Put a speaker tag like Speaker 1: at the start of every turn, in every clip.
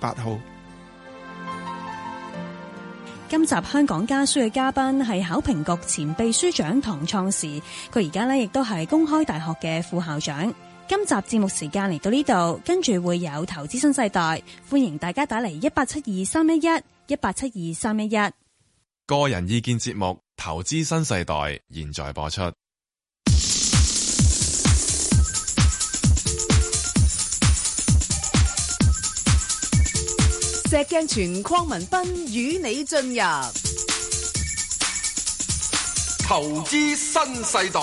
Speaker 1: 八號。
Speaker 2: 今集香港家書嘅嘉賓係考評局前秘書長唐創時，佢而家呢亦都係公開大學嘅副校長。今集節目時間嚟到呢度，跟住會有投資新世代，歡迎大家打嚟一八七二三一一一八七二三一一。
Speaker 3: 個人意見節目《投資新世代》現在播出。
Speaker 4: 石鏡泉鄺民彬與你進入
Speaker 5: 投資新世代。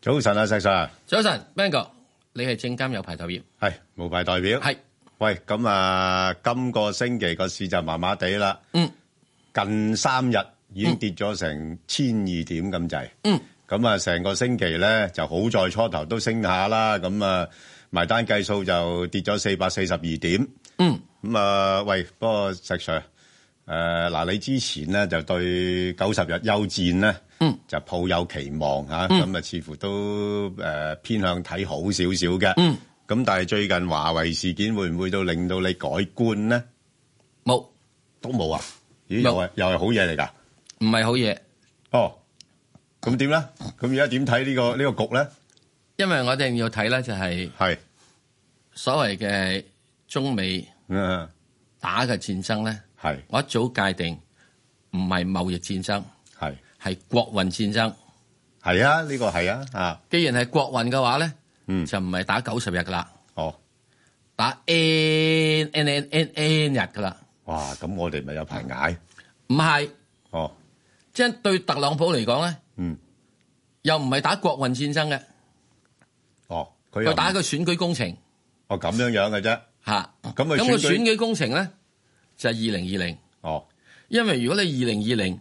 Speaker 6: 早晨啊，石 Sir，
Speaker 7: 早晨，Bang 哥，你係證監有牌代表，
Speaker 6: 係無牌代表，
Speaker 7: 係。
Speaker 6: 喂，咁啊，今個星期個市就麻麻地啦，
Speaker 7: 嗯，
Speaker 6: 近三日已經跌咗成千二點咁滯，
Speaker 7: 嗯，
Speaker 6: 咁啊，成個星期咧就好在初頭都升下啦，咁啊埋單計數就跌咗四百四十二點，
Speaker 7: 嗯，
Speaker 6: 咁啊，喂，不過石 Sir，誒嗱，你之前咧就對九十日休戰咧，
Speaker 7: 嗯，
Speaker 6: 就抱有期望嚇，
Speaker 7: 嗯
Speaker 6: 咁啊，似乎都誒偏向睇好少少嘅，
Speaker 7: 嗯，
Speaker 6: 咁但係最近華為事件會唔會到令到你改觀咧？
Speaker 7: 冇，
Speaker 6: 都冇啊？咦，
Speaker 7: 冇
Speaker 6: 又係又係好嘢嚟㗎？
Speaker 7: 唔係好嘢，
Speaker 6: 哦，咁點咧？咁而家點睇呢個呢個局咧？
Speaker 7: 因為我哋要睇咧就係
Speaker 6: 係，
Speaker 7: 所謂嘅中美
Speaker 6: 嗯，
Speaker 7: 打嘅戰爭咧，
Speaker 6: 係
Speaker 7: 我一早界定唔係貿易戰爭，
Speaker 6: 係
Speaker 7: 係國運戰爭。
Speaker 6: 係啊，呢個係啊，啊，
Speaker 7: 既然係國運嘅話咧，
Speaker 6: 嗯，
Speaker 7: 就唔係打九十日噶啦，
Speaker 6: 哦，
Speaker 7: 打 n n n n n 日噶啦，
Speaker 6: 哇，咁我哋咪有排捱，
Speaker 7: 唔係，
Speaker 6: 哦，
Speaker 7: 即係對特朗普嚟講咧，
Speaker 6: 嗯，
Speaker 7: 又唔係打國運戰爭嘅，
Speaker 6: 哦，佢又
Speaker 7: 佢
Speaker 6: 唔
Speaker 7: 打一個選舉工程。
Speaker 6: 哦咁樣樣嘅啫，
Speaker 7: 吓，咁
Speaker 6: 佢
Speaker 7: 個
Speaker 6: 選舉
Speaker 7: 選舉工程咧就係二零二零，
Speaker 6: 哦，
Speaker 7: 因為如果你二零二零，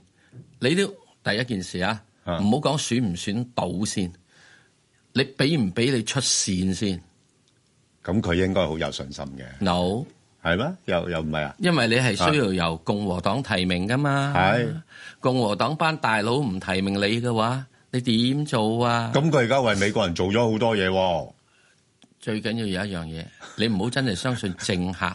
Speaker 7: 你都第一件事啊，唔
Speaker 6: 啊
Speaker 7: 好講選唔選到先，你俾唔俾你出線先
Speaker 6: 咁佢應該好有信心嘅，
Speaker 7: ？no，
Speaker 6: 係咩？又又唔係啊？
Speaker 7: 因為你係
Speaker 6: À.
Speaker 7: 需要由共和黨提名噶嘛。
Speaker 6: 係
Speaker 7: 共和黨班大佬唔提名你嘅話，你點做啊？
Speaker 6: 咁佢而家為美國人做咗好多嘢喎，
Speaker 7: 最緊要有一樣嘢，你唔好真係相信政 客，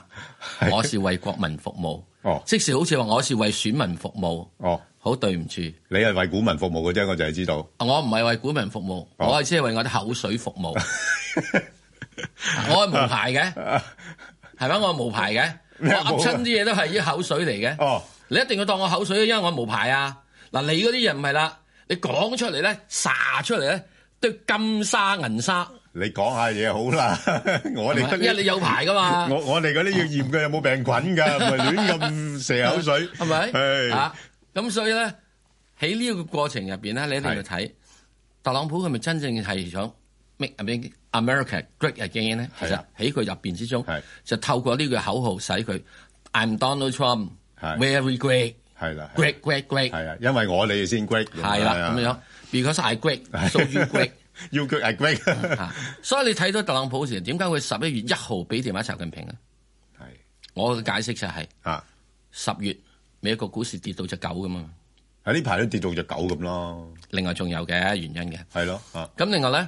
Speaker 7: 我是為國民服務。
Speaker 6: 哦
Speaker 7: 即使好似話我是為選民服務，
Speaker 6: 哦，
Speaker 7: 好對唔住。
Speaker 6: 你係為股民服務嘅啫，我就係知道，
Speaker 7: 我唔係為股民服務，
Speaker 6: 哦
Speaker 7: 我係只係為我啲口水服 務。我係無牌嘅，係咪？我係無牌嘅，
Speaker 6: 你係
Speaker 7: 我
Speaker 6: 無
Speaker 7: 噏親啲嘢都係啲口水嚟嘅。
Speaker 6: 哦，
Speaker 7: 你一定要當我口水，因為我無牌啊。嗱，你嗰啲嘢唔係啦，你講出嚟咧，撒出嚟咧，都金沙銀沙，
Speaker 6: 你講下嘢好啦，我哋
Speaker 7: 係咪
Speaker 6: 嗰
Speaker 7: 因為你
Speaker 6: 啲。
Speaker 7: 有牌噶嘛，
Speaker 6: 我我哋嗰啲要驗佢有冇 病菌㗎，唔係亂咁射口水，
Speaker 7: 係咪？
Speaker 6: 係
Speaker 7: 啊，咁所以咧喺呢個過程入邊咧，你一定要睇特朗普佢咪真正係想 make America great again 咧？其
Speaker 6: 係
Speaker 7: 實喺佢入邊之中
Speaker 6: 係，
Speaker 7: 就透過呢句口號使佢 I'm Donald Trump
Speaker 6: 係
Speaker 7: very great
Speaker 6: 係啦，係
Speaker 7: great great great
Speaker 6: 係啊，因為我哋先 great，
Speaker 7: 係啦咁樣，because I great so you great
Speaker 6: 要 great 係 great，
Speaker 7: 嚇，所以你睇到特朗普時點解佢十一月一號俾電話習近平咧？
Speaker 6: 係
Speaker 7: 我嘅解釋就係
Speaker 6: 啊，
Speaker 7: 十月美國股市跌到只狗咁啊嘛，
Speaker 6: 喺啊呢排都跌到只狗咁咯，
Speaker 7: 另外仲有嘅原因嘅。
Speaker 6: 係咯，啊，
Speaker 7: 咁另外咧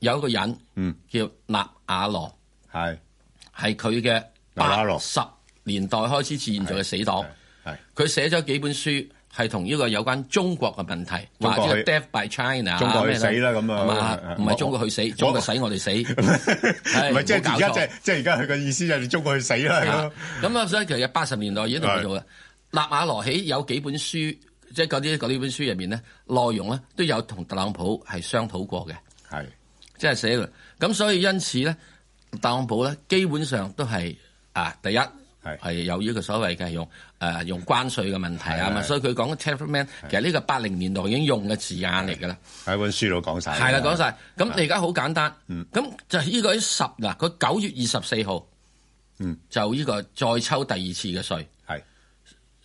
Speaker 7: 有一個人
Speaker 6: 嗯，
Speaker 7: 叫納瓦羅。
Speaker 6: 係
Speaker 7: 係佢嘅
Speaker 6: 嗱嗱
Speaker 7: 八
Speaker 6: 落
Speaker 7: 十年代開始至現在嘅死黨。
Speaker 6: 係
Speaker 7: 佢寫咗幾本書，係同呢個有關中國嘅問題，
Speaker 6: 中國
Speaker 7: 或者
Speaker 6: 去
Speaker 7: Death by China 啊
Speaker 6: 中國去
Speaker 7: 咩
Speaker 6: 死啦咁啊
Speaker 7: 係嘛
Speaker 6: 係係
Speaker 7: 唔係中國去死，中國使我哋死。係
Speaker 6: 唔係即係而家即。
Speaker 7: 冇搞錯
Speaker 6: 係即係而家佢嘅意思就係你中國去死啦
Speaker 7: 啊
Speaker 6: 咁，
Speaker 7: 咁啊，所以其實八十年代已經同佢做啦。納瓦羅起有幾本書，即係嗰啲嗰啲本書入面咧，內容咧都有同特朗普係商討過嘅。
Speaker 6: 係
Speaker 7: 即係寫嘅。咁所以因此咧，特朗普咧基本上都係啊，第一係有呢個所謂嘅用誒、呃用關稅嘅問題啊
Speaker 6: 係
Speaker 7: 嘛，
Speaker 6: 係
Speaker 7: 所以佢講嘅 t e r r m a n 其實呢個八零年代已經用嘅字眼嚟㗎啦，
Speaker 6: 喺本書度講晒，啊
Speaker 7: 係啦講晒。咁你而家好簡單，
Speaker 6: 嗯
Speaker 7: 咁就呢個十嗱，佢九月二十四號，
Speaker 6: 嗯，
Speaker 7: 就呢個再抽第二次嘅稅，
Speaker 6: 係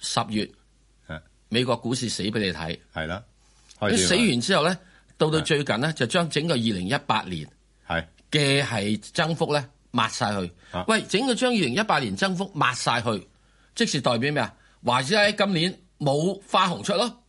Speaker 7: 十月
Speaker 6: 係
Speaker 7: 美國股市死俾你睇，
Speaker 6: 係啊啦，啊開
Speaker 7: 你
Speaker 6: 始
Speaker 7: 死完之後咧，到到
Speaker 6: 係
Speaker 7: 最近咧就將整個二零一八年
Speaker 6: 係
Speaker 7: 嘅係增幅咧抹晒佢。
Speaker 6: 啊
Speaker 7: 喂，整個將二零一八年增幅抹晒佢，即是代表咩啊？華爾街今年冇花紅出咯。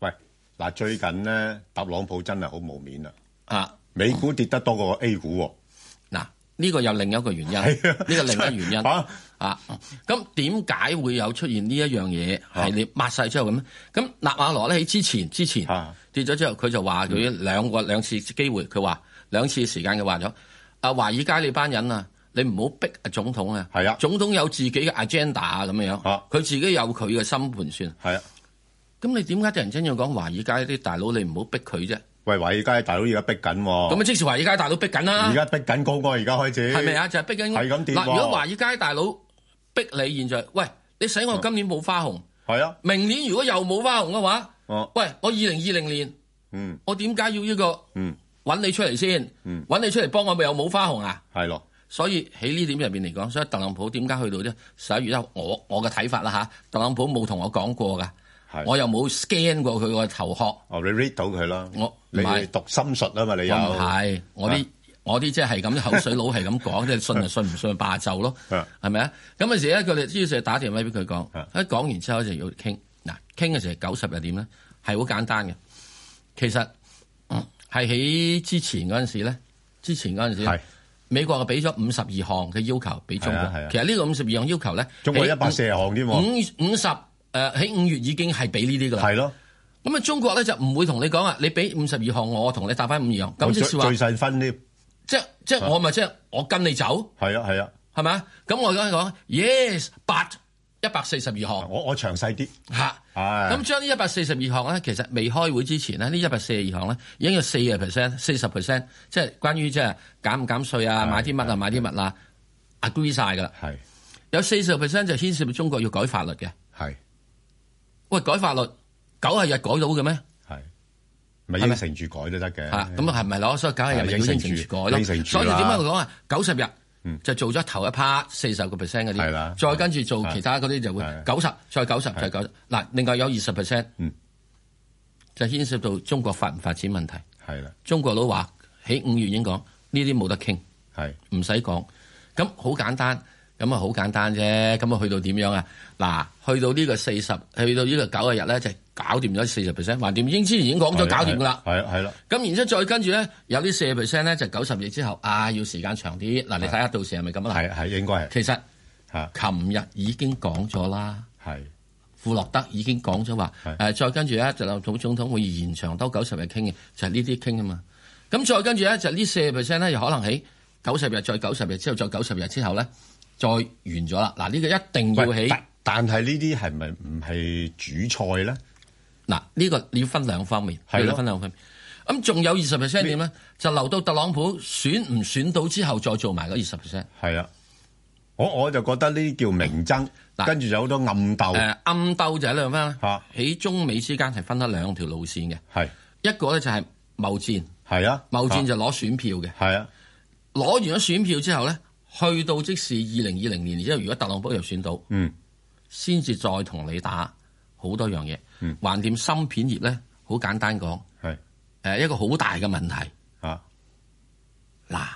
Speaker 6: 喂，嗱最近咧，特朗普真係好冇面啦。
Speaker 7: 啊，
Speaker 6: 美股跌得多過 A 股喎。
Speaker 7: 嗱，呢個有另一個原因，呢個另一個原因
Speaker 6: 啊 嚇
Speaker 7: 啊。咁點解會有出現呢一樣嘢係你抹晒之後咁咧？咁納瓦羅咧喺之前之前
Speaker 6: 嚇嗯
Speaker 7: 跌咗之後，佢就話佢兩個兩次機會，佢話兩次時間佢話咗，啊華爾街你班人啊，你唔好逼啊總統啊，
Speaker 6: 係啊
Speaker 7: 總統有自己嘅 agenda 啊咁樣，
Speaker 6: 嚇
Speaker 7: 佢自己有佢嘅心盤算。
Speaker 6: 係啊，哦
Speaker 7: 咁你點解突然間要講華爾街啲大佬你唔好逼佢啫？
Speaker 6: 喂，華爾街大佬而家逼緊
Speaker 7: 咁
Speaker 6: 喎，
Speaker 7: 啊，即是華爾街大佬逼緊啦
Speaker 6: 而。家逼緊高過而家開始。
Speaker 7: 係咪？啊？就係逼緊。
Speaker 6: 係咁跌喎
Speaker 7: 嗱，如果華爾街大佬逼你現在，喂，你使我今年冇花紅，
Speaker 6: 係啊，
Speaker 7: 明年如果又冇花紅嘅話，
Speaker 6: 哦，
Speaker 7: 喂，我二零二零年
Speaker 6: 嗯
Speaker 7: 我點解要呢個
Speaker 6: 嗯，
Speaker 7: 揾你出嚟先？
Speaker 6: 嗯
Speaker 7: 揾你出嚟幫我咪又冇花紅啊？
Speaker 6: 係咯，
Speaker 7: 所以喺呢點入邊嚟講，所以特朗普點解去到啫？十一月一號，我我嘅睇法啦吓，特朗普冇同我講過噶，
Speaker 6: 係。
Speaker 7: 我又冇 scan 過佢個頭殼，
Speaker 6: 哦，你 read 到佢啦。
Speaker 7: 我
Speaker 6: 你
Speaker 7: 唔係
Speaker 6: 讀心術啊嘛，你啊有
Speaker 7: 我唔係我啲。我啲即係咁口水佬係咁講，即係信就信，唔信就罷就咯。
Speaker 6: 啊
Speaker 7: 係咪啊？咁嗰時咧，佢哋之前打電話俾佢講
Speaker 6: 啊，
Speaker 7: 一講完之後就要傾。嗱，傾嘅時候九十又點咧？係好簡單嘅。其實嗯係喺之前嗰陣時咧，之前嗰陣時
Speaker 6: 係
Speaker 7: 呢美國就俾咗五十二項嘅要求俾中國
Speaker 6: 係啊係啊。
Speaker 7: 其實呢個五十二項要求咧，
Speaker 6: 中國
Speaker 7: 喺
Speaker 6: 140項添喎
Speaker 7: 五五十誒喺五月已經係俾呢啲㗎啦。
Speaker 6: 係咯，
Speaker 7: 咁啊，中國咧就唔會同你講啊，你俾五十二項我，我同你答翻五二項。
Speaker 6: 我
Speaker 7: 咁即
Speaker 6: 最
Speaker 7: 是話
Speaker 6: 最，細分添，
Speaker 7: 即即我咪即係我跟你走。
Speaker 6: 係啊係啊，
Speaker 7: 係咪啊？咁我梗係講 yes，八一百四十二項
Speaker 6: 我我詳細啲，
Speaker 7: 嚇。
Speaker 6: 唉
Speaker 7: 咁將呢一百四十二項咧，其實未開會之前咧，呢一百四十二項咧已經有四十 percent、四十 percent，即係關於即係減唔減税啊、
Speaker 6: 係
Speaker 7: 買啲乜啊、買啲乜啊，agree 晒㗎啦。
Speaker 6: 係
Speaker 7: 有四十 percent 就牽涉到中國要改法律嘅。
Speaker 6: 係
Speaker 7: 喂，改法律九十日改到嘅咩？
Speaker 6: 係，咪
Speaker 7: 係咪
Speaker 6: 應承住改都得嘅，
Speaker 7: 嚇，咁啊係咪咯？所以九十日咪要
Speaker 6: 應承
Speaker 7: 應承
Speaker 6: 住
Speaker 7: 住改
Speaker 6: 應
Speaker 7: 咯。所以
Speaker 6: 承
Speaker 7: 點
Speaker 6: 住
Speaker 7: 解
Speaker 6: 啦
Speaker 7: 我講啊？九十日
Speaker 6: 嗯
Speaker 7: 就做咗頭一 part 四十個 percent 嗰
Speaker 6: 係啦
Speaker 7: 啲，再跟住做其他嗰啲就會
Speaker 6: 係
Speaker 7: 九十再九十再九十。嗱，另外有二十 percent
Speaker 6: 嗯
Speaker 7: 就牽涉到中國發唔發展問題。
Speaker 6: 係啦，
Speaker 7: 中國佬話喺五月已經講呢啲冇得傾，
Speaker 6: 係
Speaker 7: 唔使講。咁好簡單，咁啊好簡單啫。咁啊去到點樣啊？嗱，去到呢個四十，去到呢個九十日咧，就搞掂咗四十 percent，橫掂已經之前已經講咗搞掂㗎啦。
Speaker 6: 係啊係啦，
Speaker 7: 咁然之後再跟住咧，有啲四 percent 咧就九十日之後啊，要時間長啲。嗱，你睇下到時係咪咁啊？
Speaker 6: 係係應該係
Speaker 7: 其實
Speaker 6: 嚇
Speaker 7: 琴日已經講咗啦，
Speaker 6: 係
Speaker 7: 富洛德已經講咗話
Speaker 6: 係
Speaker 7: 誒，再跟住咧，特朗普總統會延長多九十日傾嘅，就係呢啲傾啊嘛。咁再跟住咧，就呢四 percent 咧，又可能喺九十日再九十日之後再九十日之後咧，再完咗啦。嗱，呢個一定要喺
Speaker 6: 喂但但係呢啲係咪唔係主菜咧？
Speaker 7: 嗱呢個你要分兩方面，
Speaker 6: 係咯
Speaker 7: 你要分兩方面。咁仲有二十 percent 點咧？就留到特朗普選唔選到之後，再做埋嗰二十 percent。
Speaker 6: 係啊，我我就覺得呢啲叫明爭，
Speaker 7: 嗱
Speaker 6: 跟住有好多暗
Speaker 7: 誒
Speaker 6: 鬥，
Speaker 7: 呃暗鬥就係兩分
Speaker 6: 嚇
Speaker 7: 啦。喺中美之間係分得兩條路線嘅，
Speaker 6: 啊係
Speaker 7: 一個咧就係貿戰，
Speaker 6: 係啊，
Speaker 7: 貿戰就攞選票嘅，
Speaker 6: 係啊
Speaker 7: 攞完咗選票之後咧，去到即是二零二零年之後，如果特朗普又選到，
Speaker 6: 嗯
Speaker 7: 先至再同你打好多樣嘢
Speaker 6: 嗯。
Speaker 7: 橫掂芯片業咧，好簡單講，呃
Speaker 6: 係
Speaker 7: 誒一個好大嘅問題。
Speaker 6: 啊
Speaker 7: 嗱，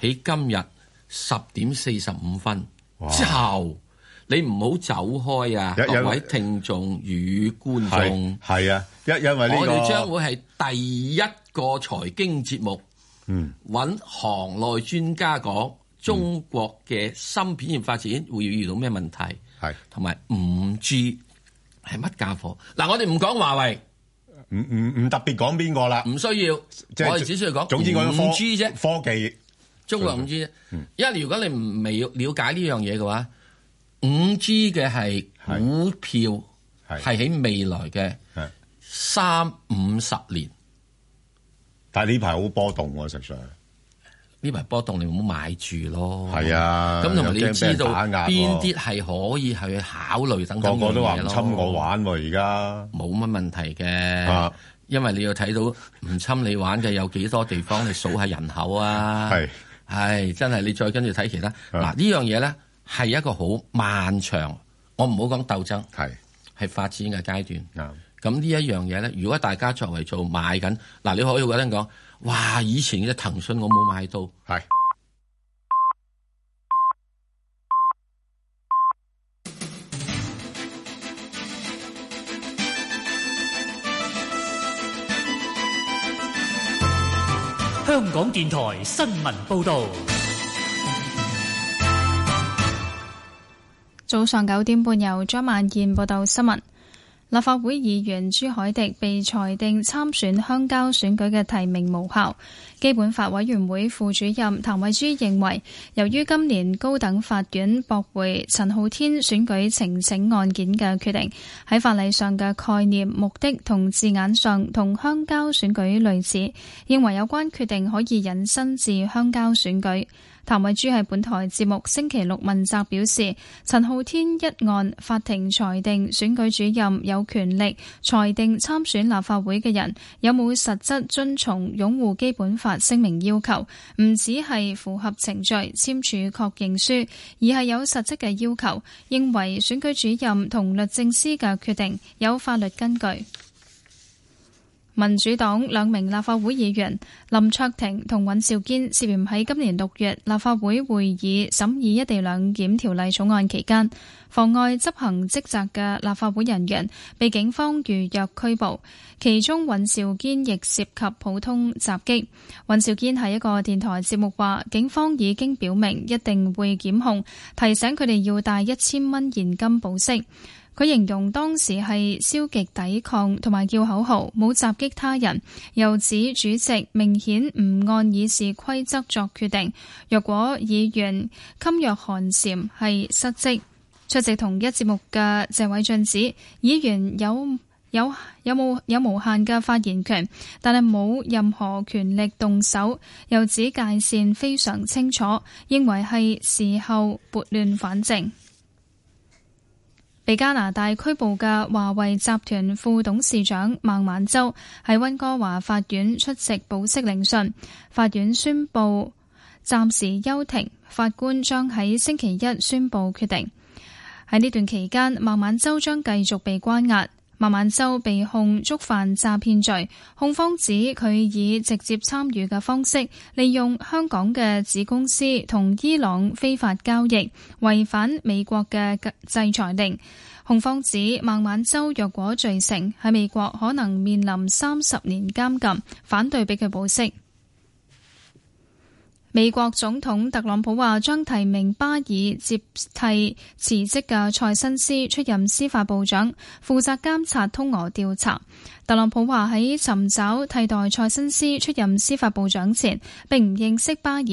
Speaker 7: 喺今日十點四十五分
Speaker 6: 哇
Speaker 7: 之後，你唔好走開啊！
Speaker 6: 有有
Speaker 7: 各位聽眾與觀
Speaker 6: 係
Speaker 7: 眾，
Speaker 6: 係啊，因因為呢
Speaker 7: 我哋將
Speaker 6: 個
Speaker 7: 會係第一個財經節目，
Speaker 6: 嗯
Speaker 7: 揾行內專家講中國嘅芯片業發展會遇到咩問題，
Speaker 6: 係
Speaker 7: 同埋五 G 係乜價貨。嗱，我哋唔講華為，
Speaker 6: 唔唔唔特別講邊個啦。
Speaker 7: 唔需要，
Speaker 6: 即係
Speaker 7: 我哋只需要講
Speaker 6: 總之講
Speaker 7: 五 G 啫。
Speaker 6: 科科技
Speaker 7: 中國五 G 啫，
Speaker 6: 嗯
Speaker 7: 因為如果你唔未了解呢樣嘢嘅話，五 G 嘅係股票
Speaker 6: 係
Speaker 7: 係喺未來嘅
Speaker 6: 係
Speaker 7: 三五十年
Speaker 6: 但係呢排好波動喎，實上
Speaker 7: 呢排波動，你唔好買住咯。
Speaker 6: 係啊
Speaker 7: 咁同埋你
Speaker 6: 又
Speaker 7: 要
Speaker 6: 驚俾
Speaker 7: 知
Speaker 6: 人
Speaker 7: 道
Speaker 6: 打壓喎
Speaker 7: 邊啲係可以去考慮等
Speaker 6: 個
Speaker 7: 等
Speaker 6: 個都話
Speaker 7: 話
Speaker 6: 唔侵我，玩喎，而家
Speaker 7: 冇乜問題嘅
Speaker 6: 啊。
Speaker 7: 因為你要睇到唔侵你玩嘅有幾多地方，你數下人口啊。
Speaker 6: 係
Speaker 7: 係真係你再跟住睇其他嗱呢樣嘢咧，係一個好漫長，我唔好講鬥爭，
Speaker 6: 係
Speaker 7: 係發展嘅階段。
Speaker 6: 啱
Speaker 7: 咁呢一樣嘢咧，如果大家作為做買緊，嗱你可以覺得講，哇！以前嘅騰訊我冇買到，
Speaker 6: 係
Speaker 1: 香港電台新聞報導，
Speaker 8: 早上九點半，由張萬燕報道新聞。立法會議員朱凱迪被裁定參選鄉郊選舉嘅提名無效。基本法委員會副主任譚惠珠認為，由於今年高等法院駁回陳浩天選舉呈請案件嘅決定，喺法例上嘅概念、目的同字眼上同鄉郊選舉類似，認為有關決定可以引申至鄉郊選舉。譚慧珠喺本台節目星期六問責表示，陳浩天一案法庭裁定選舉主任有權力裁定參選立法會嘅人有冇實質遵從擁護基本法聲明要求，唔只係符合程序簽署確認書，而係有實質嘅要求，認為選舉主任同律政司嘅決定有法律根據。民主黨兩名立法會議員林卓廷同尹兆堅涉嫌喺今年六月立法會會議審議一地兩檢條例草案期間，妨礙執行職責嘅立法會人員被警方預約拘捕，其中尹兆堅亦涉及普通襲擊。尹兆堅喺一個電台節目話，警方已經表明一定會檢控，提醒佢哋要帶一千蚊現金保釋。佢形容當時係消極抵抗同埋叫口號，冇襲擊他人。又指主席明顯唔按議事規則作決定。若果議員噤若寒蟬係失職。出席同一節目嘅謝偉俊指，議員有有有冇有無限嘅發言權，但係冇任何權力動手。又指界線非常清楚，認為係事後撥亂反正。被加拿大拘捕嘅華為集團副董事長孟晚舟喺溫哥華法院出席保釋聆訊，法院宣布暫時休庭，法官將喺星期一宣布決定。喺呢段期間，孟晚舟將繼續被關押。孟晚舟被控觸犯詐騙罪，控方指佢以直接參與嘅方式，利用香港嘅子公司同伊朗非法交易，違反美國嘅制裁令。控方指孟晚舟若果罪成，喺美國可能面臨三十年監禁，反對俾佢保釋。美國總統特朗普話將提名巴爾接替辭職嘅塞申斯出任司法部長，負責監察通俄調查。特朗普話喺尋找替代塞申斯出任司法部長前，並唔認識巴爾，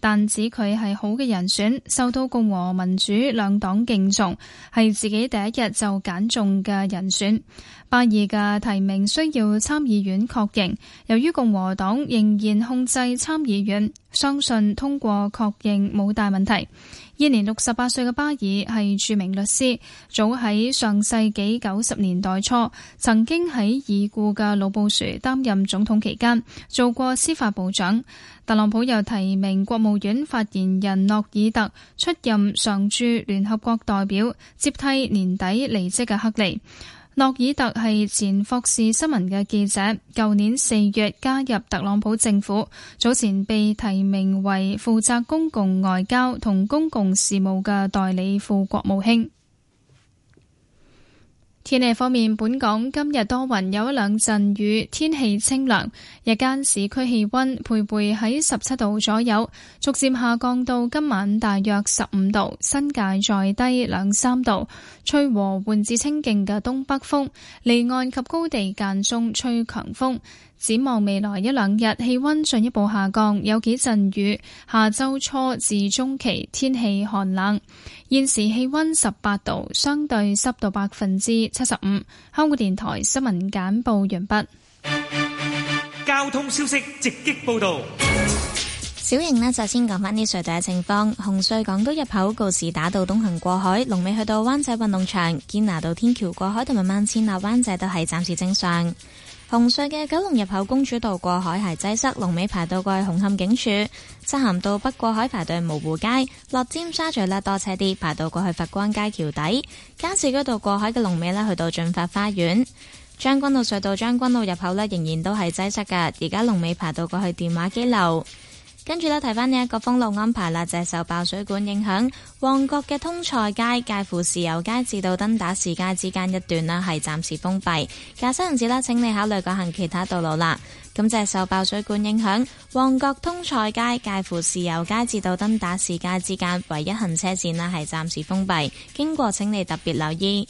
Speaker 8: 但指佢係好嘅人選，受到共和民主兩黨敬重，係自己第一日就揀中嘅人選。巴爾嘅提名需要參議院確認，由於共和黨仍然控制參議院，相信通過確認冇大問題。現年六十八歲嘅巴爾係著名律師，早喺上世紀九十年代初曾經喺已故嘅老布殊擔任總統期間做過司法部長。特朗普又提名國務院發言人諾爾特出任常駐聯合國代表，接替年底離職嘅克利。諾爾特係前霍士新聞嘅記者，舊年四月加入特朗普政府，早前被提名為負責公共外交同公共事務嘅代理副國務卿。天氣方面，本港今日多雲，有一兩陣雨，天氣清涼。日間市區氣温徘徊喺十七度左右，逐漸下降到今晚大約十五度，新界再低兩三度。吹和緩至清勁嘅東北風，離岸及高地間中吹強風。展望未來一兩日，氣温進一步下降，有幾陣雨。下周初至中期天氣寒冷。現時氣温十八度，相對濕度百分之七十五。香港電台新聞簡報完畢。
Speaker 1: 交通消息直擊報導。
Speaker 9: 小型呢，就先講返啲隧道嘅情況。紅隧港島入口告士打道東行過海，龍尾去到灣仔運動場；堅拿道天橋過海同埋慢線落灣仔都係暫時正常。紅隧嘅九龍入口公主道過海係擠塞，龍尾排到過去紅磡警署；漆咸道北過海排隊蕪湖街，落尖沙咀咧多車啲，排到過去佛光街橋底；加士居道過海嘅龍尾咧去到駿發花園。將軍澳隧道將軍澳入口呢，仍然都係擠塞㗎，而家龍尾排到過去電話機樓。跟住呢，睇翻呢一個封路安排啦，就係受爆水管影響，旺角嘅通菜街介乎豉油街至到登打士街之間一段啦，係暫時封閉。駕駛人士啦，請你考慮改行其他道路啦。咁就係受爆水管影響，旺角通菜街介乎豉油街至到登打士街之間唯一行車線啦，係暫時封閉，經過請你特別留意。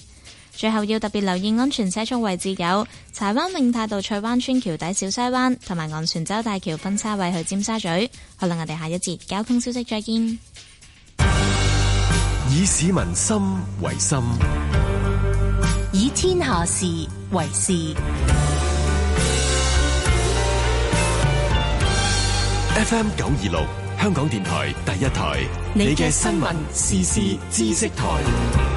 Speaker 9: 最後要特別留意安全車速位置有柴灣永泰道翠灣村橋底、小西灣同埋昂船洲大橋分叉位去尖沙咀。好啦，我哋下一節交通消息再見。
Speaker 10: 以市民心為心，
Speaker 11: 以天下事為事。
Speaker 10: FM 九二六，香港電台第一台，你嘅新聞、時事、知識台。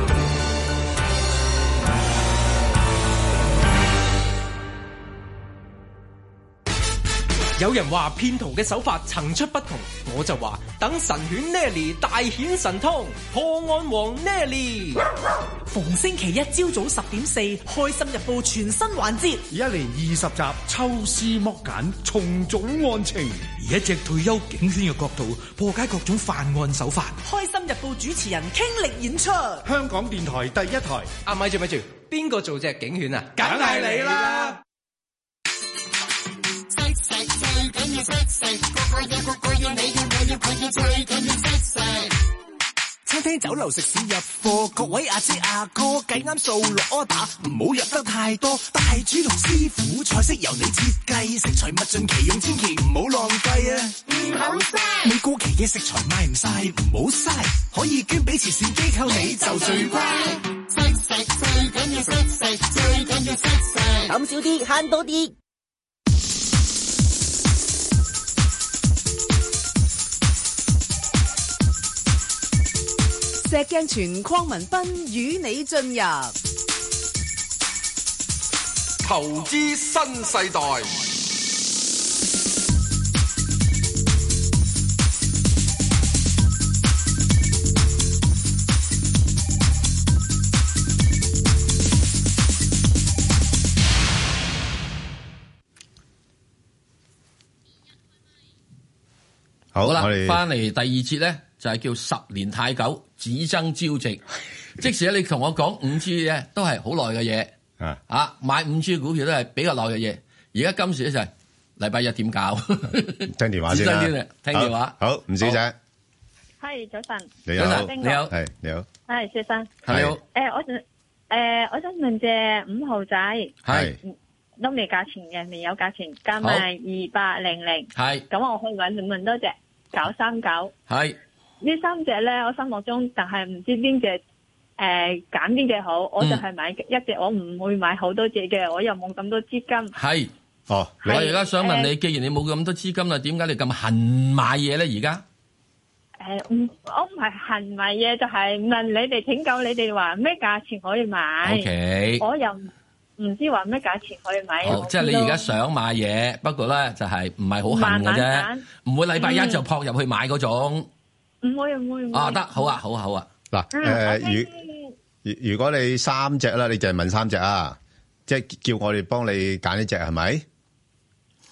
Speaker 1: 有人話騙徒嘅手法層出不窮，我就話等神犬 Nelly 大顯神通，破案王 Nelly。
Speaker 12: 逢星期一朝早十點四，《開心日報》全新環節，
Speaker 13: 一連二十集抽絲剝繭，重組案情，
Speaker 14: 以一隻退休警犬嘅角度破解各種犯案手法。
Speaker 12: 《開心日報》主持人傾力演出，
Speaker 13: 香港電台第一台。
Speaker 1: 啊，咪住咪住，邊個做隻警犬啊？
Speaker 13: 梗係你啦！
Speaker 15: 最緊要識食，個個嘢個個嘢，你要我要佢要最緊要識食。
Speaker 16: 餐廳酒樓食肆入貨，各位阿姐阿哥計啱數落 order，唔好入得太多。大廚同師傅菜式由你設計，食材物盡其用，千祈唔好浪費啊！
Speaker 15: 唔好嘥，
Speaker 16: 你過期嘅食材賣唔晒，唔好嘥，可以捐俾慈善機構，你就最乖。
Speaker 15: 識食最緊要識食，最緊要識食，
Speaker 17: 減少啲，慳多啲。
Speaker 4: 石鏡泉鄺民彬與你進入
Speaker 5: 投資新世代。
Speaker 6: 好
Speaker 7: 啦
Speaker 6: 我哋，
Speaker 7: 翻嚟第二節咧，就係叫十年太久，只爭朝 夕。即使你同我講五 G 咧，都係好耐嘅嘢。
Speaker 6: 啊，
Speaker 7: 啊，買五 G 股票都係比較耐嘅嘢。而家今時咧就係禮拜一點搞？
Speaker 6: 聽電話
Speaker 7: 只
Speaker 6: 先啦
Speaker 7: 爭朝夕，聽電話。
Speaker 6: 好，好吳小姐，
Speaker 18: 係早晨，
Speaker 6: 你好，
Speaker 18: 邊
Speaker 7: 你好，
Speaker 6: 係你好，
Speaker 18: 係先生。
Speaker 7: 你好，
Speaker 18: 誒，我想誒，我想問隻五號仔
Speaker 7: 係
Speaker 18: 都未價錢嘅，未有價錢，加埋二八零零。
Speaker 7: 係
Speaker 18: 咁我可以揾問多隻九三 九
Speaker 7: 係
Speaker 18: 呢三隻咧，我心目中但係唔知邊隻誒揀邊隻好，我就係買一隻，我唔會買好多隻嘅，我又冇咁多資金。
Speaker 7: 係。
Speaker 6: 哦，你
Speaker 7: 我而家想問你，
Speaker 18: 誒
Speaker 7: 既然你冇咁多資金啦，點解你咁恨買嘢咧？而家
Speaker 18: 誒，唔，我唔係恨買嘢，就係問你哋請教你哋話咩價錢可以買。
Speaker 7: OK，
Speaker 18: 我又唔知話咩價錢可以買。
Speaker 7: 好，哦即係你而家想買嘢，不過咧就係唔係好恨嘅
Speaker 18: 慢慢
Speaker 7: 啫，唔會禮拜一
Speaker 18: 嗯
Speaker 7: 就撲入去買嗰種。
Speaker 18: 唔會唔會唔會
Speaker 7: 啊，得，好啊，好啊，好啊。
Speaker 6: 嗱，
Speaker 18: 嗯
Speaker 6: 誒，
Speaker 18: 我聽
Speaker 6: 如如如果你三隻啦，你淨係問三隻啊，即係叫我哋幫你揀呢只係咪？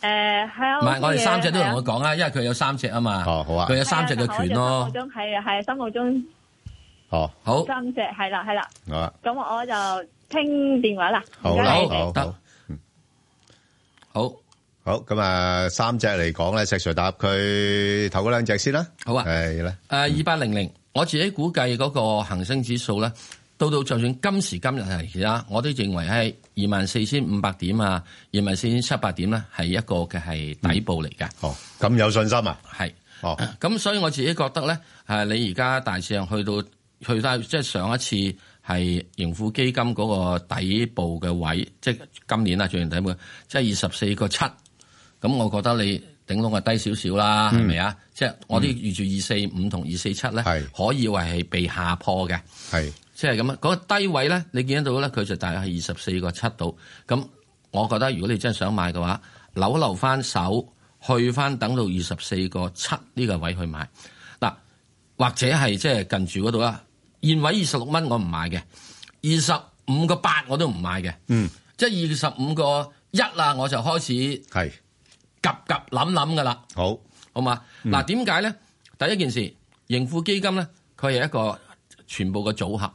Speaker 18: 誒係啊，
Speaker 7: 唔係，我哋三隻都同
Speaker 18: 係
Speaker 7: 佢
Speaker 18: 啊
Speaker 7: 講啦，因為佢有三隻啊嘛。
Speaker 6: 哦好啊
Speaker 7: 佢有三隻嘅權
Speaker 18: 係啊。但係我
Speaker 7: 咯
Speaker 18: 就心目中係係心目中
Speaker 6: 哦，
Speaker 7: 好，
Speaker 18: 三隻係啦係啦，
Speaker 6: 好啊，
Speaker 18: 咁我就聽電話啦。
Speaker 6: 好
Speaker 18: 唔
Speaker 6: 啦，
Speaker 18: 該
Speaker 7: 好
Speaker 18: 你哋
Speaker 6: 好
Speaker 7: 得
Speaker 6: 好
Speaker 7: 好，
Speaker 6: 好，咁啊，三隻嚟講咧，石 Sir 答佢頭嗰兩隻先啦，
Speaker 7: 好啊。
Speaker 6: 係啦，
Speaker 7: 誒，二八零零，我自己估計嗰個恒生指數咧，到到就算今時今日係而家，我都認為係二萬四千五百點啊，二萬四千七百點咧，係一個嘅係底部嚟㗎。
Speaker 6: 哦，咁有信心啊，
Speaker 7: 係。
Speaker 6: 哦，
Speaker 7: 咁所以我自己覺得咧，誒你而家大致上去到去到即係上一次係盈富基金嗰個底部嘅位，即係今年啊，最近底部即係二十四個七。咁我覺得你頂籠係低少少啦，係咪啊？即係我啲預住二四五同二四七咧，
Speaker 6: 係
Speaker 7: 可以話係被下破嘅。
Speaker 6: 係，
Speaker 7: 即係咁啊！嗰、個低位咧，你見得到咧，佢就大約係二十四個七度。咁我覺得如果你真係想買嘅話，扭留翻手，去翻等到二十四個七呢個位去買。嗱，或者係即係近住嗰度啦，現位二十六蚊我唔買嘅，二十五個八我都唔買嘅。
Speaker 6: 嗯，
Speaker 7: 即係二十五個一啦，我就開始係及及諗諗噶啦。
Speaker 6: 好，嗯
Speaker 7: 好嘛？嗱，點解咧？第一件事，盈富基金咧，佢係一個全部嘅組合，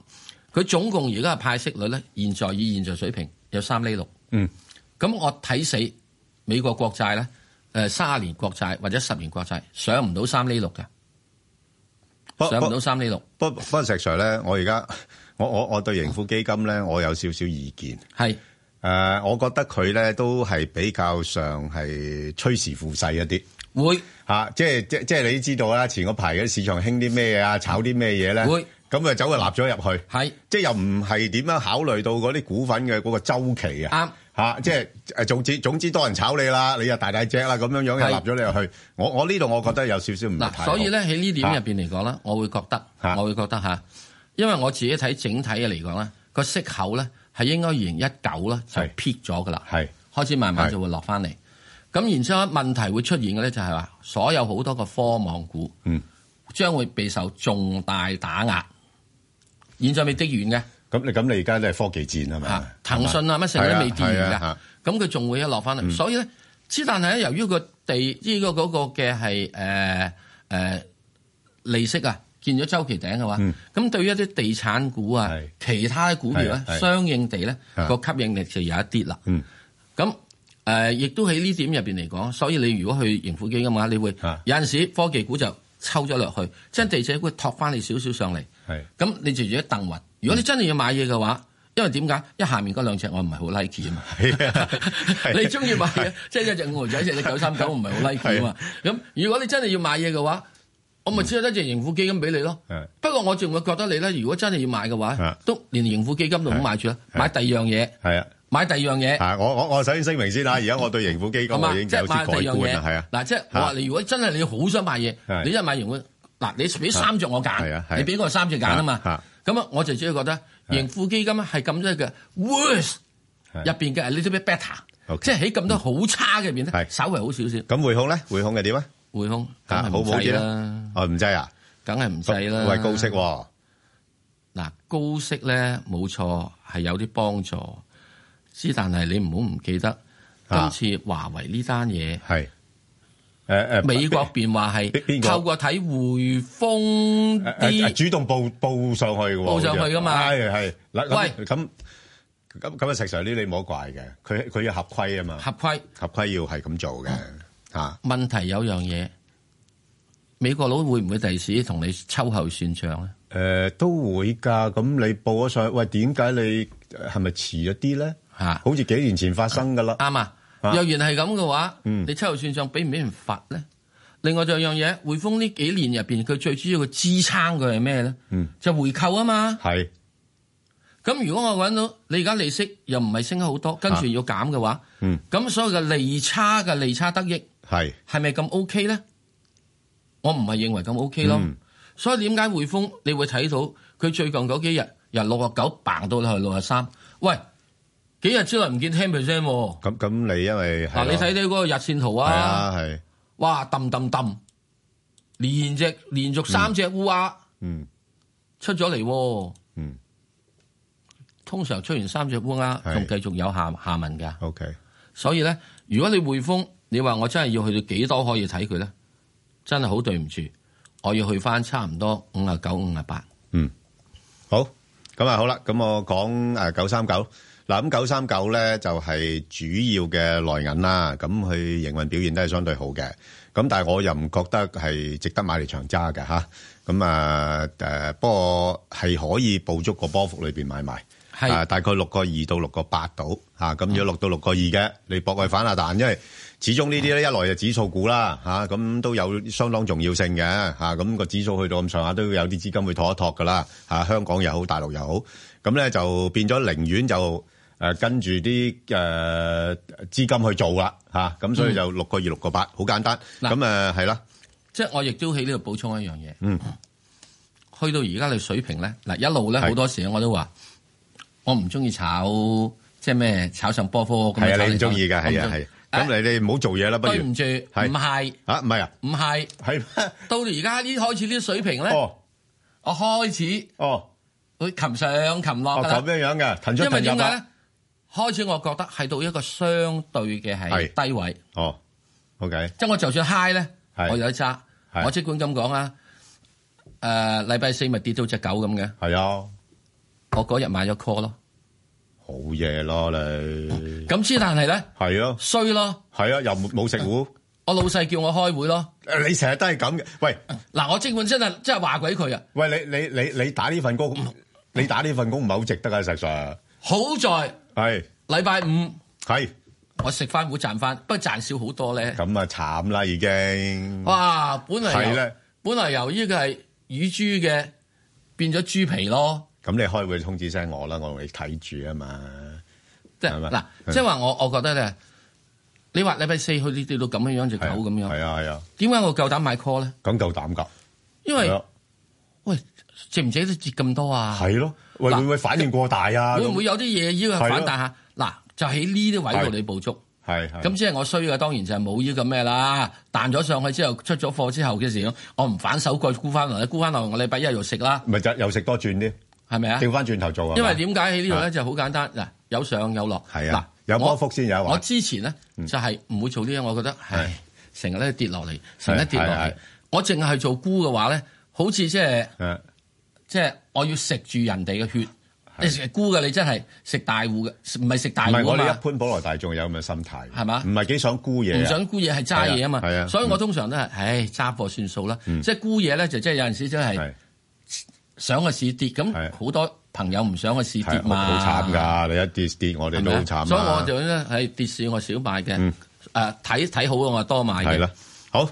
Speaker 7: 佢總共而家嘅派息率咧，現在以現在水平有三厘六。
Speaker 6: 嗯，
Speaker 7: 咁我睇死美國國債咧，誒三年國債或者十年國債上唔到三厘六嘅。
Speaker 6: 不
Speaker 7: 上唔到三厘六。
Speaker 6: 不不過石 Sir 咧，我而家我我我對盈富基金咧，我有少少意見。
Speaker 7: 係
Speaker 6: 誒、我覺得佢咧都係比較上係趨時附勢一啲。
Speaker 7: 會
Speaker 6: 嚇、即係即即係你知道啦，前嗰排嘅市場興啲咩啊，炒啲咩嘢咧？會咁啊，走佢立咗入去。
Speaker 7: 係
Speaker 6: 即係又唔係點樣考慮到嗰啲股份嘅嗰個週期啊？啱嚇、即係誒總之總之多人炒你啦，你又大大隻啦，咁樣樣又
Speaker 7: 係
Speaker 6: 立咗你入去。我我呢度我覺得有少少唔係
Speaker 7: 嗱，
Speaker 6: 嗯太
Speaker 7: 所以咧
Speaker 6: 好啊
Speaker 7: 喺呢點入
Speaker 6: 嚇
Speaker 7: 邊嚟講咧，我會覺得，我會覺得嚇，因為我自己睇整體嘅嚟講咧，個息口咧係應該二零一九咧就撇咗噶啦，
Speaker 6: 係
Speaker 7: 開始慢慢就會落翻嚟。咁然之後問題會出現嘅咧就係話，所有好多個科網股，
Speaker 6: 嗯，
Speaker 7: 將會備受重大打壓。現在未跌完嘅，
Speaker 6: 咁你咁你而家都係科技戰係咪？
Speaker 7: 騰訊啊乜成
Speaker 6: 係
Speaker 7: 都
Speaker 6: 啊
Speaker 7: 未跌完
Speaker 6: 係啊係嗯
Speaker 7: 㗎
Speaker 6: 啊，
Speaker 7: 咁佢仲會一落翻嚟。所以咧，之但係咧，由於個地呢個嗰個嘅係誒誒利息啊，見咗周期頂嘅話，
Speaker 6: 嗯
Speaker 7: 咁對於一啲地產股啊、其他嘅股票咧
Speaker 17: 係係，
Speaker 7: 相應地咧
Speaker 17: 啊
Speaker 7: 個吸引力就有一啲啦。咁誒，亦都喺呢點入邊嚟講，所以你如果去盈富基金嘅話，你會有陣時科技股就抽咗落去，將地產股托翻你少少上嚟。
Speaker 6: 係
Speaker 7: 咁你就自己掟雲。如果你真係要買嘢嘅話，因為點解？因為下面嗰兩隻我唔係好 like 啊嘛。 你中意買嘢，即係一隻五毫仔，一隻九三九，唔係好 like 啊嘛。咁如果你真係要買嘢嘅話，我咪只有得隻盈富基金俾你咯。
Speaker 6: 嗯
Speaker 7: 不過我仲會覺得你咧，如果真係要買嘅話，都連盈富基金都唔好買啊住啦，買第二樣嘢。
Speaker 6: 嗯係啊，
Speaker 7: 買第二樣嘢。嗯
Speaker 6: 啊，我我我首先聲明先啦，而家我對盈富基金
Speaker 7: 好嘛
Speaker 6: 我已經
Speaker 7: 即係
Speaker 6: 有啲改
Speaker 7: 買第二樣
Speaker 6: 觀啦，係
Speaker 7: 嘢
Speaker 6: 啊。。
Speaker 7: 嗱，即係我話你，如果真係你好想買嘢，
Speaker 6: 係
Speaker 7: 你真係買完會嗱，你俾三隻我
Speaker 6: 係啊係
Speaker 7: 揀，
Speaker 6: 啊
Speaker 7: 你俾我三隻揀啊嘛。咁啊，我就只係覺得盈富基金係咁多嘅 worse 入邊嘅 a little bit better，即係喺咁多好差嘅入邊咧，稍微好少少。
Speaker 6: 咁匯控咧，匯控係點啊？
Speaker 7: 匯控
Speaker 6: 啊，
Speaker 7: 梗係
Speaker 6: 好
Speaker 7: 唔
Speaker 6: 唔好啲
Speaker 7: 制
Speaker 6: 咧
Speaker 7: 啦？
Speaker 6: 哦，唔制啊？
Speaker 7: 梗係唔制啦。
Speaker 6: 喂，高息喎，
Speaker 7: 嗱，高息咧冇錯係有啲幫助，之但係你唔好唔記得今
Speaker 6: 啊
Speaker 7: 次華為呢單嘢
Speaker 6: 係誒誒
Speaker 7: 美國邊話係
Speaker 6: 個
Speaker 7: 透過睇匯豐
Speaker 6: 誒
Speaker 7: 啲
Speaker 6: 主動報報上去嘅喎，
Speaker 7: 報上去㗎嘛
Speaker 6: 好似係係嗱，
Speaker 7: 喂
Speaker 6: 咁咁咁咁啊，石 Sir 呢，你唔好怪嘅，佢佢要合規啊嘛，合
Speaker 7: 規啊
Speaker 6: 合規要係咁做嘅嚇。
Speaker 7: 問題有樣嘢，美國佬會唔會第時同你秋後算賬咧？
Speaker 6: 誒、都會㗎，咁你報咗上去，喂，點解你呃係咪遲咗啲咧？
Speaker 7: 嚇，
Speaker 6: 好似幾年前發生㗎啦。
Speaker 7: 啱啊，
Speaker 6: 啊
Speaker 7: 若然係咁嘅話，
Speaker 6: 嗯
Speaker 7: 你秋後算賬俾唔俾人罰咧？另外仲有樣嘢，匯豐呢幾年入邊，佢最主要嘅支撐佢係咩咧？
Speaker 6: 嗯，
Speaker 7: 就回購啊嘛。
Speaker 6: 係。
Speaker 7: 咁如果我揾到你而家利息又唔係升得好多，跟住要減嘅話，
Speaker 6: 嗯，
Speaker 7: 咁所有嘅利差嘅利差得益
Speaker 6: 係
Speaker 7: 係咪咁 OK 咧？我唔係認為咁 OK 咯。所以點解匯豐你會睇到佢最近嗰幾日由六啊九掹到去六啊三？喂，幾日之內唔見 ten percent 喎？
Speaker 6: 咁咁你因為係
Speaker 7: 嗱，
Speaker 6: 咯
Speaker 7: 你睇睇嗰個日線圖
Speaker 6: 係
Speaker 7: 啊
Speaker 6: 啊，係
Speaker 7: 哇，揼揼揼，連隻連續三隻烏鴉
Speaker 6: 嗯
Speaker 7: 出咗嚟喎。
Speaker 6: 嗯，
Speaker 7: 通常出完三隻烏鴉，仲繼續有下下文㗎。
Speaker 6: OK，
Speaker 7: 所以咧，如果你匯豐，你話我真係要去到幾多可以睇佢咧？真係好對唔住，我要去翻差唔多五啊九、五啊八。
Speaker 6: 嗯好，咁啊好啦，咁我講誒九三九嗱，咁九三九咧就係主要嘅內銀啦，咁佢營運表現都係相對好嘅，咁但係我又唔覺得係值得買嚟長揸嘅吓，咁啊誒不過係可以捕捉個波幅裏邊買賣。
Speaker 7: 係
Speaker 6: 啊，大概六個二到六個八度嚇，咁如果六到六個二嘅，你搏佢反下彈，因為始終呢啲咧一來就指數股啦嚇，咁、都有相當重要性嘅嚇，咁、個指數去到咁上下都有啲資金會托一托噶啦嚇，香港又好，大陸又好，咁咧就變咗寧願就誒、呃跟住啲誒資金去做啦嚇，咁、所以就六個二六個八，好簡單，咁誒係啦，
Speaker 7: 即係我亦都喺呢度補充一樣嘢，
Speaker 6: 嗯
Speaker 7: 去到而家嘅水平咧，嗱一路咧好多時我都話，我唔中意炒，即係咩炒上波幅咁樣
Speaker 6: 係
Speaker 7: 炒
Speaker 6: 啊，
Speaker 7: 嚟
Speaker 6: 你唔中意嘅
Speaker 7: 炒去
Speaker 6: 係啊係，咁你你唔好做嘢啦，不如
Speaker 7: 對唔住，唔係
Speaker 6: 啊唔係啊，
Speaker 7: 唔係，
Speaker 6: 係
Speaker 7: 到而家呢開始呢啲水平咧，
Speaker 6: 哦
Speaker 7: 我開始
Speaker 6: 哦，
Speaker 7: 佢擒上擒落
Speaker 6: 哦
Speaker 7: 㗎啦
Speaker 6: 咁樣樣嘅，騰出
Speaker 7: 因為
Speaker 6: 騰
Speaker 7: 點
Speaker 6: 入
Speaker 7: 解
Speaker 6: 啊
Speaker 7: 咧。開始我覺得係到一個相對嘅係低位。
Speaker 6: 哦，OK，
Speaker 7: 即係我就算 high 咧，我有得揸。我即管咁講啊，誒禮拜四咪跌到只狗咁嘅。
Speaker 6: 係啊，
Speaker 7: 我嗰日買咗 call 咯。
Speaker 6: 好嘢咯你。
Speaker 7: 咁之但係咧，
Speaker 6: 係啊，
Speaker 7: 衰咯。
Speaker 6: 係啊，又冇冇食糊。
Speaker 7: 我老細叫我開會咯。
Speaker 6: 呃你成日都係咁嘅。喂，
Speaker 7: 嗱，我即管真係真係話鬼佢啊。
Speaker 6: 喂，你你你你打呢份工，你打呢份工唔係好值得啊，實上。
Speaker 7: 好在
Speaker 6: 係
Speaker 7: 禮拜五
Speaker 6: 係
Speaker 7: 我食翻糊賺翻，不過賺少好多咧。
Speaker 6: 咁啊慘啦已經。
Speaker 7: 哇！本
Speaker 6: 嗯係
Speaker 7: 嚟
Speaker 6: 啦
Speaker 7: 由本來由呢個係乳豬嘅變咗豬皮咯，
Speaker 6: 咁你開會通知聲我啦，我同你睇住啊嘛。
Speaker 7: 即
Speaker 6: 係
Speaker 7: 係
Speaker 6: 咪
Speaker 7: 嗱，即係話我我覺得咧，你話禮拜四去你跌到咁樣樣只狗咁樣，
Speaker 6: 係啊係啊，
Speaker 7: 點解我夠膽買 call 咧？
Speaker 6: 咁夠膽㗎。
Speaker 7: 因為
Speaker 6: 係啊
Speaker 7: 喂值唔值得折咁多啊？
Speaker 6: 係咯，喂
Speaker 7: 嗱
Speaker 6: 會唔會反應過大啊？
Speaker 7: 會唔會有啲嘢要
Speaker 6: 係
Speaker 7: 佢
Speaker 6: 咯
Speaker 7: 反彈下？嗱，就喺呢啲位度你捕捉。
Speaker 6: 係係
Speaker 7: 咁即係我衰嘅，當然就係冇呢個咩啦。彈咗上去之後，出咗貨之後嘅時候，我唔反手再沽翻落嚟，沽翻落嚟我禮拜一又食啦。
Speaker 6: 咪就又食多轉啲，
Speaker 7: 係咪啊？
Speaker 6: 調翻轉頭做啊？
Speaker 7: 因為點解喺呢度
Speaker 6: 啊
Speaker 7: 咧就好簡單嗱，有上有落。
Speaker 6: 係啊，有波幅先有
Speaker 7: 我
Speaker 6: 啊。
Speaker 7: 之前咧就係唔會做呢樣，我覺得係成日咧跌落嚟，成日
Speaker 6: 係
Speaker 7: 跌落
Speaker 6: 係
Speaker 7: 嚟
Speaker 6: 係。
Speaker 7: 我淨係做沽嘅話咧，好似即係
Speaker 6: 係
Speaker 7: 即係我要食住人哋嘅血。你食沽嘅，你真係食大戶嘅，唔係食大
Speaker 6: 唔
Speaker 7: 戶啊
Speaker 6: 係我哋
Speaker 7: 嘛
Speaker 6: 一。般普羅大眾有咁嘅心態，
Speaker 7: 係嘛
Speaker 6: 唔係幾想沽嘢啊，
Speaker 7: 唔想沽嘢係揸嘢啊嘛
Speaker 6: 係啊，，
Speaker 7: 所以我
Speaker 6: 都
Speaker 7: 通常都係，唉揸貨算數啦。
Speaker 6: 嗯
Speaker 7: 即係沽嘢咧，就即係有陣時真係想個市跌，咁好多朋友唔想個市跌嘛，
Speaker 6: 好慘㗎，你一跌跌我哋都好慘啊。
Speaker 7: 所以我就咧係跌市我少買嘅
Speaker 6: 嗯，
Speaker 7: 誒睇睇好嘅我多買
Speaker 6: 係
Speaker 7: 嘅
Speaker 6: 啦。，好，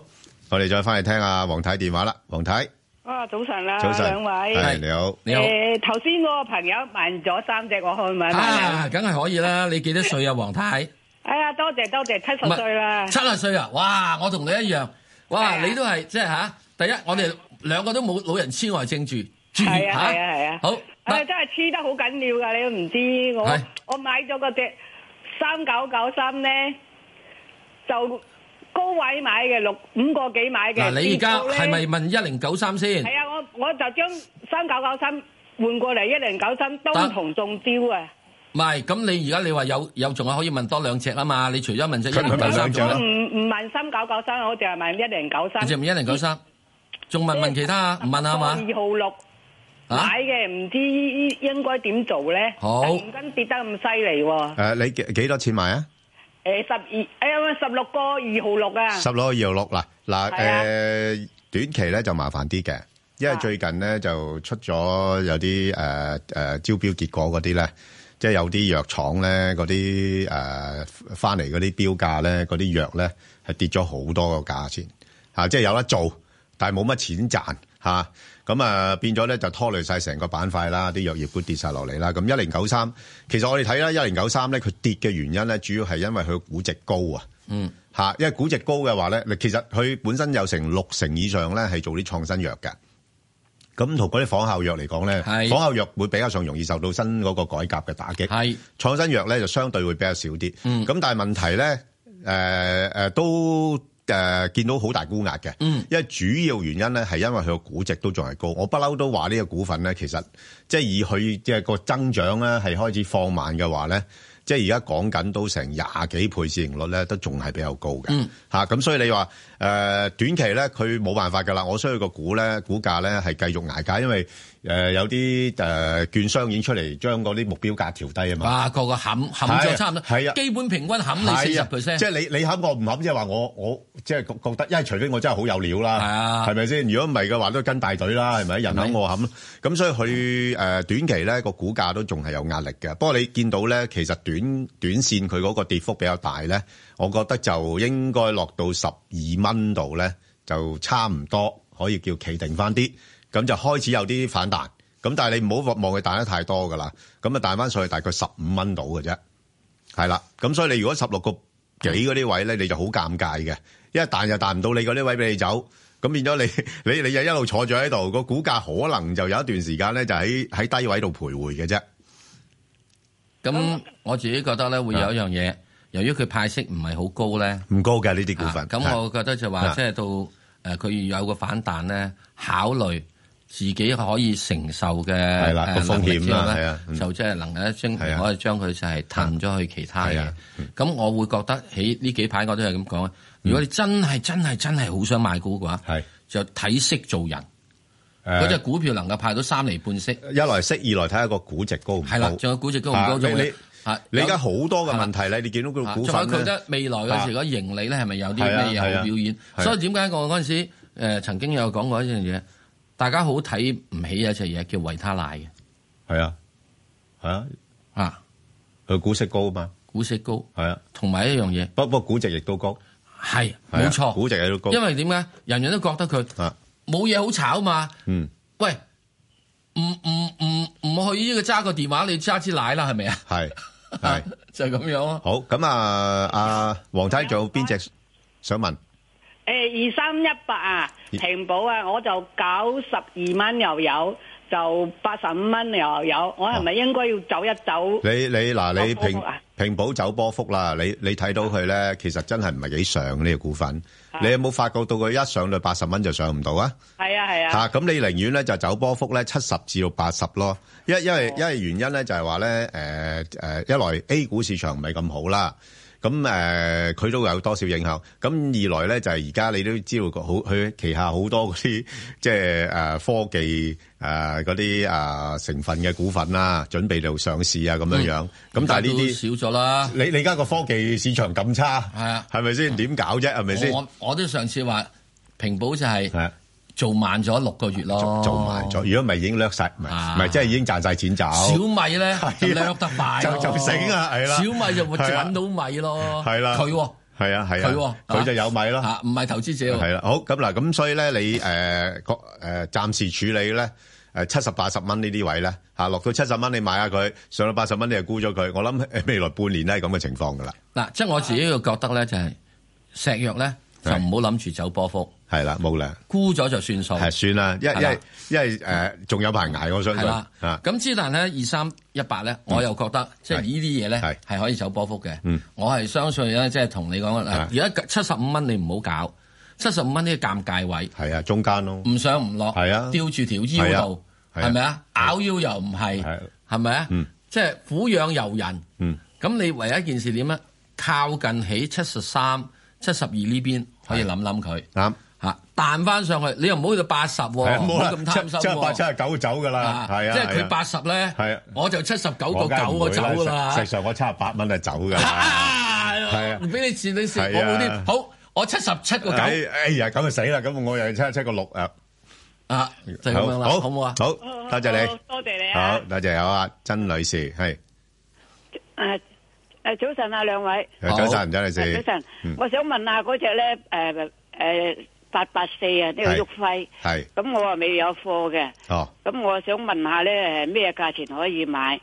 Speaker 6: 我哋再翻嚟聽下黃太電話啦，黃太。
Speaker 17: 啊，早晨啦，
Speaker 6: 早晨
Speaker 17: 兩位，
Speaker 6: 係你好你好
Speaker 17: 誒，頭先嗰個朋友問咗三隻，我去問下。
Speaker 7: 啊，梗係可以啦！你幾多歲啊，黃太？
Speaker 17: 哎呀，多謝多謝，七
Speaker 7: 唔
Speaker 17: 十
Speaker 7: 係
Speaker 17: 歲啦。
Speaker 7: 七啊歲啊！哇，我同你一樣，
Speaker 17: 係
Speaker 7: 哇，
Speaker 17: 啊
Speaker 7: 你都係即係吓，第一我哋兩個都冇老人痴呆症住，住
Speaker 17: 係啊
Speaker 7: 吓
Speaker 17: 係啊係啊
Speaker 7: 好，
Speaker 17: 哎，真係黐得好緊要㗎，你都唔知
Speaker 7: 係
Speaker 17: 我我買咗嗰只三九九三咧，就高位買嘅六五個幾買嘅。
Speaker 7: 嗱，你而
Speaker 17: 跌
Speaker 7: 家
Speaker 17: 到呢
Speaker 7: 係咪問一零九三先？
Speaker 17: 係啊，我我就將三九九三換過嚟一零九三，都同中招啊！
Speaker 7: 唔係，咁你而家你話有有仲係可以問多兩隻啊嘛？你除咗問只一
Speaker 17: 咁
Speaker 7: 零九三仲
Speaker 17: 我唔
Speaker 7: 有，
Speaker 17: 唔問三九九三，我淨係問一零九三
Speaker 7: 你。仲問一零九三？仲問問其他啊？唔問啊嘛？
Speaker 17: 二號六
Speaker 7: 啊
Speaker 17: 買嘅，唔知應該點做咧？
Speaker 6: 好
Speaker 17: 突然間跌得咁犀利喎！
Speaker 6: 誒，你幾幾多錢買啊？
Speaker 17: 誒十二誒十六個二號六啊！
Speaker 6: 十攞二六嗱嗱
Speaker 17: 係啊
Speaker 6: 誒，短期咧就麻煩啲嘅，因為最近咧就出咗有啲誒誒招標結果嗰啲咧，即係有啲藥廠咧嗰啲誒翻嚟嗰啲標價咧，嗰啲藥咧係跌咗好多個價錢嚇、啊即係有得做，但係冇乜錢賺嚇。咁啊，變咗咧就拖累晒成個板塊啦，啲藥業都跌晒落嚟啦。咁一零九三，其實我哋睇啦，一零九三咧，佢跌嘅原因咧，主要係因為佢估值高啊。
Speaker 7: 嗯。
Speaker 6: 嚇，因為估值高嘅話咧，你其實佢本身有成六成以上咧係做啲創新藥嘅。咁同嗰啲仿效藥嚟講咧，仿效藥會比較上容易受到新嗰個改革嘅打擊。
Speaker 7: 係
Speaker 6: 創新藥咧就相對會比較少啲。
Speaker 7: 嗯
Speaker 6: 咁但係問題咧，誒、誒都誒、見到好大沽壓嘅。
Speaker 7: 嗯
Speaker 6: 因為主要原因咧係因為佢個估值都仲係高。我不嬲都話呢個股份咧，其實即係以佢即係個增長咧係開始放慢嘅話咧，即係而家講緊都成廿幾倍市盈率咧，都仲係比較高嘅。
Speaker 7: 嗯
Speaker 6: 嚇咁、所以你話誒、呃短期咧，佢冇辦法㗎啦。我需要個股咧，股價咧係繼續捱價，因為誒、呃有啲誒、呃券商已經出嚟將嗰啲目標價調低啊嘛。
Speaker 7: 哇，個個冚冚
Speaker 6: 係
Speaker 7: 咗
Speaker 6: 啊
Speaker 7: 差唔多，
Speaker 6: 係啊
Speaker 7: 基本平均冚你四
Speaker 6: 係
Speaker 7: 十
Speaker 6: 啊
Speaker 7: percent，
Speaker 6: 即係你你冚我唔冚，即係話我我即係覺覺得，因為除非我真係好有料
Speaker 7: 係
Speaker 6: 啦，
Speaker 7: 啊
Speaker 6: 係咪先？如果唔係嘅話，都跟大隊啦，係咪？人冚我冚，咁所以佢誒、呃短期咧個股價都仲係有壓力嘅。不過你見到咧，其實短短線佢嗰個跌幅比較大咧，我覺得就應該落到十二蚊度咧，就差唔多可以叫企定翻啲，咁就開始有啲反彈。咁但係你唔好望佢彈得太多㗎啦，咁啊彈翻上去大概十五蚊度嘅啫。係啦，咁所以你如果十六個幾嗰啲位咧，你就好尷尬嘅，因為彈又彈唔到你嗰啲位俾你走，咁變咗你 你你就一路坐住喺度，個股價可能就有一段時間咧就喺喺低位度徘徊嘅啫。
Speaker 7: 咁我自己覺得咧，會有
Speaker 6: 啊
Speaker 7: 一樣嘢，由於佢派息唔係好高咧，
Speaker 6: 唔高嘅呢啲股
Speaker 7: 啊
Speaker 6: 份。
Speaker 7: 咁我覺得就話
Speaker 6: 啊
Speaker 7: 即係到誒佢有個反彈咧，考慮自己可以承受嘅
Speaker 6: 係啦
Speaker 7: 誒
Speaker 6: 個風險
Speaker 7: 能力之
Speaker 6: 啦
Speaker 7: 後
Speaker 6: 係
Speaker 7: 咧
Speaker 6: 啊嗯啊
Speaker 7: 就即係能夠將可以將佢就係褪咗去其他嘢。
Speaker 6: 嗯
Speaker 7: 咁我會覺得喺呢幾排我都係咁講。啊如果你真係真係真係好想買股嘅話，就睇息做人。嗰只股票能夠派到三厘半息，
Speaker 6: 一來息，二來睇下個估值高唔高。
Speaker 7: 係啦仲有估值高唔高
Speaker 6: 啊你
Speaker 7: 仲有
Speaker 6: 你
Speaker 7: 啊
Speaker 6: 你
Speaker 7: 有
Speaker 6: 而家好多嘅問題咧，你見到個
Speaker 7: 啊仲
Speaker 6: 股
Speaker 7: 有
Speaker 6: 份
Speaker 7: 佢覺
Speaker 6: 咧
Speaker 7: 得未來嗰時嗰盈利咧係咪有啲
Speaker 6: 係啊
Speaker 7: 咩嘢
Speaker 6: 係啊
Speaker 7: 好表演？
Speaker 6: 係啊
Speaker 7: 所以點解我嗰陣時誒曾經有講過一樣嘢，大家好睇唔起有一隻嘢叫維他奶嘅。
Speaker 6: 係啊，係啊，
Speaker 7: 啊，
Speaker 6: 佢股息高啊嘛，
Speaker 7: 股息高
Speaker 6: 係啊，
Speaker 7: 同埋一樣嘢，
Speaker 6: 不不過估值亦都高，
Speaker 7: 係
Speaker 6: 係啊
Speaker 7: 冇錯
Speaker 6: 估值亦都高，啊
Speaker 7: 因為點解人人都覺得佢冇嘢好炒嘛？
Speaker 6: 嗯，
Speaker 7: 喂，唔唔唔唔去呢個揸個電話，你揸支奶啦，係咪啊？
Speaker 6: 係係
Speaker 7: 就係咁樣咯。
Speaker 6: 好咁啊，阿黃太仲有邊
Speaker 17: 啊
Speaker 6: 隻想問？
Speaker 17: 誒二三一八啊，平保啊，我就九十二蚊又有，就八十五蚊又有，我係咪應該要走一走？
Speaker 6: 你你嗱，你
Speaker 17: 走波
Speaker 6: 平
Speaker 17: 幅啊
Speaker 6: 平保走波幅啦，你你睇到佢咧，其實真係唔係幾上呢個股份。
Speaker 17: 啊
Speaker 6: 你有冇發覺到佢一上到八十蚊就上唔到啊？
Speaker 17: 係
Speaker 18: à,
Speaker 17: 啊係
Speaker 6: 嚇
Speaker 17: 啊，
Speaker 6: 咁你寧願咧就走波幅咧七十至到八十咯，因因為因為原因咧就係話咧誒誒，一來 A 股市場唔係咁好啦，咁誒佢都有多少影響，咁二來咧就係而家你都知道個好佢旗下好多嗰啲 即係誒科技誒嗰啲誒成分嘅股份啦，準備就上市啊咁樣
Speaker 7: 嗯
Speaker 6: 樣，咁但係呢
Speaker 7: 啲少咗啦，
Speaker 6: 你你而家個科技市場咁差，
Speaker 7: 係啊，
Speaker 6: 係咪先點搞啫？係咪先？
Speaker 7: 我我我都上次話平保就係做慢咗六個月咯，啊
Speaker 6: 做慢咗，如果唔係已經掠晒，唔係唔係即係已經賺晒錢走。
Speaker 7: 小米 咧就掠得快
Speaker 6: 啊就
Speaker 7: 咯，
Speaker 6: 就醒啦係啦
Speaker 7: 小米就會
Speaker 6: 係啦
Speaker 7: 揾到米咯，
Speaker 6: 係啦
Speaker 7: 佢喎
Speaker 6: 係啊係啊，
Speaker 7: 佢喎啊
Speaker 6: 佢就有米咯，
Speaker 7: 唔係投資者喎
Speaker 6: 係啦，好咁嗱，咁所以咧你誒個誒暫時處理咧誒七十八十蚊呢啲位咧嚇落到七十蚊你買下佢，上到八十蚊你就沽咗佢，我諗誒未來半年咧係咁嘅情況噶啦，
Speaker 7: 嗱，即係我自己嘅覺得咧就係石藥咧就唔好諗住走波幅，
Speaker 6: 係啦冇啦，
Speaker 7: 沽咗就算數，
Speaker 6: 係算啦，因為
Speaker 7: 係
Speaker 6: 因
Speaker 7: 啦
Speaker 6: 為因為誒仲有排捱，我相
Speaker 7: 係
Speaker 6: 信
Speaker 7: 啦。
Speaker 6: 啊
Speaker 7: 咁之但咧二三一八咧，我又覺得即係呢啲嘢咧係可以走波幅嘅
Speaker 6: 嗯。
Speaker 7: 我係相信咧，即係同你講，嗱而家七十五蚊你唔好搞，七十五蚊呢個尷尬位。
Speaker 6: 係啊，中間咯，
Speaker 7: 唔上唔落，
Speaker 6: 係啊
Speaker 7: 吊住條腰度，
Speaker 6: 係啊
Speaker 7: 係咪啊？咬腰又唔係，係咪啊？即係苦養遊人。
Speaker 6: 嗯
Speaker 7: 咁你唯一一件事點咧？啊靠近起七十三、七十二呢邊可以諗諗佢。
Speaker 6: 啱
Speaker 7: 嚇，彈翻上去，你又唔好去到八十喎，唔
Speaker 6: 係啊冇
Speaker 7: 好
Speaker 6: 啦
Speaker 7: 咁貪心
Speaker 6: 七七十
Speaker 7: 喎。
Speaker 6: 八七十九走噶啦，係啊，
Speaker 7: 即係佢
Speaker 6: 係啊
Speaker 7: 八十咧
Speaker 6: 係啊，
Speaker 7: 我就七十九個
Speaker 6: 我梗係
Speaker 7: 九
Speaker 6: 唔
Speaker 7: 我
Speaker 6: 會
Speaker 7: 走㗎啦
Speaker 6: 實實。上我七十八蚊就走 㗎啦，係啊。
Speaker 7: 唔俾你蝕，你蝕
Speaker 6: 係
Speaker 7: 我
Speaker 6: 啊
Speaker 7: 冇啲好，我七十七個九。
Speaker 6: 哎哎呀，咁就死啦！咁我又七七個六啊，
Speaker 7: 啊，就咁樣啦
Speaker 6: 好
Speaker 7: 好唔好啊
Speaker 6: 好，多謝你，
Speaker 19: 多謝你啊
Speaker 6: 好，多謝有啊，曾女士
Speaker 19: 誒
Speaker 6: 係，
Speaker 19: 誒，呃早晨啊，兩位。
Speaker 6: 早晨，曾女士，
Speaker 19: 早晨
Speaker 6: 嗯，
Speaker 19: 我想問下嗰只咧，誒誒八八四啊，呢個旭輝，
Speaker 6: 係，
Speaker 19: 咁我啊未有貨嘅，
Speaker 6: 哦，
Speaker 19: 咁我想問下咧，誒咩價錢可以買？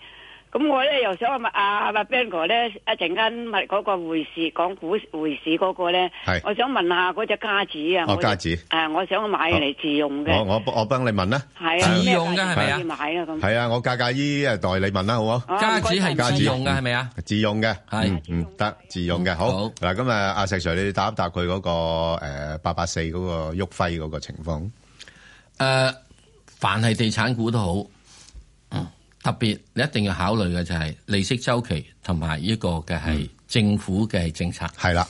Speaker 19: 咁我咧又想問啊阿阿 Ben 哥咧，一陣間咪嗰個匯市講股匯市嗰個咧
Speaker 6: 係，
Speaker 19: 我想問下嗰只家子啊，
Speaker 6: 哦
Speaker 19: 我
Speaker 6: 家子
Speaker 19: 誒，我想買嚟自用嘅，
Speaker 6: 我我我幫你問啦，
Speaker 19: 係啊，咩價錢可以
Speaker 6: 係
Speaker 19: 買啊？咁
Speaker 6: 係啊，我價格依誒代你問啦，好唔好？
Speaker 19: 哦家子係
Speaker 6: 家
Speaker 7: 自用嘅係咪啊？
Speaker 6: 自用嘅，係，嗯，得自用嘅，好。嗱，咁啊，阿石 Sir，你答一答佢嗰個誒八八四嗰個旭輝嗰個情況。
Speaker 7: 誒、凡係地產股都好，嗯特別你一定要考慮嘅就係利息周期同埋呢個嘅係政府嘅政策。
Speaker 6: 嗯係啦，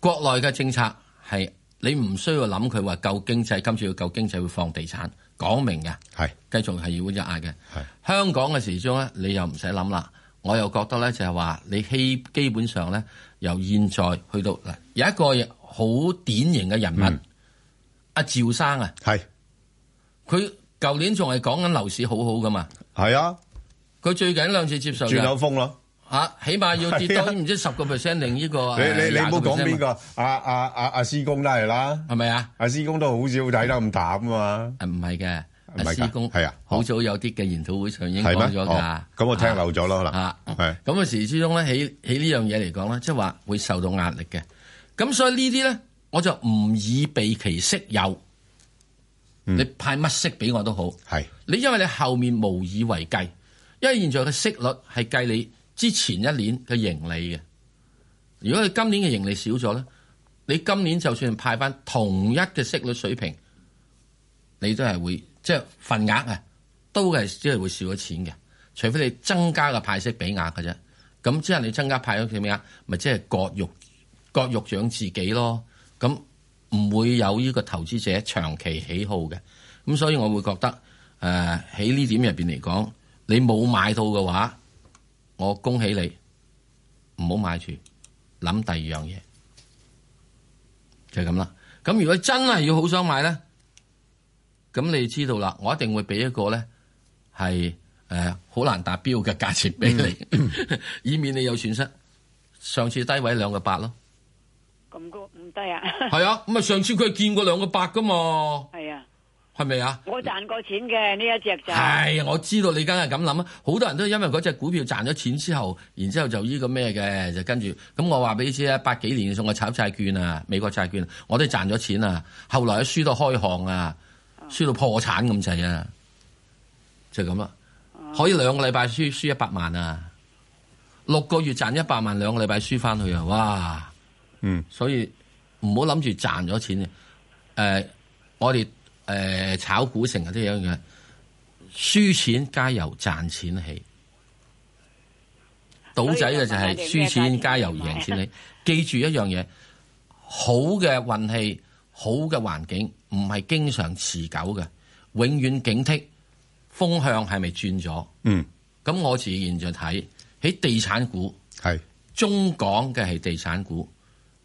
Speaker 7: 國內嘅政策係你唔需要諗佢話救經濟，今次要救經濟會放地產，講明嘅，
Speaker 6: 係
Speaker 7: 繼續係要一壓嘅。香港嘅時鐘咧，你又唔使諗啦。我又覺得咧就係話你基基本上咧，由現在去到嗱有一個好典型嘅人物。阿趙生啊，
Speaker 6: 嗯係
Speaker 7: 佢舊年仲係講緊樓市好好噶嘛，
Speaker 6: 係啊，
Speaker 7: 佢最近兩次接受
Speaker 6: 轉口風咯，
Speaker 7: 嚇，起碼要跌多
Speaker 6: 係啊
Speaker 7: 唔知十個 percent 定呢個啊
Speaker 6: 你你你唔好講邊個，
Speaker 7: 個，
Speaker 6: 阿阿阿阿施工都係啦，
Speaker 7: 係咪啊？
Speaker 6: 阿施工都好少睇得咁淡啊嘛。
Speaker 7: 唔係嘅，
Speaker 6: 唔係
Speaker 7: 阿施工
Speaker 6: 係啊，
Speaker 7: 好早有啲嘅研討會上已經
Speaker 6: 係
Speaker 7: 講
Speaker 6: 咩？
Speaker 7: 咗㗎
Speaker 6: 哦。咁我聽漏咗咯，可能
Speaker 7: 啊
Speaker 6: 係
Speaker 7: 咁嘅時之中咧，喺喺呢樣嘢嚟講咧，即係話會受到壓力嘅。咁所以呢啲咧，我就唔以避其色誘。你派乜息俾我都好，
Speaker 6: 嗯係
Speaker 7: 你因為你後面無以為繼，因為現在嘅息率係計你之前一年嘅盈利嘅。如果你今年嘅盈利少咗咧，你今年就算派翻同一嘅息率水平，你都係會即係份額啊，都係即係會少咗錢嘅。除非你增加個派息比額嘅啫。咁即係你增加派息比額，啊咪即係割肉割肉養自己咯。咁唔會有呢個投資者長期喜好嘅。咁所以我會覺得誒喺呢點入邊嚟講，你冇買到嘅話，我恭喜你，唔好買住，諗第二樣嘢就係咁啦。咁如果真係要好想買咧，咁你知道啦，我一定會俾一個咧係誒呃好難達標嘅價錢俾你， 以免你有損失。上次低位兩個八咯，
Speaker 19: 咁高唔低啊？
Speaker 7: 係啊，咁啊上次佢見過兩個八噶嘛，
Speaker 19: 係啊，
Speaker 7: 係咪啊？
Speaker 19: 我賺過錢嘅呢一隻就
Speaker 7: 係，我知道你梗係咁諗啊！好多人都因為嗰只股票賺咗錢之後，然之後就呢個咩嘅，就跟住咁我話俾你知啊，八幾年送我炒債券啊，美國債券，我都賺咗錢啊，後來輸到開行啊，輸到破產咁滯啊，就咁啦，可以兩個禮拜輸輸一百萬啊，六個月賺一百萬，兩個禮拜輸翻去啊，哇！
Speaker 6: 嗯，
Speaker 7: 所以唔好諗住賺咗錢嘅。誒、我哋誒、炒股成日都有一樣嘢，輸錢加油，賺錢起。賭仔嘅就係輸錢加油，贏錢起。記住一樣嘢，好嘅運氣、好嘅環境唔係經常持久嘅，永遠警惕風向係咪轉咗。
Speaker 6: 嗯，
Speaker 7: 咁我自然就睇喺地產股，
Speaker 6: 係
Speaker 7: 中港嘅係地產股，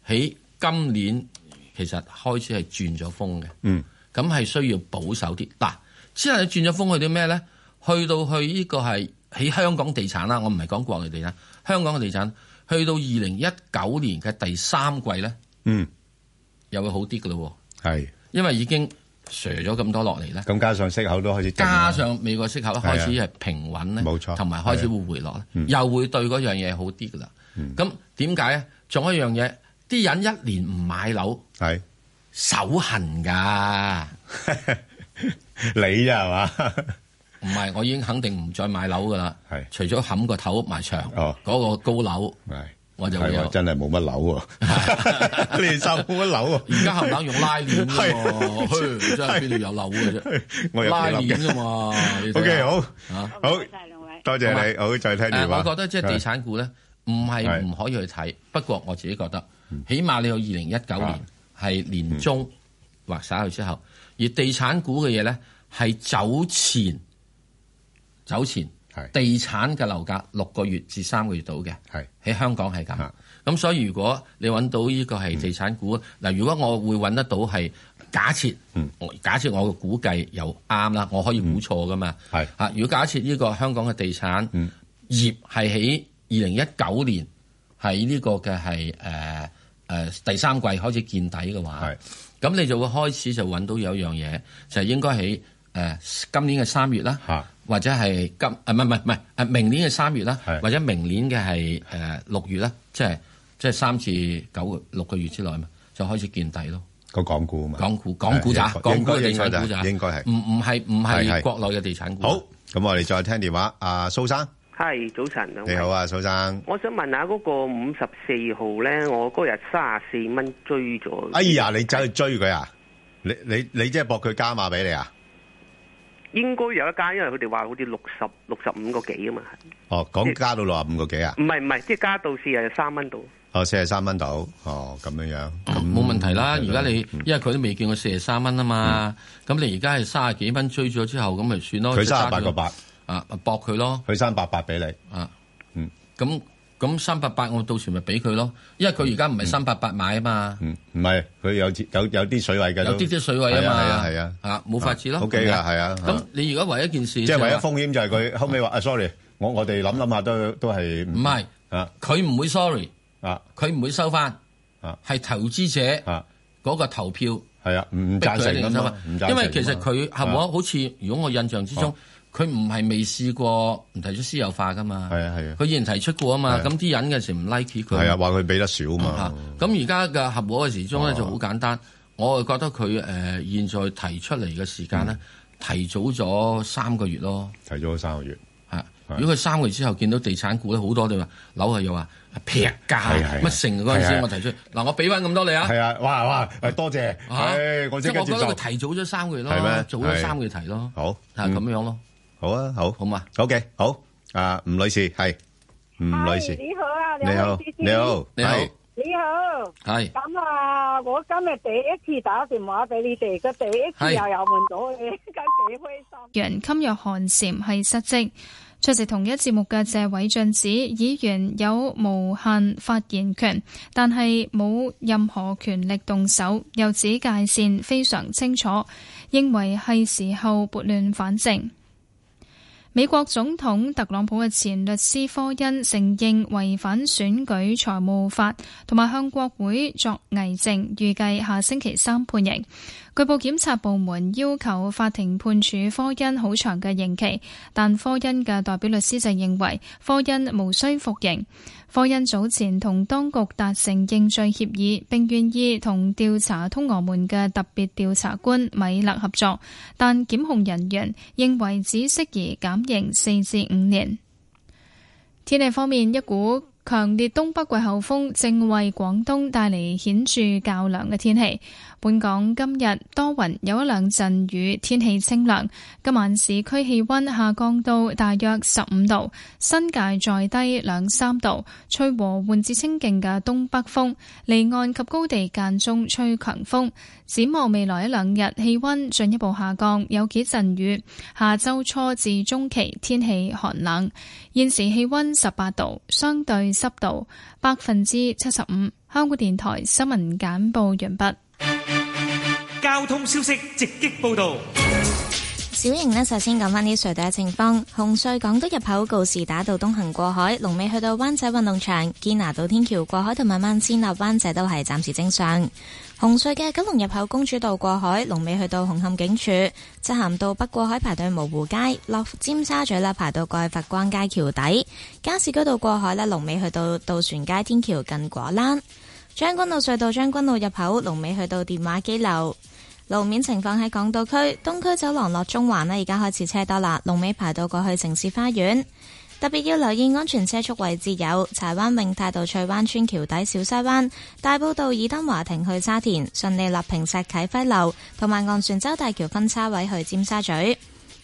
Speaker 7: 喺今年其實開始係轉咗風嘅，
Speaker 6: 嗯，
Speaker 7: 咁係需要保守啲。嗱，之後你轉咗風去到咩咧？去到去呢個係喺香港地產啦，我唔係講國內地產，香港嘅地產去到二零一九年嘅第三季咧，
Speaker 6: 嗯，
Speaker 7: 又會好啲嘅咯
Speaker 6: 係。
Speaker 7: 喎，因為已經瀉咗咁多落嚟咧。
Speaker 6: 咁加上息口都開始定啦啊
Speaker 7: 加上美國息口開始係平穩咧，
Speaker 6: 冇錯
Speaker 7: 同埋開始會回落咧，
Speaker 6: 嗯
Speaker 7: 又會對嗰樣嘢好啲噶啦。咁點解咧？仲有一樣嘢，啲人一年唔買樓，
Speaker 6: 係
Speaker 7: 手痕㗎。
Speaker 6: 你咋係嘛？
Speaker 7: 唔係，我已經肯定唔再買樓㗎啦。
Speaker 6: 係，
Speaker 7: 除咗冚個頭埋牆，
Speaker 6: 哦
Speaker 7: 嗰個高樓，我就會
Speaker 6: 係
Speaker 7: 有
Speaker 6: 喎。真係冇乜樓 喎，連手冇乜樓喎。
Speaker 7: 而家冚唪唥用拉鏈㗎喎，
Speaker 6: 係
Speaker 7: 嘿真係邊度有樓嘅啫？
Speaker 6: 我有
Speaker 7: 拉
Speaker 6: 幾粒
Speaker 7: 鏈
Speaker 6: 嘅
Speaker 7: 㗎嘛。你睇下
Speaker 6: O K，好，
Speaker 7: 啊
Speaker 6: 好，多謝你，好，再聽電
Speaker 7: 誒
Speaker 6: 話。
Speaker 7: 我覺得即係地產股咧，唔係嗯唔可以去睇，不過我自己覺得，起碼你有二零一九年係年中或稍後之後，而地產股嘅嘢咧係走前走前，地產嘅樓價六個月至三個月到嘅，喺香港係啊咁。咁所以如果你揾到呢個係地產股，嗱，如果我會揾得到係假設，我假設我嘅估計又啱啦，我可以估錯噶嘛。
Speaker 6: 係
Speaker 7: 啊，如果假設呢個香港嘅地產業係喺二零一九年喺呢個嘅係誒誒第三季開始見底嘅話，咁你就會開始就揾到有一樣嘢，就係、應該喺誒、呃今年嘅三月啦，或者係今啊唔係唔係唔係啊明年嘅三月啦，或者明年嘅係誒六月啦，即係即係三至九個六個月之內嘛，就開始見底咯。
Speaker 6: 個港股啊嘛，
Speaker 7: 港股港股咋？
Speaker 6: 係
Speaker 7: 港股嘅地
Speaker 6: 應該
Speaker 7: 產股咋？
Speaker 6: 應該係
Speaker 7: 唔唔係唔
Speaker 6: 係係
Speaker 7: 係國內嘅地產股。
Speaker 6: 好，咁我哋再聽電話。阿蘇生，
Speaker 20: 係早晨兩位
Speaker 6: 你好啊，蘇生。
Speaker 20: 我想問下嗰個五十四號咧，我嗰日三十四蚊追咗。
Speaker 6: 哎呀，你走去追佢啊？你你你即係搏佢加碼俾你啊？
Speaker 20: 應該有一間，因為佢哋話好似六十六十五個幾啊嘛，
Speaker 6: 哦，講加到六十五個幾啊？
Speaker 20: 唔係唔係，即係加到四十三蚊度。
Speaker 6: 哦，四十三蚊到，哦咁樣樣，
Speaker 7: 冇問題啦。
Speaker 6: 嗯
Speaker 7: 而家你因為佢都未見過四十三蚊啊嘛，咁你而家係三十幾蚊追咗之後，咁咪算咯。
Speaker 6: 佢三十八個八
Speaker 7: 啊，搏佢咯。
Speaker 6: 佢三百八俾你
Speaker 7: 啊，
Speaker 6: 嗯，
Speaker 7: 咁咁三百八我到時咪俾佢咯，因為佢而家唔係三百八買啊嘛，
Speaker 6: 嗯，唔係佢有有有啲水位嘅都，
Speaker 7: 有啲啲水位啊
Speaker 6: 係啊
Speaker 7: 嘛，
Speaker 6: 係啊，
Speaker 7: 啊冇法子咯。
Speaker 6: O K 㗎，係啊。
Speaker 7: 咁你而家唯一一件事
Speaker 6: 即係唯一風險就係佢後尾話啊，sorry，我我哋諗諗下都都係唔
Speaker 7: 唔係
Speaker 6: 啊，
Speaker 7: 佢唔會 sorry
Speaker 6: 啊，
Speaker 7: 佢唔會收翻
Speaker 6: 啊，
Speaker 7: 係投資者嗰個投票
Speaker 6: 係啊，唔
Speaker 7: 逼佢
Speaker 6: 贊成
Speaker 7: 一定要
Speaker 6: 㗎
Speaker 7: 收
Speaker 6: 嘛
Speaker 7: 翻，
Speaker 6: 唔贊成㗎嘛
Speaker 7: 因為其實佢係
Speaker 6: 啊哦
Speaker 7: 冇好似如果我印象之中，佢唔係未試過唔提出私有化噶嘛，
Speaker 6: 係啊係啊
Speaker 7: 佢以前提出過啊嘛，
Speaker 6: 係啊
Speaker 7: 咁啲人嘅時唔 like 佢，
Speaker 6: 係啊，話佢俾得少嘛，
Speaker 7: 咁而家嘅合和嘅時
Speaker 6: 哦
Speaker 7: 鐘咧就好簡單，我係覺得佢誒、呃、現在提出嚟嘅時間咧、提早咗三個月咯，
Speaker 6: 嗯提早咗三個月，啊
Speaker 7: 係如果佢三個月之後見到地產股咧，好多都話樓係又話劈價乜成嗰陣時，我提出嗱，我俾翻咁多你啊。
Speaker 6: 係啊，哇哇，誒多謝，唉，我即
Speaker 7: 即係
Speaker 6: 刻
Speaker 7: 我覺
Speaker 6: 接
Speaker 7: 得
Speaker 6: 受
Speaker 7: 佢。提早咗三個月咯，
Speaker 6: 係咩
Speaker 7: 早咗三個月提咯。
Speaker 6: 好，
Speaker 7: 係咁樣咯。
Speaker 6: 好啊，好，
Speaker 7: 好嘛
Speaker 6: ，OK，好，啊，吳女士，係，吳女士，
Speaker 21: 你好啊，
Speaker 6: 你
Speaker 21: 兩位
Speaker 6: 好，
Speaker 21: 主持。
Speaker 6: 你好，
Speaker 7: 你好，
Speaker 6: 係，
Speaker 21: 你好。
Speaker 7: 係。
Speaker 21: 咁啊，我今日第一次打電話俾你哋，個第一次
Speaker 8: 係。
Speaker 21: 又有換到你，真係幾開心。
Speaker 8: 人噤若寒蟬係失職。出席同一節目嘅謝偉俊指，議員有無限發言權，但係冇任何權力動手，又指界線非常清楚，認為係時候撥亂反正。美國總統特朗普嘅前律師科恩承認違反選舉財務法，同埋向國會作偽證，預計下星期三判刑。據報檢察部門要求法庭判處科恩好長嘅刑期，但科恩嘅代表律師就認為科恩無需服刑。科恩早前同當局達成認罪協議，並願意同調查通俄門嘅特別調查官米勒合作，但檢控人員認為只適宜減刑四至五年。天氣方面，一股強烈東北季候風正為廣東帶嚟顯著較涼嘅天氣。本港今日多雲，有一兩陣雨，天氣清涼。今晚市區氣温下降到大約十五度，新界再低兩三度，吹和緩至清勁嘅東北風，離岸及高地間中吹強風。展望未來一兩日，氣温進一步下降，有幾陣雨。下周初至中期天氣寒冷。現時氣温十八度，相對濕度百分之七十五。香港電台新聞簡報完畢。
Speaker 12: 交通消息直擊報道。
Speaker 9: 小型呢，首先講翻啲隧道嘅情況。紅隧港島入口告士打道東行過海，龍尾去到灣仔運動場；堅拿道天橋過海同埋慢線落灣仔都係暫時正常。紅隧嘅九龍入口公主道過海，龍尾去到紅磡警署；漆咸道北過海排隊蕪湖街，落尖沙咀啦排到過去佛光街橋底；加士居道過海呢，龍尾去到渡船街天橋近果欄；將軍澳隧道將軍澳入口，龍尾去到電話機樓。路面情況喺港島區東區走廊落中環呢，而家開始車多啦，龍尾排到過去城市花園。特別要留意安全車速位置有柴灣永泰道翠灣村橋底、小西灣、大埔道爾登華庭去沙田、順利立坪石啟輝樓同埋昂船洲大橋分叉位去尖沙咀。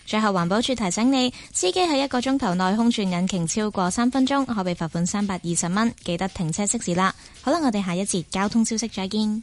Speaker 9: 最後環保署提醒你，司機喺一個鐘頭內空轉引擎超過三分鐘，可被罰款三百二十蚊。記得停車熄匙啦。好啦，我哋下一節交通消息再見。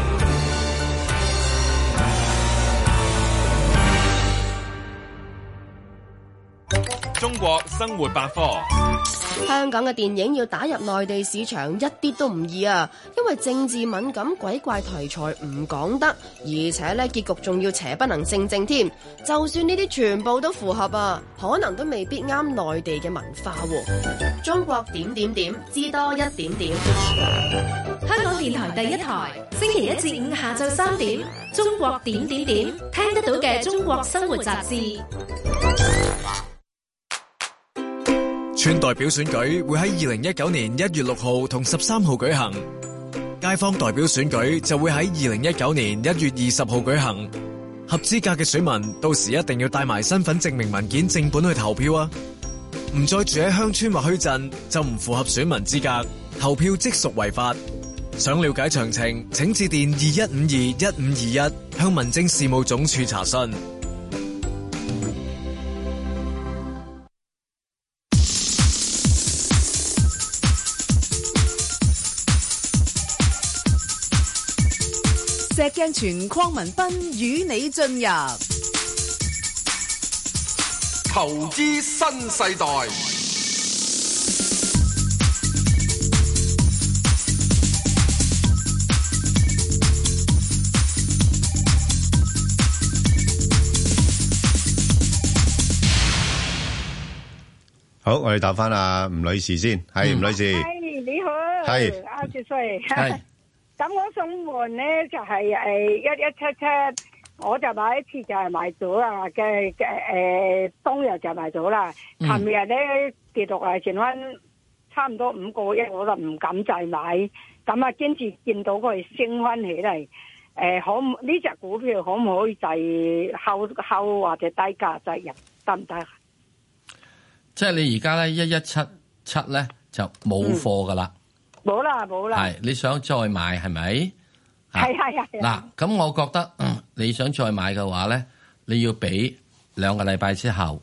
Speaker 22: 中國生活百科。
Speaker 23: 香港嘅電影要打入內地市場一啲都唔易啊，因為政治敏感鬼怪題材唔講得，而且呢結局仲要邪不能勝正添。就算呢啲全部都符合啊，可能都未必啱內地嘅文化喎、中國點點點，知多一點點。
Speaker 24: 香港電台第一台，星期一至五下晝三點，中國點點點，聽得到嘅中國生活雜誌。
Speaker 25: 村代表選舉會喺二零一九年一月六號同十三號舉行，街坊代表選舉就會喺二零一九年一月二十號舉行。合資格嘅選民到時一定要帶埋身份證明文件正本去投票啊！唔再住喺鄉村或墟鎮就唔符合選民資格，投票即屬違法。想了解詳情，請致電二一五二一五二一向民政事務總署查詢。
Speaker 4: 石鏡泉邝文斌與你進入
Speaker 5: 投資新世代，
Speaker 6: 好，我哋答返阿吳女士先，係，吳女士，
Speaker 21: 係，你好。
Speaker 6: 係。
Speaker 21: 阿雪穗。
Speaker 6: 係。
Speaker 21: 咁我想問呢，就係，誒，1177我就買一次就係買咗啦嘅嘅誒，當日就買咗啦。
Speaker 1: 嗯
Speaker 21: 琴日咧跌落嚟，剩翻差唔多五個一，我就唔敢再買。咁啊，跟住見到佢升翻起嚟，誒、可唔呢只股票可唔可以就後後或者低價就入得唔得？
Speaker 7: 即係你而家咧一一七七咧就
Speaker 6: 嗯
Speaker 7: 冇貨噶啦，
Speaker 21: 冇啦冇啦，
Speaker 7: 係你想再買係咪？
Speaker 21: 係係係
Speaker 7: 嗱，咁我覺得嗯你想再買嘅話咧，你要俾兩個禮拜之後，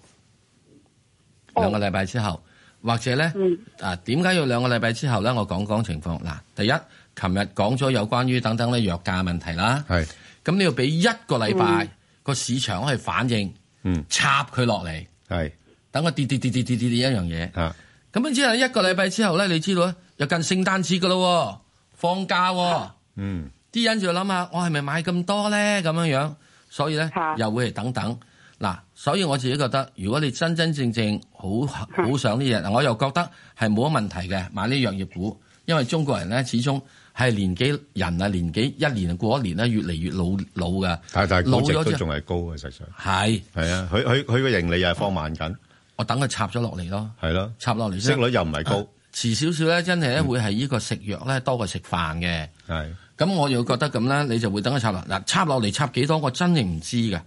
Speaker 7: 兩個禮拜之後，或者咧啊點解要兩個禮拜之後咧？我講講情況嗱，第一，琴日講咗有關於等等咧藥價問題啦，係咁你要俾一個禮拜
Speaker 6: 嗯
Speaker 7: 個市場去反應，
Speaker 6: 嗯，
Speaker 7: 插佢落嚟，
Speaker 6: 係
Speaker 7: 等佢跌跌跌跌跌跌跌一樣嘢，
Speaker 6: 啊，
Speaker 7: 咁樣之後一個禮拜之後咧，你知道咧又近聖誕節噶咯，放假喎。
Speaker 6: 嗯，
Speaker 7: 啲人就諗下，我係咪買咁多咧？咁樣樣，所以咧又會係等等。嗱，所以我自己覺得，如果你真真正正好好想呢嘢，嗱我又覺得係冇乜問題嘅買呢藥業股，因為中國人咧始終係年紀人啊，年紀一年過一年咧，越嚟越老老嘅。
Speaker 6: 但但係估值
Speaker 7: 老咗
Speaker 6: 都
Speaker 7: 之後
Speaker 6: 仲係高嘅，實際上
Speaker 7: 係
Speaker 6: 係啊，佢佢佢個盈利又係放慢緊，
Speaker 7: 我等佢插咗落嚟咯，
Speaker 6: 係咯，
Speaker 7: 插落嚟
Speaker 6: 息
Speaker 7: 先
Speaker 6: 率又唔係高，
Speaker 7: 遲少少咧，真係咧會係呢個食藥咧多過食飯嘅。
Speaker 6: 係
Speaker 7: 咁我又覺得咁咧，你就會等佢插落嗱，插落嚟插幾多，我真係唔知嘅。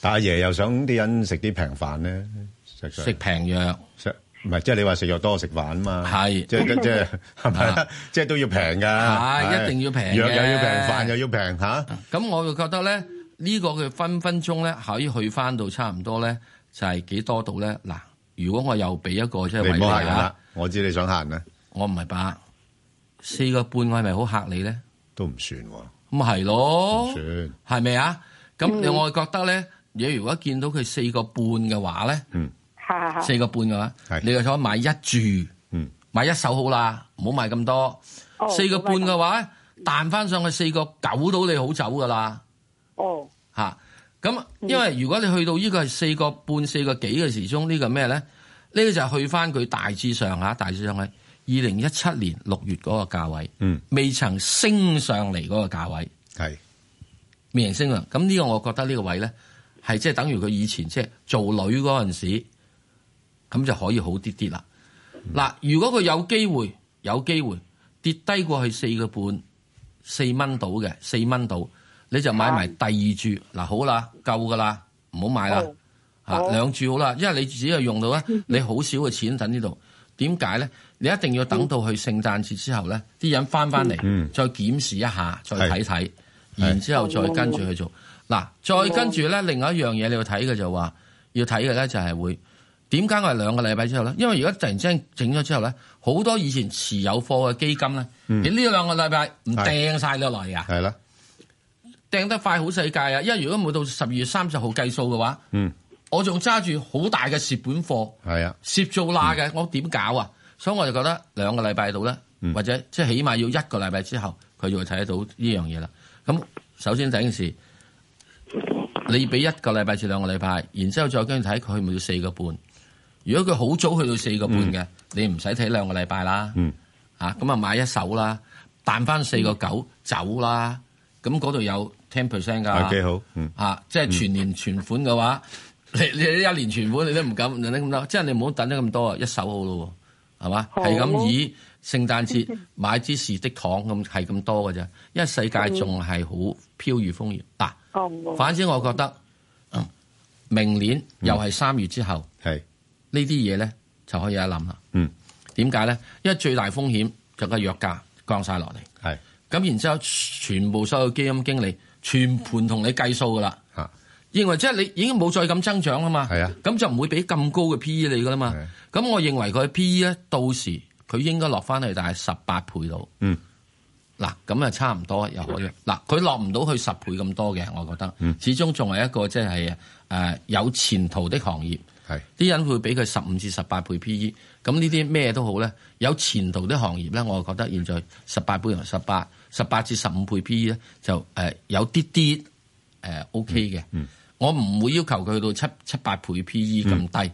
Speaker 6: 但阿爺又想啲人食啲平飯咧，實上
Speaker 7: 食平藥，
Speaker 6: 食唔係即係你話食藥多過食飯啊嘛，係即係即係係咪啊即係都要平㗎，
Speaker 7: 係啊一定要平嘅
Speaker 6: 啊藥又要平，飯又要平嚇，
Speaker 7: 咁我就覺得咧，呢、個佢分分鐘咧可以去翻到差唔多咧，就係、幾多度咧？嗱，如果我又俾一個即係
Speaker 6: 你
Speaker 7: 位
Speaker 6: 唔好行
Speaker 7: 你
Speaker 6: 啦
Speaker 7: 啊，，
Speaker 6: 我知你想行啦，
Speaker 7: 我唔係把四個半，我係咪好嚇你咧？
Speaker 6: 都唔算喎，
Speaker 7: 咁咪係咯，
Speaker 6: 算
Speaker 7: 係咪啊？咁
Speaker 6: 嗯
Speaker 7: 你我覺得咧，你如果見到佢四個半嘅話咧，
Speaker 6: 嗯，
Speaker 21: 啊
Speaker 7: 四個半嘅話，你就想買一注，
Speaker 6: 嗯，
Speaker 7: 買一手好啦，唔好買咁多。
Speaker 21: 哦
Speaker 7: 四個半嘅話，彈翻上去四個九到你好走噶啦。
Speaker 21: 哦，嗯
Speaker 7: 嚇。咁因為如果你去到呢個係四個半、四個幾嘅時鐘，呢個咩咧？呢個就係去翻佢大致上嚇，大致上係二零一七年六月嗰個價位，
Speaker 6: 嗯，
Speaker 7: 未曾升上嚟嗰個價位，
Speaker 6: 係
Speaker 7: 未曾升上。咁呢個我覺得呢個位咧係即係等於佢以前即係做女嗰陣時，咁就可以好啲啲啦。嗱、如果佢有機會，有機會跌低過去四個半、四蚊到嘅，四蚊到，你就買埋第二注。嗱、好啦，夠噶啦，唔好買啦，嚇、
Speaker 2: 好
Speaker 7: 兩注好啦，因為你只係用到 咧，你好少嘅錢等呢度。點解咧？你一定要等到去聖誕節之後咧，啲人翻翻
Speaker 2: 嗯
Speaker 7: 嚟，再檢視一下，再睇睇，然之後再跟住去做。嗱，再跟住咧，另外一樣嘢你要睇嘅就話，要睇嘅咧就係會點解我係兩個禮拜之後咧？因為而家突然之間整咗之後咧，好多以前持有貨嘅基金咧，
Speaker 6: 嗯
Speaker 7: 喺呢兩個禮拜唔掟晒咗落嚟啊！
Speaker 6: 係啦，
Speaker 7: 掟得快好世界啊！因為如果冇到十二月三十號計數嘅話，
Speaker 6: 嗯，
Speaker 7: 我仲揸住好大嘅蝕本貨，
Speaker 6: 係啊，
Speaker 7: 蝕做罅嘅，我點搞啊？所以我就覺得兩個禮拜到咧，
Speaker 6: 嗯
Speaker 7: 或者即係起碼要一個禮拜之後，佢就會睇得到呢樣嘢啦。咁首先第一件事，你俾一個禮拜至兩個禮拜，然之後再跟住睇佢去唔去到四個半。如果佢好早去到四個半嘅，你唔使睇兩個禮拜啦。
Speaker 6: 嗯，
Speaker 7: 啊咁啊買一手啦，彈翻四個九
Speaker 6: 嗯
Speaker 7: 走啦。咁嗰度有 ten percent 㗎，
Speaker 6: 係幾好，嗯。
Speaker 7: 啊，即係全年存款嘅話， 你你一年存款你都唔敢，你拎咁多，即係你唔好等得咁多啊，一手好咯喎，係嘛？
Speaker 1: 好
Speaker 7: 係咁以聖誕節買支士的糖咁係咁多嘅啫，因為世界仲係好飄如風雨嗱。
Speaker 21: 哦，
Speaker 7: 反之，我覺得嗯明年又係三月之後，
Speaker 6: 係
Speaker 7: 呢啲嘢咧就可以一諗啦。
Speaker 6: 嗯，
Speaker 7: 點解咧？因為最大風險就個藥價降晒落嚟。
Speaker 6: 係
Speaker 7: 咁，然之後全部所有基金經理全盤同你計數噶啦。
Speaker 6: 嚇，
Speaker 7: 認為即係你已經冇再咁增長啦嘛。係
Speaker 6: 啊，
Speaker 7: 咁就唔會俾咁高嘅 P E 你噶啦嘛。咁我認為佢 P E 咧，到時佢應該落翻去大係十八倍度。
Speaker 6: 嗯。
Speaker 7: 嗱，咁啊差唔多又可以。嗱，佢落唔到去十倍咁多嘅，我覺得，始終仲係一個即係誒有前途的行業。
Speaker 6: 係
Speaker 7: 啲人會俾佢十五至十八倍 P E，咁呢啲咩都好咧，有前途的行業咧，我覺得現在十八倍同十八、十八至十五倍 P E 咧，就誒、呃有啲啲誒 O K 嘅。我唔會要求佢去到七七八倍 P E 咁低。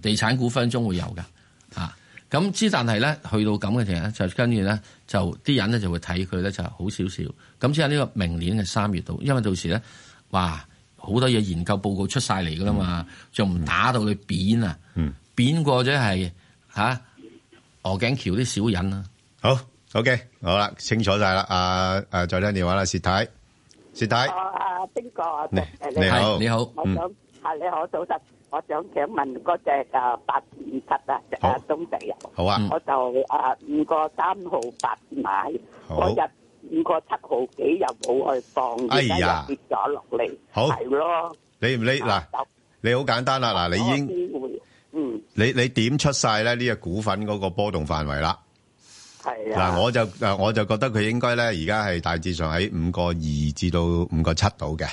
Speaker 7: 地產股分分鐘會有㗎。啊，咁之但係咧，去到咁嘅情況咧，就跟住咧，就啲人咧就會睇佢咧就好少少。咁之後呢個明年嘅三月度，因為到時咧，哇，好多嘢研究報告出晒嚟噶啦嘛，仲唔打到你扁啊？
Speaker 6: 嗯
Speaker 7: 扁過咗係嚇鵝頸橋啲小人啊！
Speaker 6: 好，OK，好啦，清楚晒啦。啊啊，再聽電話啦，薛太，薛太，
Speaker 19: 哦
Speaker 1: 啊，邊個啊？
Speaker 6: 你
Speaker 1: 誒
Speaker 6: 你好你好
Speaker 1: 我
Speaker 6: 嗯
Speaker 1: 想啊，你好，早晨，我想請問嗰只啊八五七啊，啊中地啊，
Speaker 6: 好啊
Speaker 1: 我就啊五個三號八買，嗰日五個七號幾又冇去放，
Speaker 6: 哎
Speaker 1: 而家
Speaker 6: 呀
Speaker 1: 又跌咗落嚟，
Speaker 6: 好
Speaker 1: 係咯，
Speaker 6: 你你
Speaker 1: 啊
Speaker 6: 嗱，你好簡單啦，嗱，你已經。
Speaker 1: 機會，嗯，
Speaker 6: 你你點出晒咧呢只股份嗰個波動範圍啦？
Speaker 18: à,
Speaker 1: 係啊，
Speaker 6: 嗱，我就嗱我就覺得佢應該咧，而家係大致上喺五個二至到五個七度嘅。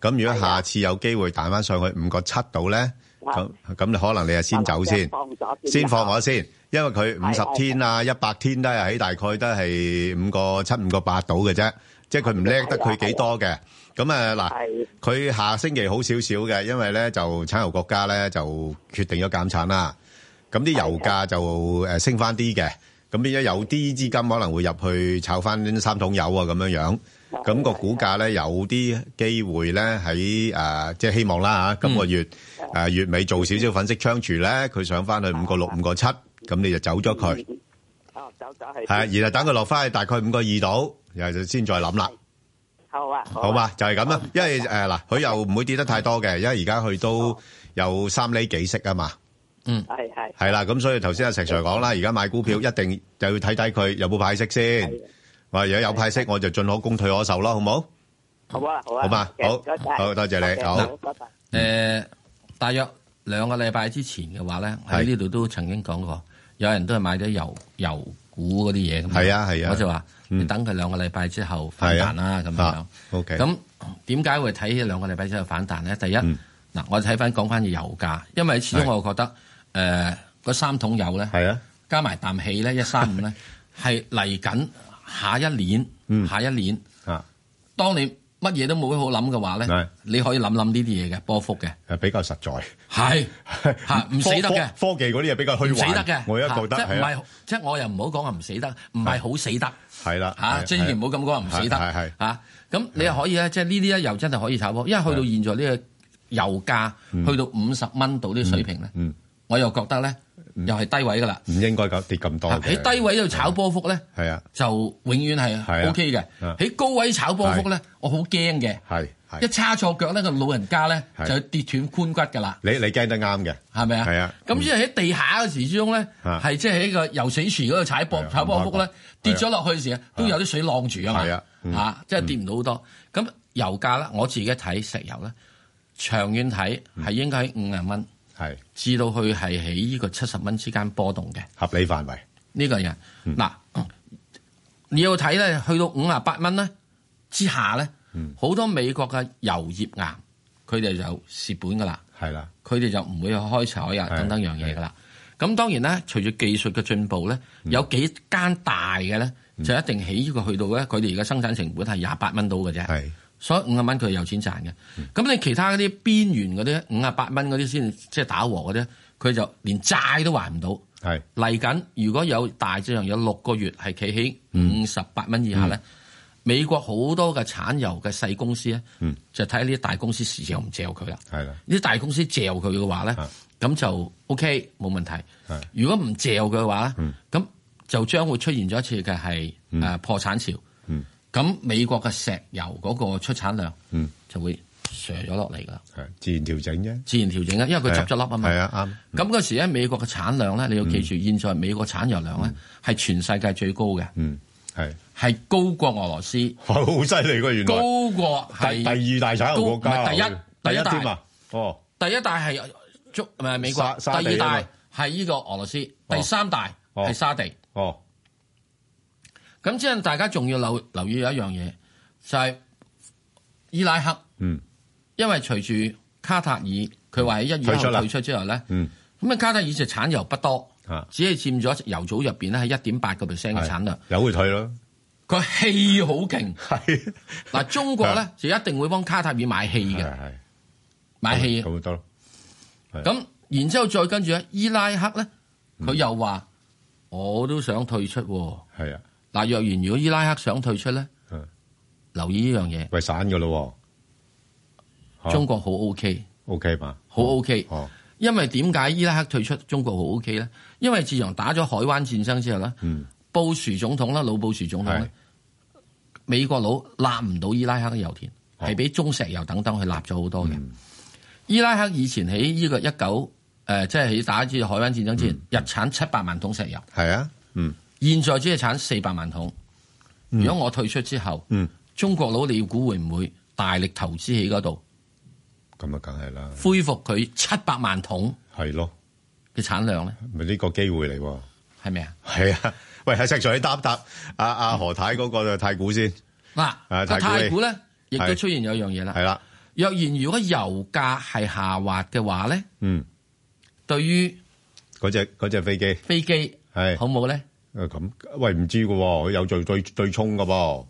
Speaker 6: 咁如
Speaker 1: 啊
Speaker 6: 果下次有機會彈翻上去五個七度咧，咁咁你可能你係啊先走先
Speaker 1: 放咗，先
Speaker 6: 先放我先，因為佢五
Speaker 1: 係係
Speaker 6: 十天啊、一百天都係喺大概都係五個七、五個八度嘅啫，即係佢唔叻得佢幾多嘅。咁啊嗱，佢下星期好少少嘅，因為咧就產油國家咧就決定咗減產啦。咁啲油價就誒升翻啲嘅，咁變咗有啲資金可能會入去炒翻三桶油啊咁樣樣，咁個股價咧有啲機會咧喺誒即係希望啦嚇，今個月誒月尾做少少粉飾窗廚咧，佢上翻去五個六、五個七，咁你就走咗佢，
Speaker 1: 哦，走咗係，
Speaker 6: 係啊然後等佢落翻去大概五個二度，然後就先再諗啦。
Speaker 1: 好啊，
Speaker 6: 好嘛，就係咁啦。因為誒嗱，佢又唔會跌得太多嘅，因為而家佢都有三厘幾息啊嘛。
Speaker 7: 嗯，
Speaker 1: 係係
Speaker 6: 係啦，咁所以頭先阿石 Sir 講啦，而家買股票一定就要睇睇佢有冇派息先。話如果有派息，我就進可攻退可守啦，好冇？
Speaker 1: 好啊，好啊，
Speaker 6: 好嘛，
Speaker 1: 嘅
Speaker 6: 好
Speaker 1: 唔該晒，
Speaker 6: 好多謝你，
Speaker 1: OK，
Speaker 6: 好。
Speaker 1: 拜拜。
Speaker 7: 誒、呃大約兩個禮拜之前嘅話咧，喺呢度都曾經講過，有人都係買咗油油股嗰啲嘢咁樣。
Speaker 6: 係啊係啊
Speaker 7: 我就話你等佢兩個禮拜之後反彈啦咁樣。
Speaker 6: O K。
Speaker 7: 咁點解會睇兩個禮拜之後反彈咧？第一，嗱、
Speaker 6: 嗯
Speaker 7: 我睇翻講翻油價，因為始終我覺得誒嗰、呃三桶油咧，
Speaker 6: 啊
Speaker 7: 加埋啖氣咧，一三五 咧，係嚟緊下一年，下一年，
Speaker 6: 嗯啊、
Speaker 7: 當你乜嘢都冇好諗嘅話咧，你可以諗 諗呢啲嘢嘅波幅嘅，
Speaker 6: 係比較實在，
Speaker 7: 係嚇唔死得嘅。
Speaker 6: 科科技嗰啲嘢比較虛
Speaker 7: 唔死
Speaker 6: 幻，
Speaker 7: 得嘅，
Speaker 6: 我而家覺得
Speaker 7: 嚇即係唔
Speaker 6: 係啊
Speaker 7: 係，即係我又唔好講話唔死得，唔係好死得
Speaker 6: 係啦
Speaker 7: 嚇，即係唔好咁講話唔死得
Speaker 6: 係係
Speaker 7: 嚇。咁你可以咧，啊即係呢啲咧又真係可以炒波，因為去到現在呢個油價去到五十蚊度呢個水平咧，
Speaker 6: 嗯，
Speaker 7: 我又覺得咧又係低位噶啦。
Speaker 6: 唔應該咁跌咁多嘅。
Speaker 7: 喺低位度炒波幅咧，
Speaker 6: 係啊，
Speaker 7: 就永遠係
Speaker 6: 啊
Speaker 7: O K 嘅
Speaker 6: 啊。
Speaker 7: 喺高位炒波幅咧，我好驚嘅。
Speaker 6: 係係
Speaker 7: 一叉錯腳咧，個老人家咧
Speaker 6: 係
Speaker 7: 就跌斷髋骨㗎啦。
Speaker 6: 你你驚得啱嘅，
Speaker 7: 係咪啊？
Speaker 6: 係啊，
Speaker 7: 咁即係喺地下嘅時之中咧，
Speaker 6: 啊
Speaker 7: 係即係喺個游水池嗰度踩波踩波幅咧，跌咗落去嘅時候都有啲水浪住啊嘛，
Speaker 6: 係啊嗯
Speaker 7: 嚇，即係跌唔到好多。咁油價啦，我自己睇石油咧，長遠睇係應該喺五十蚊，
Speaker 6: 嗯係
Speaker 7: 至到去係喺呢個七十蚊之間波動嘅
Speaker 6: 合理範圍。
Speaker 7: 呢個人嗱，哦你要睇咧，去到五十八蚊咧之下咧，
Speaker 6: 嗯
Speaker 7: 好多美國嘅油業岩佢哋就蝕本噶啦。
Speaker 6: 係啦，
Speaker 7: 佢哋就唔會去開採啊等等樣嘢噶啦。咁當然咧，隨住技術嘅進步咧，
Speaker 6: 嗯
Speaker 7: 有幾間大嘅咧，就一定起呢個去到咧，佢哋而家生產成本係廿八蚊到嘅啫。
Speaker 6: 係，嗯
Speaker 7: 所以五十蚊佢係有錢賺嘅。咁你其他嗰啲邊緣嗰啲五十八蚊嗰啲先即係打和嗰啲，佢就連債都還唔到。
Speaker 6: 係
Speaker 7: 嚟緊，如果有大致上有六個月係企
Speaker 6: 嗯
Speaker 7: 喺五十八蚊以下咧，美國好多嘅產油嘅細公司咧，就睇呢啲大公司嚼唔嚼佢啦。
Speaker 6: 嗯係啦，啊
Speaker 7: 呢啲大公司嚼佢嘅話咧，咁就 OK 冇問題。如果唔嚼佢嘅話
Speaker 6: 嗯
Speaker 7: 咧，咁就將會出現咗一次嘅係誒破產潮。咁美國嘅石油嗰個出產量
Speaker 6: 嗯
Speaker 7: 就會削咗落嚟㗎啦。
Speaker 6: 係自然調整啫，
Speaker 7: 自然調整啊，因為佢執咗粒啊嘛。
Speaker 6: 係啊，啱。
Speaker 7: 咁嗰時咧，美國嘅產量咧，你要記住，現在美國產油量咧係全世界最高嘅，
Speaker 6: 嗯，係
Speaker 7: 係高過俄羅斯，
Speaker 6: 好犀利喎原來
Speaker 7: 高過係
Speaker 6: 第第二大產油國家
Speaker 7: 高唔係第一，
Speaker 6: 啊第
Speaker 7: 第
Speaker 6: 一
Speaker 7: 一
Speaker 6: 添啊
Speaker 7: 大，
Speaker 6: 哦，
Speaker 7: 第一大係中唔係美國，第
Speaker 6: 沙沙地
Speaker 7: 二
Speaker 6: 啊
Speaker 7: 大
Speaker 6: 嘛
Speaker 7: 係呢個俄羅斯，第三大係沙地。
Speaker 6: 哦，
Speaker 7: 咁即係大家仲要留留意有一樣嘢，就係伊拉克，
Speaker 6: 嗯，
Speaker 7: 因為隨住卡塔爾佢話喺一月
Speaker 6: 退
Speaker 7: 一
Speaker 6: 出啦
Speaker 7: 號退出之後咧，
Speaker 6: 嗯，啊
Speaker 7: 咁啊卡塔爾就產油不多，只係佔咗油組入邊咧係一點八個 percent 嘅產量。
Speaker 6: 有會退咯，
Speaker 7: 佢氣好勁，係嗱中國
Speaker 6: 啊
Speaker 7: 咧就一定會幫卡塔爾買氣嘅，買氣
Speaker 6: 咁咪得咯。係
Speaker 7: 咁然之後再跟住咧，伊拉克咧
Speaker 6: 嗯
Speaker 7: 佢又話我都想退出喎。
Speaker 6: 係啊，
Speaker 7: 嗱若然如果伊拉克想退出咧，留意呢樣嘢，
Speaker 6: 喂散噶咯
Speaker 7: 中國好 OK，OK
Speaker 6: 嘛，哦
Speaker 7: 好 OK。因為點解伊拉克退出中國好 OK 咧？因為自從打咗海灣戰爭之後咧，
Speaker 6: 嗯
Speaker 7: 布殊總統啦，老布殊總統咧，美國佬立唔到伊拉克嘅油田，
Speaker 6: 哦
Speaker 7: 係俾中石油等等去立咗好多嘅。
Speaker 6: 嗯
Speaker 7: 伊拉克以前喺呢個一九誒，即係喺打住海灣戰爭之前，日產七百萬桶石油，
Speaker 6: 嗯係啊，嗯，
Speaker 7: 現在只係產四百萬桶。如果我退出之後，
Speaker 6: 嗯
Speaker 7: 中國佬你要估會唔會大力投資喺嗰度？
Speaker 6: 咁啊，梗係啦，
Speaker 7: 恢復佢七百萬桶
Speaker 6: 係咯
Speaker 7: 嘅產量咧，
Speaker 6: 咪呢個機會嚟喎，
Speaker 7: 係咪啊？嗯
Speaker 6: 係啊，喂，阿石 Sir 你答一答阿阿何太嗰個呃太古先，
Speaker 7: 嗱，
Speaker 6: 啊
Speaker 7: 個太古咧，亦都
Speaker 6: 係
Speaker 7: 出現有樣嘢啦。
Speaker 6: 係啦，
Speaker 7: 若然如果油價係下滑嘅話咧，
Speaker 6: 嗯，
Speaker 7: 對於
Speaker 6: 嗰隻嗰隻飛機
Speaker 7: 飛機
Speaker 6: 係好
Speaker 7: 冇咧？
Speaker 6: 誒咁，喂唔知嘅喎，佢有對對對沖嘅噃，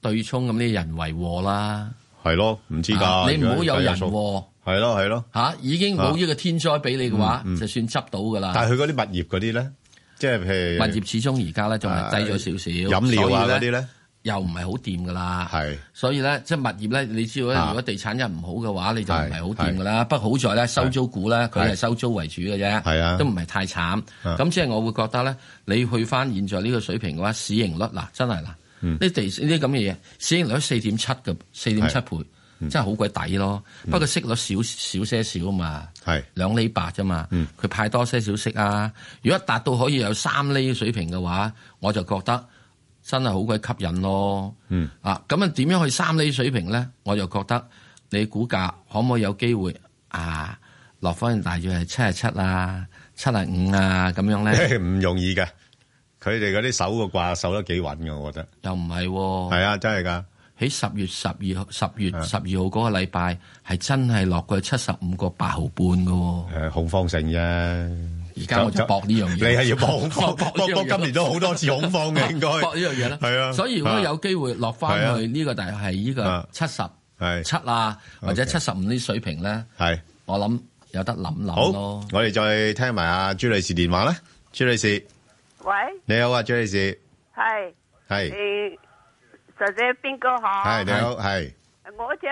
Speaker 7: 對沖咁啲人為禍啦，
Speaker 6: 係咯，唔知
Speaker 7: 啊
Speaker 6: 㗎，
Speaker 7: 你唔好有人禍
Speaker 6: 數，係咯係咯，
Speaker 7: 嚇已經冇呢個天災俾你嘅話，就算執到噶啦。
Speaker 6: 啊嗯但係佢嗰啲物業嗰啲咧，即係譬如
Speaker 7: 物業始終而家咧仲係低咗少少，
Speaker 6: 飲料
Speaker 7: 所以呢
Speaker 6: 啊嗰啲咧，
Speaker 7: 又唔係好掂噶啦。
Speaker 6: 係，
Speaker 7: 所以咧即係物業咧，你知道咧，
Speaker 6: 啊
Speaker 7: 如果地產一唔好嘅話，你就唔係好掂噶啦。不過好在咧，收租股咧，佢係收租為主嘅啫，
Speaker 6: 係啊
Speaker 7: 都唔係太慘。咁即係我會覺得咧，你去翻現在呢個水平嘅話，市盈率嗱真係嗱，
Speaker 6: 嗯
Speaker 7: 呢地呢啲咁嘅嘢，市盈率四點七嘅四點七倍，
Speaker 6: 嗯
Speaker 7: 真係好鬼抵咯。不過息率少少些少啊嘛，
Speaker 6: 係嗯
Speaker 7: 兩厘八啫嘛，佢派多些少息啊。如果達到可以有三厘水平嘅話，我就覺得真係好鬼吸引咯。
Speaker 6: 嗯
Speaker 7: 啊，咁啊點樣去三厘水平咧？我就覺得你股價可唔可以有機會啊落翻大約係七十七啊、七十五啊咁 樣咧？
Speaker 6: 唔容易嘅，佢哋嗰啲手個掛手得幾穩嘅，我覺得。
Speaker 7: 又唔係喎，
Speaker 6: 係啊，真係㗎。
Speaker 7: 喺十月十二十月
Speaker 6: 啊
Speaker 7: 十二號嗰個禮拜係真係落過七十五個八毫半嘅喎。
Speaker 6: 誒恐慌性啫，
Speaker 7: 而家我就搏呢樣嘢。
Speaker 6: 你係要搏恐 慌，
Speaker 7: 我搏
Speaker 6: 搏
Speaker 7: 呢樣嘢
Speaker 6: 搏今年都好多次恐 慌嘅，應該
Speaker 7: 搏呢樣嘢啦。
Speaker 6: 係啊，
Speaker 7: 所以如果有機會落翻去
Speaker 6: 係啊
Speaker 7: 呢個大約係呢個七十
Speaker 6: 係
Speaker 7: 七啊，或者
Speaker 6: OK
Speaker 7: 七十五呢水平咧，
Speaker 6: 係
Speaker 7: 我諗有得諗
Speaker 6: 好，
Speaker 7: 諗咯。
Speaker 6: 我哋再聽埋阿朱女士電話啦。朱女士，
Speaker 2: 喂，
Speaker 6: 你好啊，朱女士，
Speaker 2: 系
Speaker 6: 係
Speaker 2: 诶，姐姐边个好？
Speaker 6: 係你好，係
Speaker 2: 我就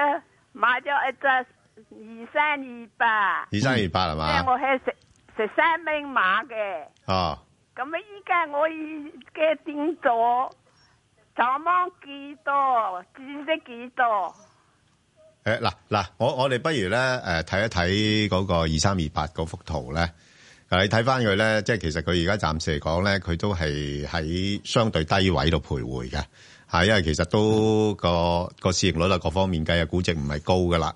Speaker 2: 买咗一只二三二八，
Speaker 6: 二三二八係
Speaker 2: 即系
Speaker 6: 嘛？
Speaker 2: 我系食食三蚊买嘅，
Speaker 6: 哦，
Speaker 2: 咁啊依家我已嘅点咗，上網幾多？知識幾多？
Speaker 6: 誒嗱嗱，我我哋不如咧誒睇一睇嗰個二三二八嗰幅圖咧。誒你睇翻佢咧，即係其實佢而家暫時嚟講咧，佢都係喺相對低位度徘徊嘅，嚇，因為其實都個個市盈率啊各方面計啊估值唔係高噶啦。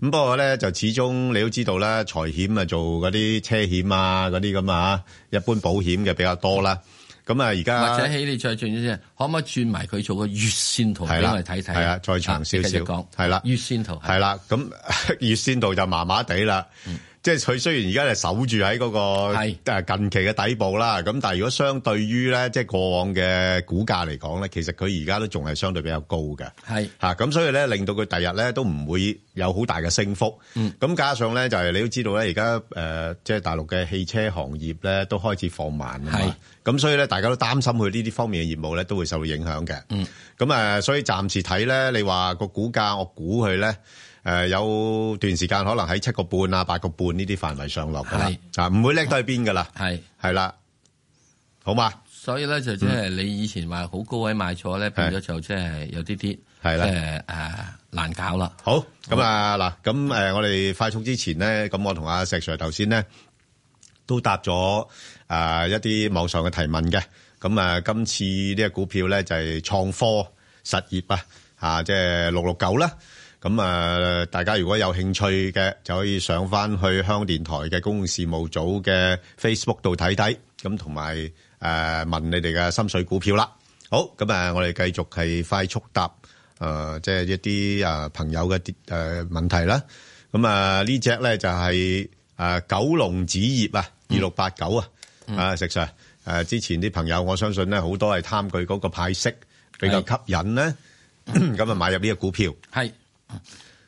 Speaker 6: 咁不過咧，就始終你都知道啦，財險啊做嗰啲車險啊嗰啲咁啊，一般保險嘅比較多啦。咁啊，而家
Speaker 7: 或者喺你再轉咗先，可唔可以轉埋佢做個月線圖俾
Speaker 6: 係啦，
Speaker 7: 我哋睇睇？
Speaker 6: 係啦，再長
Speaker 7: 啊
Speaker 6: 少
Speaker 7: 你繼續
Speaker 6: 少，
Speaker 7: 講
Speaker 6: 係啦，
Speaker 7: 月線圖，
Speaker 6: 係啦，咁 月線圖就麻麻地啦，
Speaker 7: 嗯
Speaker 6: 即係佢雖然而家係守住喺嗰個，誒，近期嘅底部啦，咁但係如果相對於呢，即係過往嘅股價嚟講呢，其實佢而家都仲係相對比較高嘅。
Speaker 7: 係。
Speaker 6: 嚇，咁所以呢，令到佢第日呢，都唔會有好大嘅升幅。咁加上呢，就係你都知道呢，而家，誒，即係大陸嘅汽車行業呢，都開始放慢啊嘛。咁所以呢，大家都擔心佢呢啲方面嘅業務呢，都會受到影響嘅。咁誒，所以暫時睇咧，你話個股價，我估佢咧誒有段時間可能喺七個半啊、八個半呢啲範圍上落㗎啦，啊唔會叻到去邊㗎啦，
Speaker 7: 係
Speaker 6: 係啦，好嘛？嗯
Speaker 7: 所以咧就即係你以前話好高位買咗咧，變咗就即係有啲啲
Speaker 6: 係啦
Speaker 7: 即係誒難搞啦。
Speaker 6: 好，咁啊嗱，咁誒我哋快速之前咧，咁我同阿石 Sir 頭先咧都答咗誒一啲網上嘅提問嘅，咁啊今次呢個股票咧就係創科實業啊，啊即係六六九啦。咁啊，大家如果有興趣嘅，就可以上翻去香港電台嘅公共事務組嘅 Facebook 度睇睇，咁同埋誒問你哋嘅心水股票啦。好，咁啊，我哋繼續係快速答誒、呃即係一啲誒、呃朋友嘅啲誒問題啦。咁啊，呢只咧就係、呃九龍紙業啊，二六八九啊，啊石 Sir 誒、呃之前啲朋友我相信咧好多係貪佢嗰個派息比較 吸引咧，咁啊買入呢個股票。
Speaker 7: 係。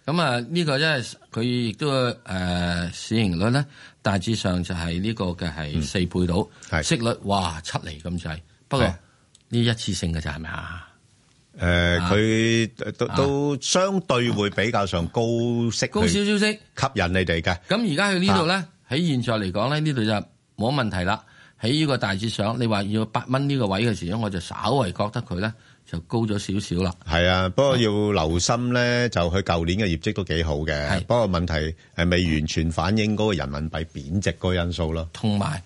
Speaker 7: 咁啊，呢個因為佢亦都誒、呃市盈率咧，大致上就係呢個嘅係
Speaker 6: 嗯
Speaker 7: 四倍到，息率哇七厘咁滯。不過呢一次性嘅就係咪啊？
Speaker 6: 誒、诶，佢都都相對會比較上高息，
Speaker 7: 高少少息
Speaker 6: 吸引你哋嘅。
Speaker 7: 咁而家去呢度
Speaker 6: 啊
Speaker 7: 咧，喺現在嚟講咧，呢度就冇乜問題啦。喺呢個大致上，你話要八蚊呢個位嘅時候，我就稍為覺得佢咧就高咗少少啦。
Speaker 6: 係啊，不過要留心咧，就佢舊年嘅業績都幾好嘅。不過問題係未完全反映嗰個人民幣貶值嗰個因素咯。
Speaker 7: 同埋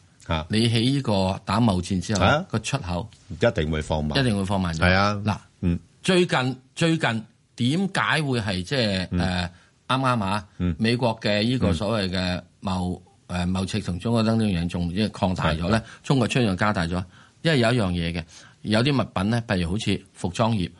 Speaker 7: 你喺呢個打貿戰之後，個出口
Speaker 6: 啊一定會放慢，
Speaker 7: 一定會放慢咗。
Speaker 6: 係啊，
Speaker 7: 嗱，
Speaker 6: 嗯，
Speaker 7: 最近最近點解會係即係
Speaker 6: 嗯
Speaker 7: 誒啱啱啊？美國嘅呢個所謂嘅貿誒貿赤同中國等等樣仲即係擴大咗咧，中國出樣加大咗，因為有一樣嘢嘅，有啲物品咧，譬如好似服裝業，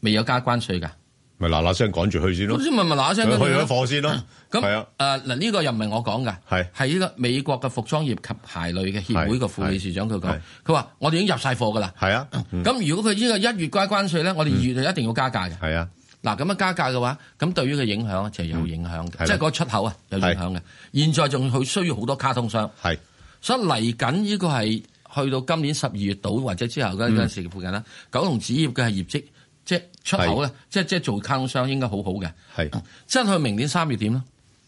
Speaker 7: 未有加關税㗎。
Speaker 6: 咪嗱嗱聲趕住去先咯。
Speaker 7: 咁先咪咪嗱嗱聲跟
Speaker 6: 去
Speaker 7: 住咯
Speaker 6: 咗貨先咯。
Speaker 7: 咁
Speaker 6: 係啊，
Speaker 7: 誒嗱呢個又唔係我講㗎，
Speaker 6: 係
Speaker 7: 係呢個美國嘅服裝業及鞋類嘅協會嘅副理事長佢講，佢話我哋已經入晒貨㗎啦。嗯
Speaker 6: 係啊，
Speaker 7: 咁如果佢呢個一月加關税咧，我哋二月就一定要加價嘅。
Speaker 6: 係啊，嗯
Speaker 7: 嗱咁樣加價嘅話，咁對於佢影響就係有影響
Speaker 6: 係啦
Speaker 7: 嘅，即係嗰個出口啊有影響嘅。現在仲佢需要好多卡通商，
Speaker 6: 係，
Speaker 7: 所以嚟緊呢個係去到今年十二月度或者之後嗰陣時附近啦，九龍紙業嘅係業績即係出口咧，即係即係做卡通商應該好好嘅。
Speaker 6: 係
Speaker 7: 真去明年三月點啦。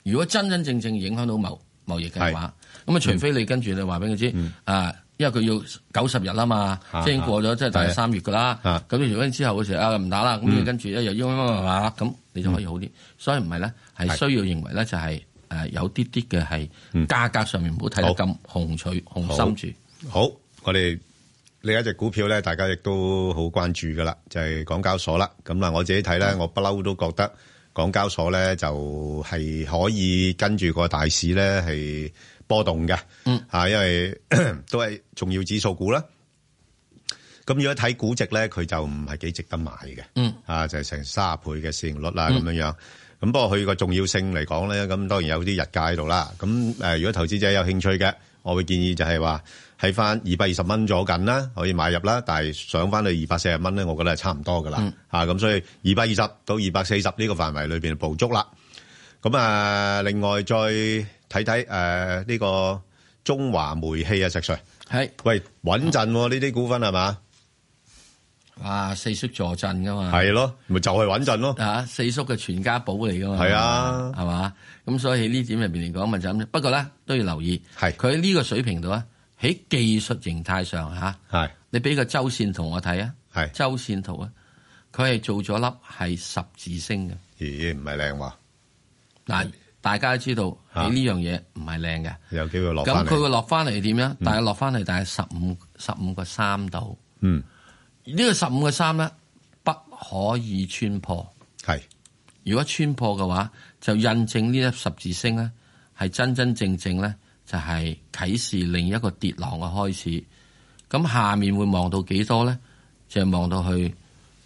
Speaker 7: 如果真真正正影響到貿貿易嘅話，咁啊，除非你跟住你話俾佢知
Speaker 6: 嗯
Speaker 7: 啊，因為佢要九十日啦嘛，
Speaker 6: 啊
Speaker 7: 即係已經過咗，即係大
Speaker 6: 係
Speaker 7: 約
Speaker 6: 啊
Speaker 7: 三月噶啦。咁你如果之後嘅時候啊唔打啦，咁
Speaker 6: 嗯
Speaker 7: 你跟住咧又因為乜乜乜啊咁，你就可以好啲。所以唔係咧，係需要認為咧就係誒有啲啲嘅係價格上面唔好睇得咁紅取紅嗯心住。
Speaker 6: 嗯好，我哋另一隻股票咧，大家亦都好關注噶啦，就係、港交所啦。咁嗱，我自己睇
Speaker 7: 嗯
Speaker 6: 咧，我不嬲都覺得港交所咧就係、可以跟住個大市咧係波動嘅，
Speaker 7: 嗯
Speaker 6: 啊，因為 都係重要指數股啦。咁如果睇估值咧，佢就唔係幾值得買嘅。
Speaker 7: 嗯
Speaker 6: 啊，就係成三十倍嘅市盈率啦，咁
Speaker 7: 嗯
Speaker 6: 樣樣。咁不過佢個重要性嚟講咧，咁當然有啲日價喺度啦。咁誒、呃如果投資者有興趣嘅，我會建議就係話喺翻二百二十蚊左近啦，可以買入啦。但係上翻去二百四十蚊咧，我覺得係差唔多噶啦。啊，咁所以二百二十到二百四十呢個範圍裏邊捕捉啦。咁啊，另外再睇睇誒呢個中華煤氣啊，石 Sir
Speaker 7: 係
Speaker 6: 喂穩陣喎呢啲股份係嘛？
Speaker 7: 哇，啊四叔坐鎮噶嘛。
Speaker 6: 係咯，咪就係穩陣咯。
Speaker 7: 啊，四叔嘅全家寶嚟噶嘛，
Speaker 6: 係啊，
Speaker 7: 係嘛？咁所以喺呢點入邊嚟講，咪就咁。不過咧都要留意，
Speaker 6: 係
Speaker 7: 佢喺呢個水平度啊，喺技術形態上嚇，
Speaker 6: 係
Speaker 7: 你俾個周線圖我睇啊，
Speaker 6: 係
Speaker 7: 周線圖啊，佢係做咗粒係十字星嘅。
Speaker 6: 咦，唔係靚喎。
Speaker 7: 嗱，大家都知道喺呢樣嘢唔係靚嘅，
Speaker 6: 有機會落
Speaker 7: 咁
Speaker 6: 翻
Speaker 7: 佢會
Speaker 6: 嚟。
Speaker 7: 落翻嚟點咧？但係落翻嚟，但係十五十五個三度。
Speaker 6: 嗯，
Speaker 7: 呢個十五個三咧不可以穿破。
Speaker 6: 係，
Speaker 7: 如果穿破嘅話，就印證呢粒十字星咧係真真正正咧就係啟示另一個跌浪嘅開始。咁下面會望到幾多咧？就係望到去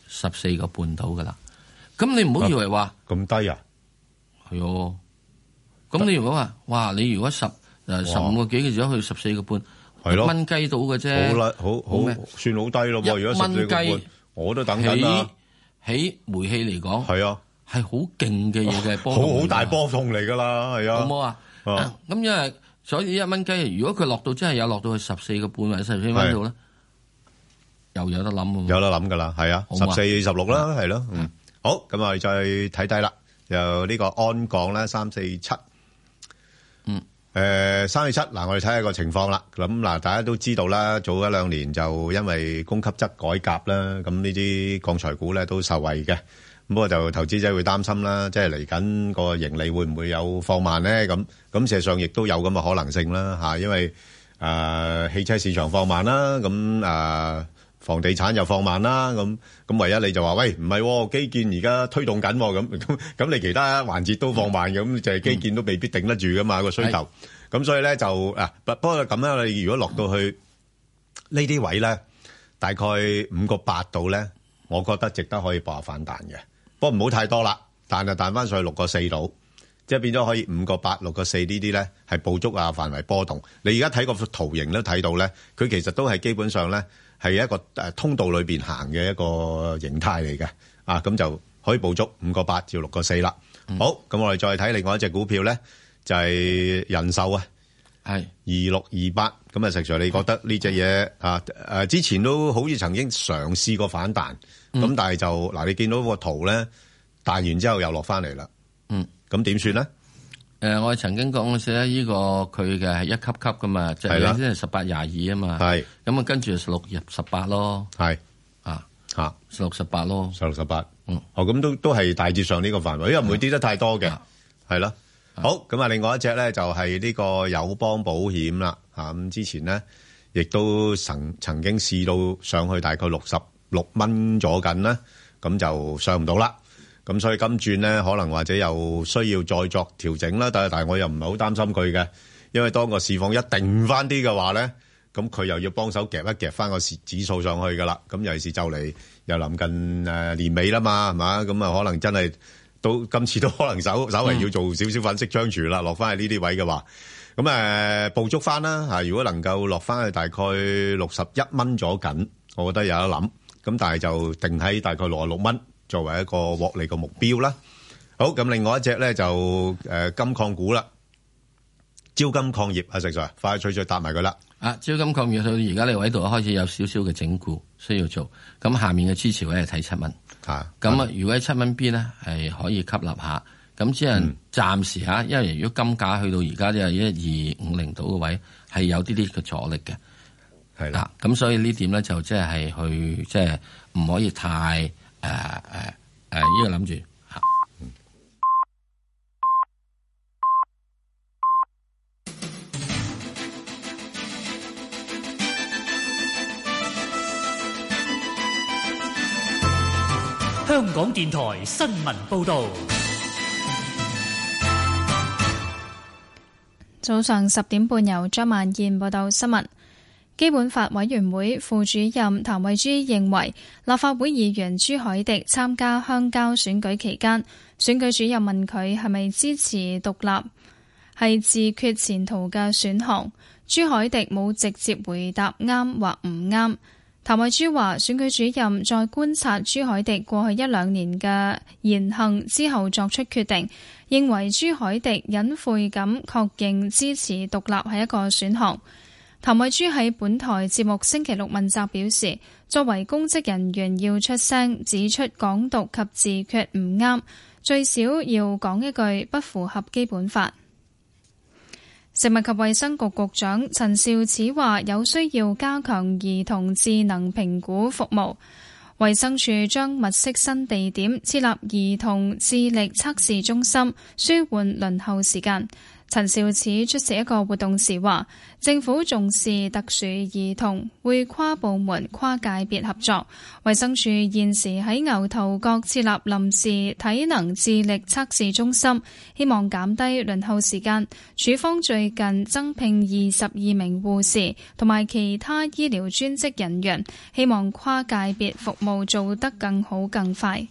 Speaker 7: 十四個半度噶啦。咁你唔好以為話
Speaker 6: 咁低啊，
Speaker 7: 係喎。咁你如果話哇，你如果十誒十五個幾嘅時候去十四個半，
Speaker 6: 係咯
Speaker 7: 一蚊雞到嘅啫，
Speaker 6: 好啦，好好
Speaker 7: 咩
Speaker 6: 算好低咯喎。
Speaker 7: 一
Speaker 6: 如果十四
Speaker 7: 蚊
Speaker 6: 個
Speaker 7: 雞
Speaker 6: 半，我都等緊啦。
Speaker 7: 喺煤氣嚟講，
Speaker 6: 係啊，
Speaker 7: 係好勁嘅 嘢嘅波動嚟㗎，
Speaker 6: 好好大波動嚟㗎啦，係啊。
Speaker 7: 好唔好啊？
Speaker 6: 啊
Speaker 7: 咁因為所以一蚊雞，如果佢落到真係有落到去十四個半或者十四蚊度咧，又有得諗喎。
Speaker 6: 有得諗㗎啦，係啊，
Speaker 7: 好嘛
Speaker 6: 十四十六啦，係咯。嗯，好，咁我哋再睇低啦。就呢個安港咧，三四七。
Speaker 7: 嗯。
Speaker 6: 誒三四七嗱，我哋睇下個情況啦。咁嗱，大家都知道啦，早一兩年就因為供給側改革啦，咁呢啲鋼材股咧都受惠嘅。咁不過就投資者會擔心啦，即係嚟緊個盈利會唔會有放慢咧？咁咁事實上亦都有咁嘅可能性啦嚇，因為誒、呃汽車市場放慢啦，咁誒、呃房地產又放慢啦，咁咁唯一你就話喂唔係、喎，基建而家推動緊喎，咁 咁咁你其他環節都放慢，咁就係基建都未必頂得住噶嘛個需求。咁所以咧就啊，不不過咁樣，你如果落到去呢啲位咧，大概五個八度咧，我覺得值得可以搏下反彈嘅。不過唔好太多啦，彈就彈翻上去六個四度，即係變咗可以五個八、六個四呢啲咧係捕捉啊範圍波動。你而家睇個圖形都睇到咧，佢其實都係基本上咧係一個誒通道裏邊行嘅一個形態嚟嘅啊，咁就可以捕捉五個八至六個四啦。好，咁我哋再睇另外一隻股票咧，就係人壽啊。
Speaker 7: 係。係
Speaker 6: 二六二八，咁啊石 Sir，你覺得呢只嘢啊誒之前都好似曾經嘗試過反彈，咁、
Speaker 7: 嗯
Speaker 6: 但係就嗱你見到個圖咧彈完之後又落翻嚟啦，
Speaker 7: 嗯，
Speaker 6: 咁點算咧？
Speaker 7: 誒、我曾經講嗰時咧，呢、個佢嘅係一級級噶嘛，即
Speaker 6: 係啦
Speaker 7: 係即係十八廿二啊嘛。
Speaker 6: 係。
Speaker 7: 咁啊，跟住十六入十八咯。
Speaker 6: 係。
Speaker 7: 啊
Speaker 6: 啊，
Speaker 7: 十六十八咯。
Speaker 6: 十六十八。
Speaker 7: 嗯。啊
Speaker 6: 哦，咁都都係大致上呢個範圍，因為唔會跌得太多嘅，係啦。好，咁啊，另外一隻咧就係呢個友邦保險啦，嚇咁之前咧亦都曾曾經試到上去大概六十六蚊左緊啦，咁就上唔到啦。咁所以今轉咧，可能或者又需要再作調整啦。但係但係我又唔係好擔心佢嘅，因為當個市況一定翻啲嘅話咧，咁佢又要幫手夾一夾翻個市指數上去噶啦。咁尤其是就嚟又臨近誒年尾啦嘛，係嘛？咁啊，可能真係都今次都可能稍稍為要做少少粉飾張住啦，落翻去呢啲位嘅話。咁誒、呃捕捉翻啦嚇，如果能夠落翻去大概六十一蚊左緊，我覺得有得諗。咁但係就定喺大概六十六蚊作為一個獲利嘅目標啦。好，咁另外一隻咧就誒、呃金礦股啦，招金礦業啊，石 Sir，快脆脆搭埋佢啦。
Speaker 7: 啊，招金礦業去到而家呢個位度開始有少少嘅整固需要做，咁下面嘅支持位係睇七蚊。
Speaker 6: 嚇，
Speaker 7: 咁啊，如果喺七蚊邊咧係可以吸納下，咁只係暫時嚇，因為如果金價去到而家都係一二五零度嘅位，係有啲啲嘅阻力嘅。
Speaker 6: 係
Speaker 7: 啦，咁所以呢點咧就即係去即係唔可以太誒誒誒呢個諗住嚇。
Speaker 3: 香港電台新聞報導，
Speaker 8: 早上十點半，由張萬燕報道新聞。基本法委員會副主任譚惠珠認為，立法會議員朱海迪參加鄉郊選舉期間，選舉主任問佢係咪支持獨立，係自決前途嘅選項。朱海迪冇直接回答啱或唔啱。譚惠珠話：選舉主任再觀察朱海迪過去一兩年嘅言行之後作出決定，認為朱海迪隱晦咁確認支持獨立係一個選項。譚惠珠喺本台節目星期六問責表示，作為公職人員要出聲指出港獨及自決唔啱，最少要講一句不符合基本法。食物及衛生局局長陳肇始話：有需要加強兒童智能評估服務，衛生署將物色新地點設立兒童智力測試中心，舒緩輪候時間。陳肇始出席一個活動時話：政府重視特殊兒童，會跨部門、跨界別合作。衛生署現時喺牛頭角設立臨時體能智力測試中心，希望減低輪候時間。署方最近增聘二十二名護士同埋其他醫療專職人員，希望跨界別服務做得更好、更快。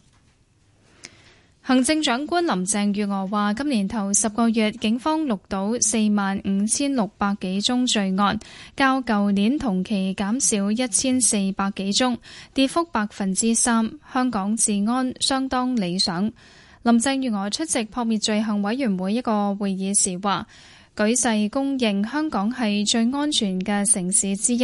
Speaker 8: 行政長官林鄭月娥話：今年頭十個月，警方錄到四萬五千六百幾宗罪案，較舊年同期減少一千四百幾宗，跌幅百分之三。香港治安相當理想。林鄭月娥出席撲滅罪行委員會一個會議時話：舉世公認香港係最安全嘅城市之一，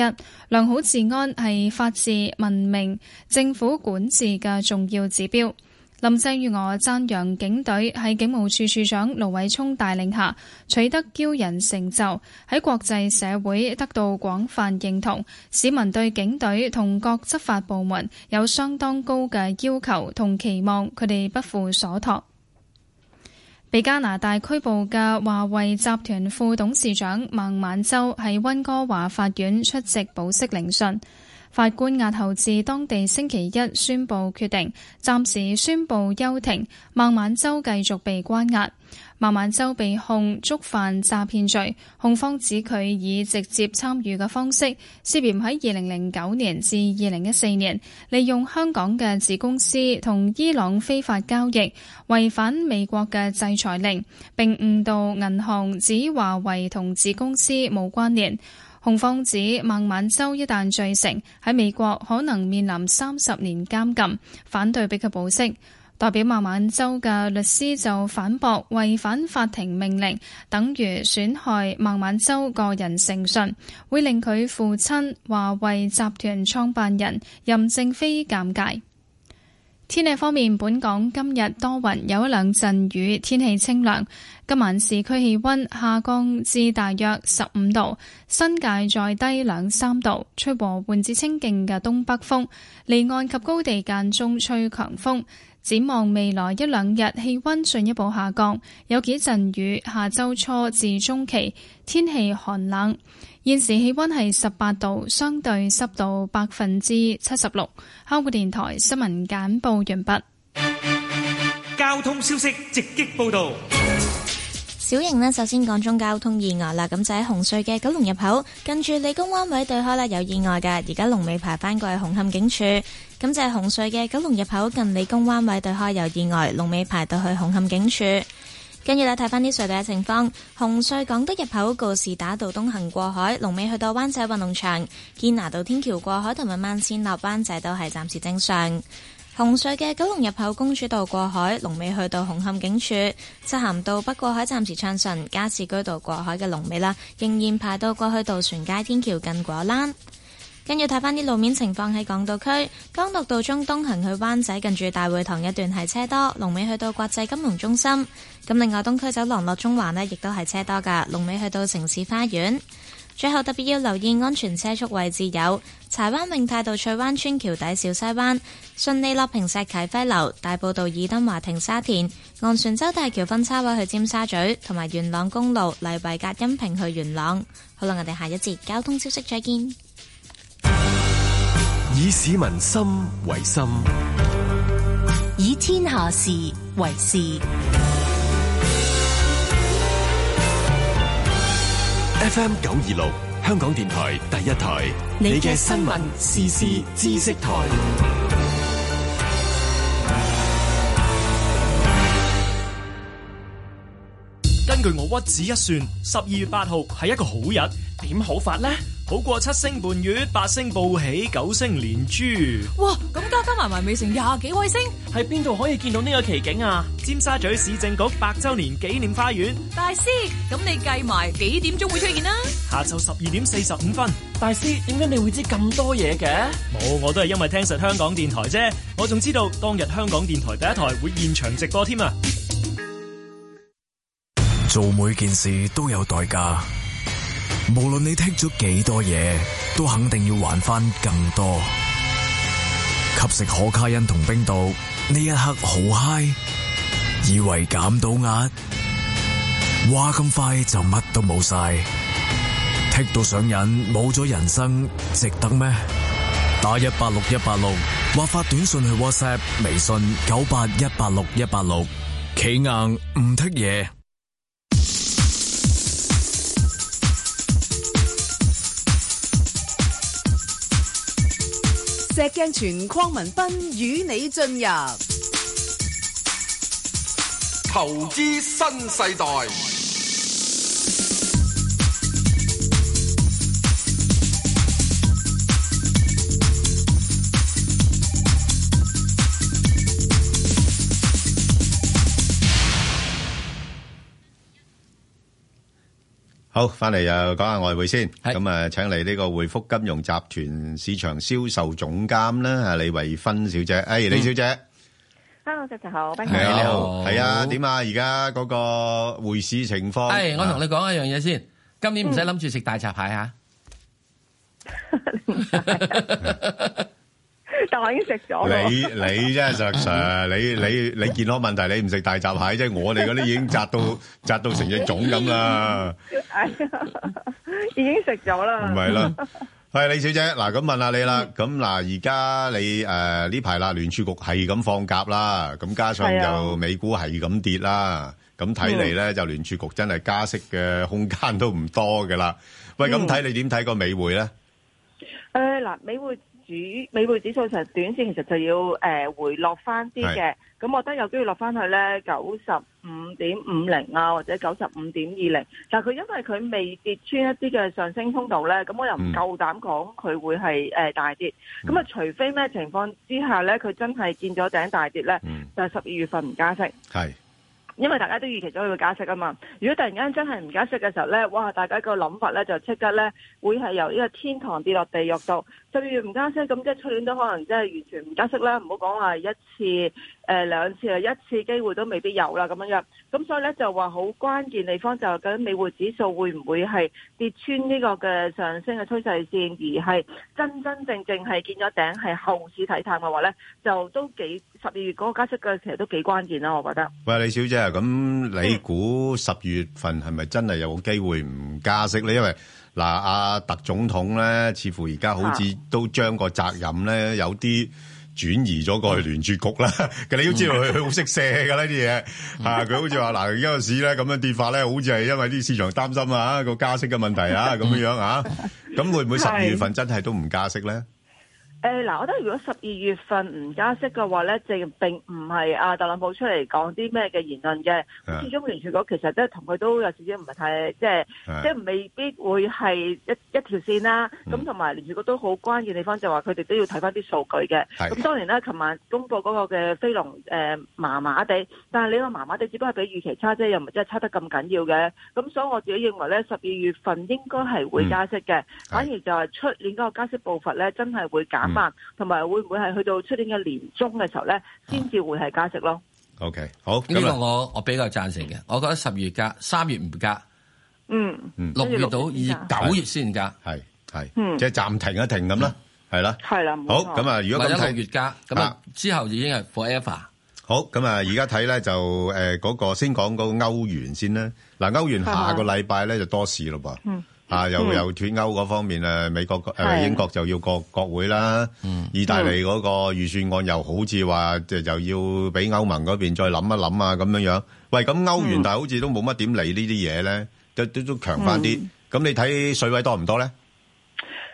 Speaker 8: 良好治安係法治、文明、政府管治嘅重要指標。林鄭月娥讚揚警隊喺警務處處長盧偉聰帶領下取得驕人成就，喺國際社會得到廣泛認同，市民對警隊同各執法部門有相當高嘅要求同期望，佢哋不負所託。被加拿大拘捕嘅華為集團副董事長孟晚舟喺溫哥華法院出席保釋聆訊，法官押後至當地星期一宣布決定，暫時宣布休庭，孟晚舟繼續被關押。孟晚舟被控觸犯詐騙罪，控方指佢以直接參與嘅方式，涉嫌喺二零零九年至二零一四年，利用香港嘅子公司同伊朗非法交易，違反美國嘅制裁令，並誤導銀行指華為同子公司冇關聯。控方指孟晚舟一旦罪成，喺美國可能面臨三十年監禁，反對俾佢保釋。代表孟晚舟嘅律師就反駁違反法庭命令，等於損害孟晚舟個人誠信，會令佢父親華為集團創辦人任正非尷尬。天氣方面，本港今日多雲，有一兩陣雨，天氣清涼。今晚市區氣溫下降至大約十五度，新界再低兩三度，吹和緩至清勁嘅東北風，離岸及高地間中吹強風。展望未來一兩日，氣溫進一步下降，有幾陣雨。下周初至中期天氣寒冷。現時氣溫係十八度，相對濕度百分之七十六。香港電台新聞簡報完畢。
Speaker 13: 交通消息直擊報道。
Speaker 9: 小型呢，首先講中交通意外啦，咁就喺紅隧嘅九龍入口，近住理工灣位對開啦，有意外嘅，而家龍尾排翻過去紅磡警署。咁就係紅隧嘅九龍入口近理工灣位對開有意外，龍尾排到去紅磡警署。跟住咧，睇翻啲隧道嘅情況。紅隧港島入口告士打道東行過海，龍尾去到灣仔運動場；堅拿道天橋過海同埋慢線落灣仔都係暫時正常。紅隧嘅九龍入口公主道過海，龍尾去到紅磡警署；漆咸道北過海暫時暢順，加士居道過海嘅龍尾啦，仍然排到過去渡船街天橋近果欄。跟住睇翻啲路面情況喺港島區，干諾道中東行去灣仔，近住大會堂一段係車多，龍尾去到國際金融中心。咁另外東區走廊落中環呢，亦都係車多噶，龍尾去到城市花園。最後特別要留意安全車速位置有柴灣永泰道翠灣村橋底、小西灣、順利落坪石啟輝樓、大埔道爾登華庭沙田、昂船洲大橋分叉位去尖沙咀，同埋元朗公路麗圍隔音屏去元朗。好啦，我哋下一節交通消息再見。
Speaker 10: 以市民心為心，
Speaker 11: 以天下事為事。
Speaker 10: FM 九二六，香港電台第一台，你嘅新聞、時事、知識台。
Speaker 14: 根據我屈指一算，十二月八號係一個好日，點好法呢？好過七星伴月、八星報喜、九星連珠。
Speaker 15: 哇！咁加加埋埋未成廿幾位星，
Speaker 14: 喺邊度可以見到呢個奇景啊？尖沙咀市政局百周年紀念花園。
Speaker 15: 大師，咁你計埋幾點鐘會出現啦？
Speaker 14: 下晝十二點四十五分。大師，點解你會知咁多嘢嘅？冇，我都係因為聽實香港電台啫。我仲知道當日香港電台第一台會現場直播添啊！
Speaker 25: 做每件事都有代價。無論你剔咗幾多嘢，都肯定要還翻更多。吸食可卡因同冰毒，呢一刻好嗨，以為減到壓，哇咁快就乜都冇晒，剔到上癮，冇咗人生，值得咩？打一八六一八六，或發短信去 WhatsApp、微信九八一八六一八六，企硬唔剔嘢。
Speaker 4: 石鏡泉鄺民彬與你進入
Speaker 5: 投資新世代。
Speaker 6: 好，翻嚟又講下外匯先。咁啊，請嚟呢個匯福金融集團市場銷售總監啦，啊李慧芬小姐。誒，李小姐
Speaker 16: ，hello，早晨好，
Speaker 7: 啊
Speaker 6: 你好，係啊，點啊？而家嗰個匯市情況，啊
Speaker 7: 係哎我同你講一樣嘢先，今年唔使諗住食大閘蟹嚇。
Speaker 16: 但我已經食咗。
Speaker 6: 你你真係實 常，你你你健康問題，你唔食大閘蟹啫。我哋嗰啲已 經紮到紮到成隻粽咁啦。
Speaker 16: 哎呀， 已經食咗啦。
Speaker 6: 唔係啦，係李小姐嗱，咁問下你啦。咁嗱，而家你誒呢排啦，聯儲局係咁放鴿啦，咁加上就美股係咁跌啦，咁睇嚟咧就聯儲局真係加息嘅空間都唔多㗎啦。喂，咁睇你點睇個美匯咧？
Speaker 16: 誒嗱，美匯。指美匯指數其實短線其實就要誒、呃回落翻啲嘅，咁我覺得有機會落翻去咧九十五
Speaker 12: 嗯
Speaker 16: 點五零啊，或者九十五點二零，但係佢因為佢未跌穿一啲嘅上升通道咧，咁我又唔夠膽講佢會係誒、呃大跌，咁啊除非咩情況之下咧，佢真係見咗頂大跌咧，就係十二月份唔加息。因為大家都預期咗佢會加息啊嘛。如果突然間真係唔加息嘅時候咧，哇！大家個諗法咧就即刻咧會係由呢個天堂跌落地獄度。十二月唔加息，咁即係出年都可能即係完全唔加息啦。唔好講話一次、誒、兩次啊，一次機會都未必有啦咁樣樣。咁所以咧就話好關鍵地方就係究竟美匯指數會唔會係跌穿呢個嘅上升嘅趨勢線，而係真真正正係見咗頂，係後市睇淡嘅話咧，就都幾十二月嗰個加息嘅其實都幾關鍵啦，我覺得。
Speaker 6: 喂，李小姐，咁你估10月份係咪真係有機會唔加息呢？因為，嗱，阿特總統呢，似乎而家好似都將個責任呢，有啲轉移咗過去聯儲局啦。 你都知道佢-佢好識射㗎啦，呢啲嘢。啊，佢好似話，嗱，而家個市呢，咁樣跌法呢，好似係因為啲市場擔心啊，個加息嘅問題啊，咁樣啊。咁會唔會10月份真係都唔加息呢？
Speaker 16: 誒呃嗱、我覺得如果十二月份唔加息嘅話咧，就並唔係啊特朗普出嚟講啲咩嘅言論嘅。咁
Speaker 6: 啊
Speaker 16: 始終聯儲局其實呃都同佢都有少少唔係太即係
Speaker 6: 啊嗯
Speaker 16: 即係未必會係一一條線啦。咁同埋聯儲局都好關鍵地方就話佢哋都要睇翻啲數據嘅。
Speaker 6: 係
Speaker 16: 咁當然啦，琴晚公佈嗰個嘅非農誒麻麻地，但係你話麻麻地只不過係比預期差啫，又唔係真係差得咁緊要嘅。咁所以我自己認為咧，十二月份應該係會加息嘅，反而就係出年嗰個加息步伐咧，真係會減慢，同埋、會唔會係去到出年嘅年中嘅時候咧，先至會係加息咯。
Speaker 6: O K，好，啊
Speaker 7: 呢個我我比較贊成嘅，我覺得十月加，三月唔加，
Speaker 16: 嗯，
Speaker 7: 六月到二九月先加，
Speaker 6: 係係
Speaker 16: 嗯
Speaker 6: 即係暫停一停咁啦，
Speaker 7: 嗯
Speaker 6: 係啦。
Speaker 16: 係啦，冇
Speaker 6: 好
Speaker 16: 錯
Speaker 6: 咁啊！如果
Speaker 7: 或
Speaker 6: 咁
Speaker 7: 者
Speaker 6: 睇
Speaker 7: 六月加，咁啊之後已經係 forever。
Speaker 6: 好咁啊！而家睇咧就誒嗰個先講嗰個歐元先啦。嗱，歐元下個禮拜咧就多事咯噃。
Speaker 12: 嗯
Speaker 6: 啊，又
Speaker 12: 嗯
Speaker 6: 又脱歐嗰方面誒，美國誒
Speaker 12: 係
Speaker 6: 英國就要國國會啦，意大利嗰個預算案又好似話就又要俾歐盟嗰邊再諗一諗啊咁樣樣。喂，咁歐元但係好似都冇乜點理呢啲嘢咧，都都都強翻啲。咁你睇水位多唔多咧？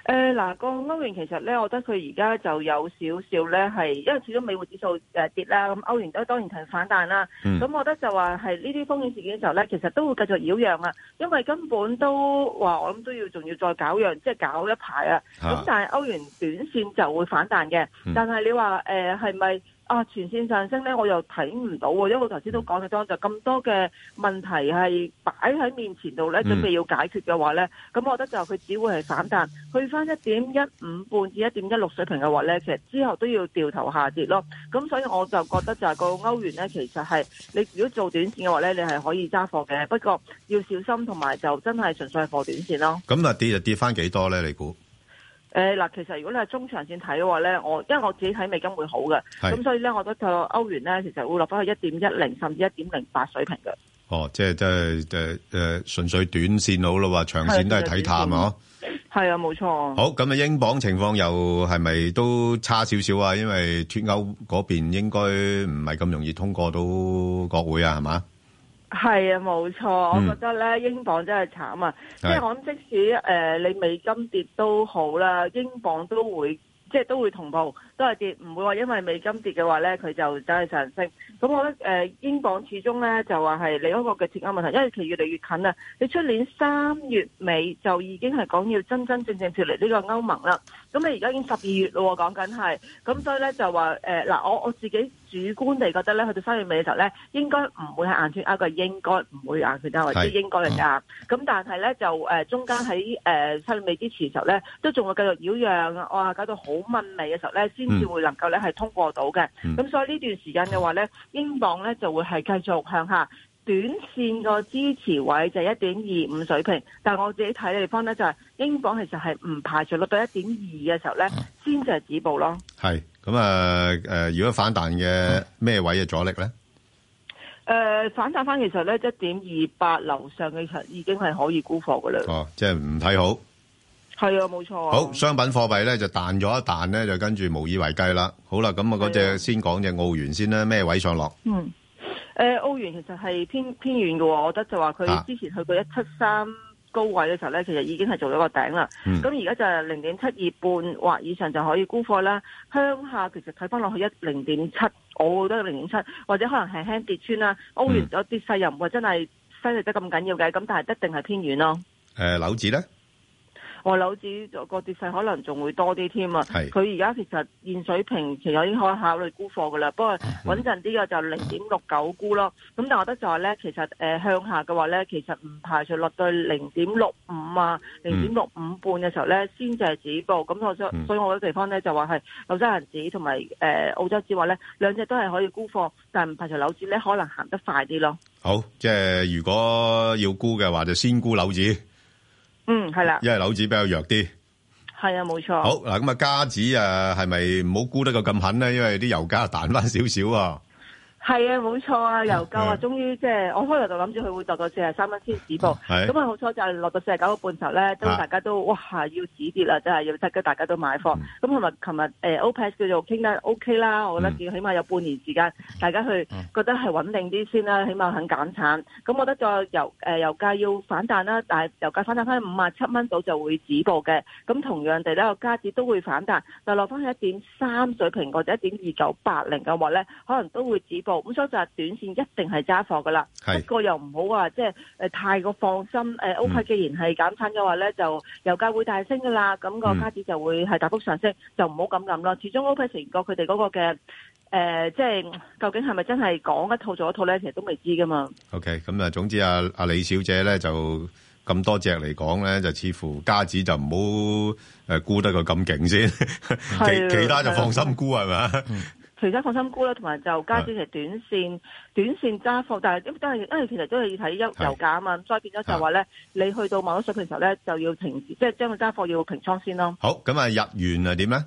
Speaker 16: 誒嗱，個歐元其實咧，我覺得佢而家就有少少咧係，因為始終美匯指數誒跌啦，咁歐元都當然係反彈啦。
Speaker 17: 嗯
Speaker 16: 咁、我覺得就話係呢啲風險事件嘅時候咧，其實都會繼續擾攘啊，因為根本都話我諗都要仲要再搞樣，即係搞一排啊。咁、
Speaker 17: 啊
Speaker 16: 但係歐元短線就會反彈嘅，
Speaker 17: 嗯
Speaker 16: 但係你話誒係咪？啊，全線上升咧，我又睇唔到喎，因為我頭先都講咗就咁多嘅問題係擺喺面前度咧，
Speaker 17: 嗯
Speaker 16: 準備要解決嘅話咧，咁我覺得就佢只會係反彈，去翻一點一五半至一點一六水平嘅話咧，其實之後都要掉頭下跌咯。咁所以我就覺得就係個歐元咧，其實係你如果做短線嘅話咧，你係可以揸貨嘅，不過要小心同埋就真係純粹係貨短線咯。
Speaker 6: 咁啊跌就跌翻幾多咧？你估？
Speaker 16: 誒嗱、其實如果你係中長線睇嘅話咧，我因為我自己睇美金會好嘅，
Speaker 6: 係
Speaker 16: 咁所以咧，我覺得就歐元咧，其實會落翻去一點一零甚至一點零八水平嘅。
Speaker 6: 哦，即係即係誒誒，純粹短線好咯，話長線都係睇淡啊。
Speaker 16: 係啊，冇錯。
Speaker 6: 好，咁啊，英鎊情況又係咪都差少少啊？因為脱歐嗰邊應該唔係咁容易通過到國會啊，係嘛？
Speaker 16: 係啊，冇錯，
Speaker 6: 嗯
Speaker 16: 我覺得咧，英鎊真係慘啊！即係
Speaker 6: 係
Speaker 16: 我諗，即使誒、呃你美金跌都好啦，英鎊都會即係都會同步，都係跌，唔會話因為美金跌嘅話咧，佢就走去上升。咁我覺得誒、呃英鎊始終咧就話係你嗰個嘅脫歐問題，因為其越嚟越近啦。你出年三月尾就已經係講要真真正正脱離呢個歐盟啦。咁你而家已經十二月咯喎，講緊係，咁所以咧就話誒嗱，我我自己主觀地覺得咧，去到三月尾嘅時候咧，應該唔會係硬脱歐嘅，應該唔會硬脱歐，或者
Speaker 17: 係
Speaker 16: 應該係硬。咁但係咧就誒、呃中間喺誒三月尾之前嘅時候咧，都仲會繼續擾攘，哇，搞到好問味嘅時候咧，先至會能夠咧係通過到嘅。咁、所以呢段時間嘅話咧，英鎊咧就會係繼續向下。短線個支持位就係一點二五水平，但係我自己睇嘅地方咧就係、英鎊其實係唔排除落到一點二嘅時候咧，
Speaker 6: 嗯
Speaker 16: 先至係止步咯。
Speaker 6: 係，咁啊誒，如果反彈嘅咩位嘅阻力咧？
Speaker 16: 誒、反彈翻其實咧一點二八樓上嘅其實已經係可以沽貨㗎啦。
Speaker 6: 哦，即係唔睇好。
Speaker 16: 係啊，冇錯啊。
Speaker 6: 好，商品貨幣咧就彈咗一彈咧，就跟住無以為繼啦。好啦，咁啊嗰隻先講隻澳元先啦，咩位上落？
Speaker 16: 嗯，誒、澳元其實係偏偏遠嘅喎，我覺得就話佢之前去過一七三高位嘅時候咧，其實已經係做咗個頂啦。
Speaker 12: 嗯
Speaker 16: 咁而家就係零點七二半或以上就可以沽貨啦。向下其實睇翻落去一零點七，我覺得零點七或者可能輕輕跌穿啦。歐元有跌勢又唔會真係犀利得咁緊要嘅，咁但係一定係偏遠咯。
Speaker 6: 诶，楼指咧，
Speaker 16: 我樓指個跌勢可能仲會多啲添啊！
Speaker 6: 係
Speaker 16: 佢而家其實現水平其實已經可以考慮沽貨噶啦，不過
Speaker 6: 嗯
Speaker 16: 穩陣啲嘅就零點六九沽咯。咁但係我覺得就係咧，其實誒、呃向下嘅話咧，其實唔排除落到零點六五啊、零點六五半嘅時候咧，先至係止步。咁我
Speaker 6: 嗯
Speaker 16: 想，所以我覺得地方咧就話係紐西蘭指同埋誒澳洲指話咧，兩隻都係可以沽貨，但係唔排除樓指咧可能行得快啲咯。
Speaker 6: 好，即系如果要沽嘅话，就先沽楼指，
Speaker 16: 嗯，係啦，
Speaker 6: 因为樓指比较弱啲。
Speaker 16: 係啊，冇錯。
Speaker 6: 好嗱，咁啊，加指啊，系咪唔好沽得佢咁狠咧？因为啲油價彈翻少少啊。
Speaker 16: 係啊，冇錯啊，油價啊，終於即係我開頭就諗住佢會落到四十三蚊先止步，
Speaker 6: 係
Speaker 16: 咁啊好彩就係落到四十九個半時候咧，都
Speaker 6: 啊
Speaker 16: 大家都哇要止跌啦，真係要即刻大家都買
Speaker 6: 嗯
Speaker 16: 貨。咁同埋琴日誒 OPEC 叫做傾得 OK 啦，我覺
Speaker 6: 嗯
Speaker 16: 得叫起碼有半年時間，大家去覺得係穩定啲先啦，起碼肯減產。咁我覺得就油誒油價要反彈啦，但係油價反彈翻五啊七蚊到就會止步嘅。咁同樣地咧，個加指都會反彈，但落翻去一點三水平或者一點二九八零嘅話咧，可能都會止步。咁所以就係短線一定係揸貨噶啦。
Speaker 6: 係
Speaker 16: 不過又唔好話即係誒太過放心。誒、呃、OPEC 既然係減產嘅話咧，就油價會大升噶啦，咁、個加指就會係大幅上升，就唔好咁諗咯。始終 OPEC 成個佢哋嗰個嘅。誒、即係究竟係咪真係講一套做一套咧？其實都未知噶嘛。
Speaker 6: OK，咁啊，總之啊，阿李小姐咧就咁多隻嚟講咧，就似乎加指就唔好誒沽得佢咁勁先，
Speaker 16: 係啊
Speaker 6: 其其他就放心沽係咪啊？
Speaker 16: 除咗放心沽啦，同埋就加之其實短線短線揸貨，但係因為都係因為其實都係要睇油油價啊嘛，咁所以變咗就話咧，你去到某一水平嘅時候咧，就要停止，即係將個揸貨要平倉先咯。
Speaker 6: 好，咁啊，日元啊點咧？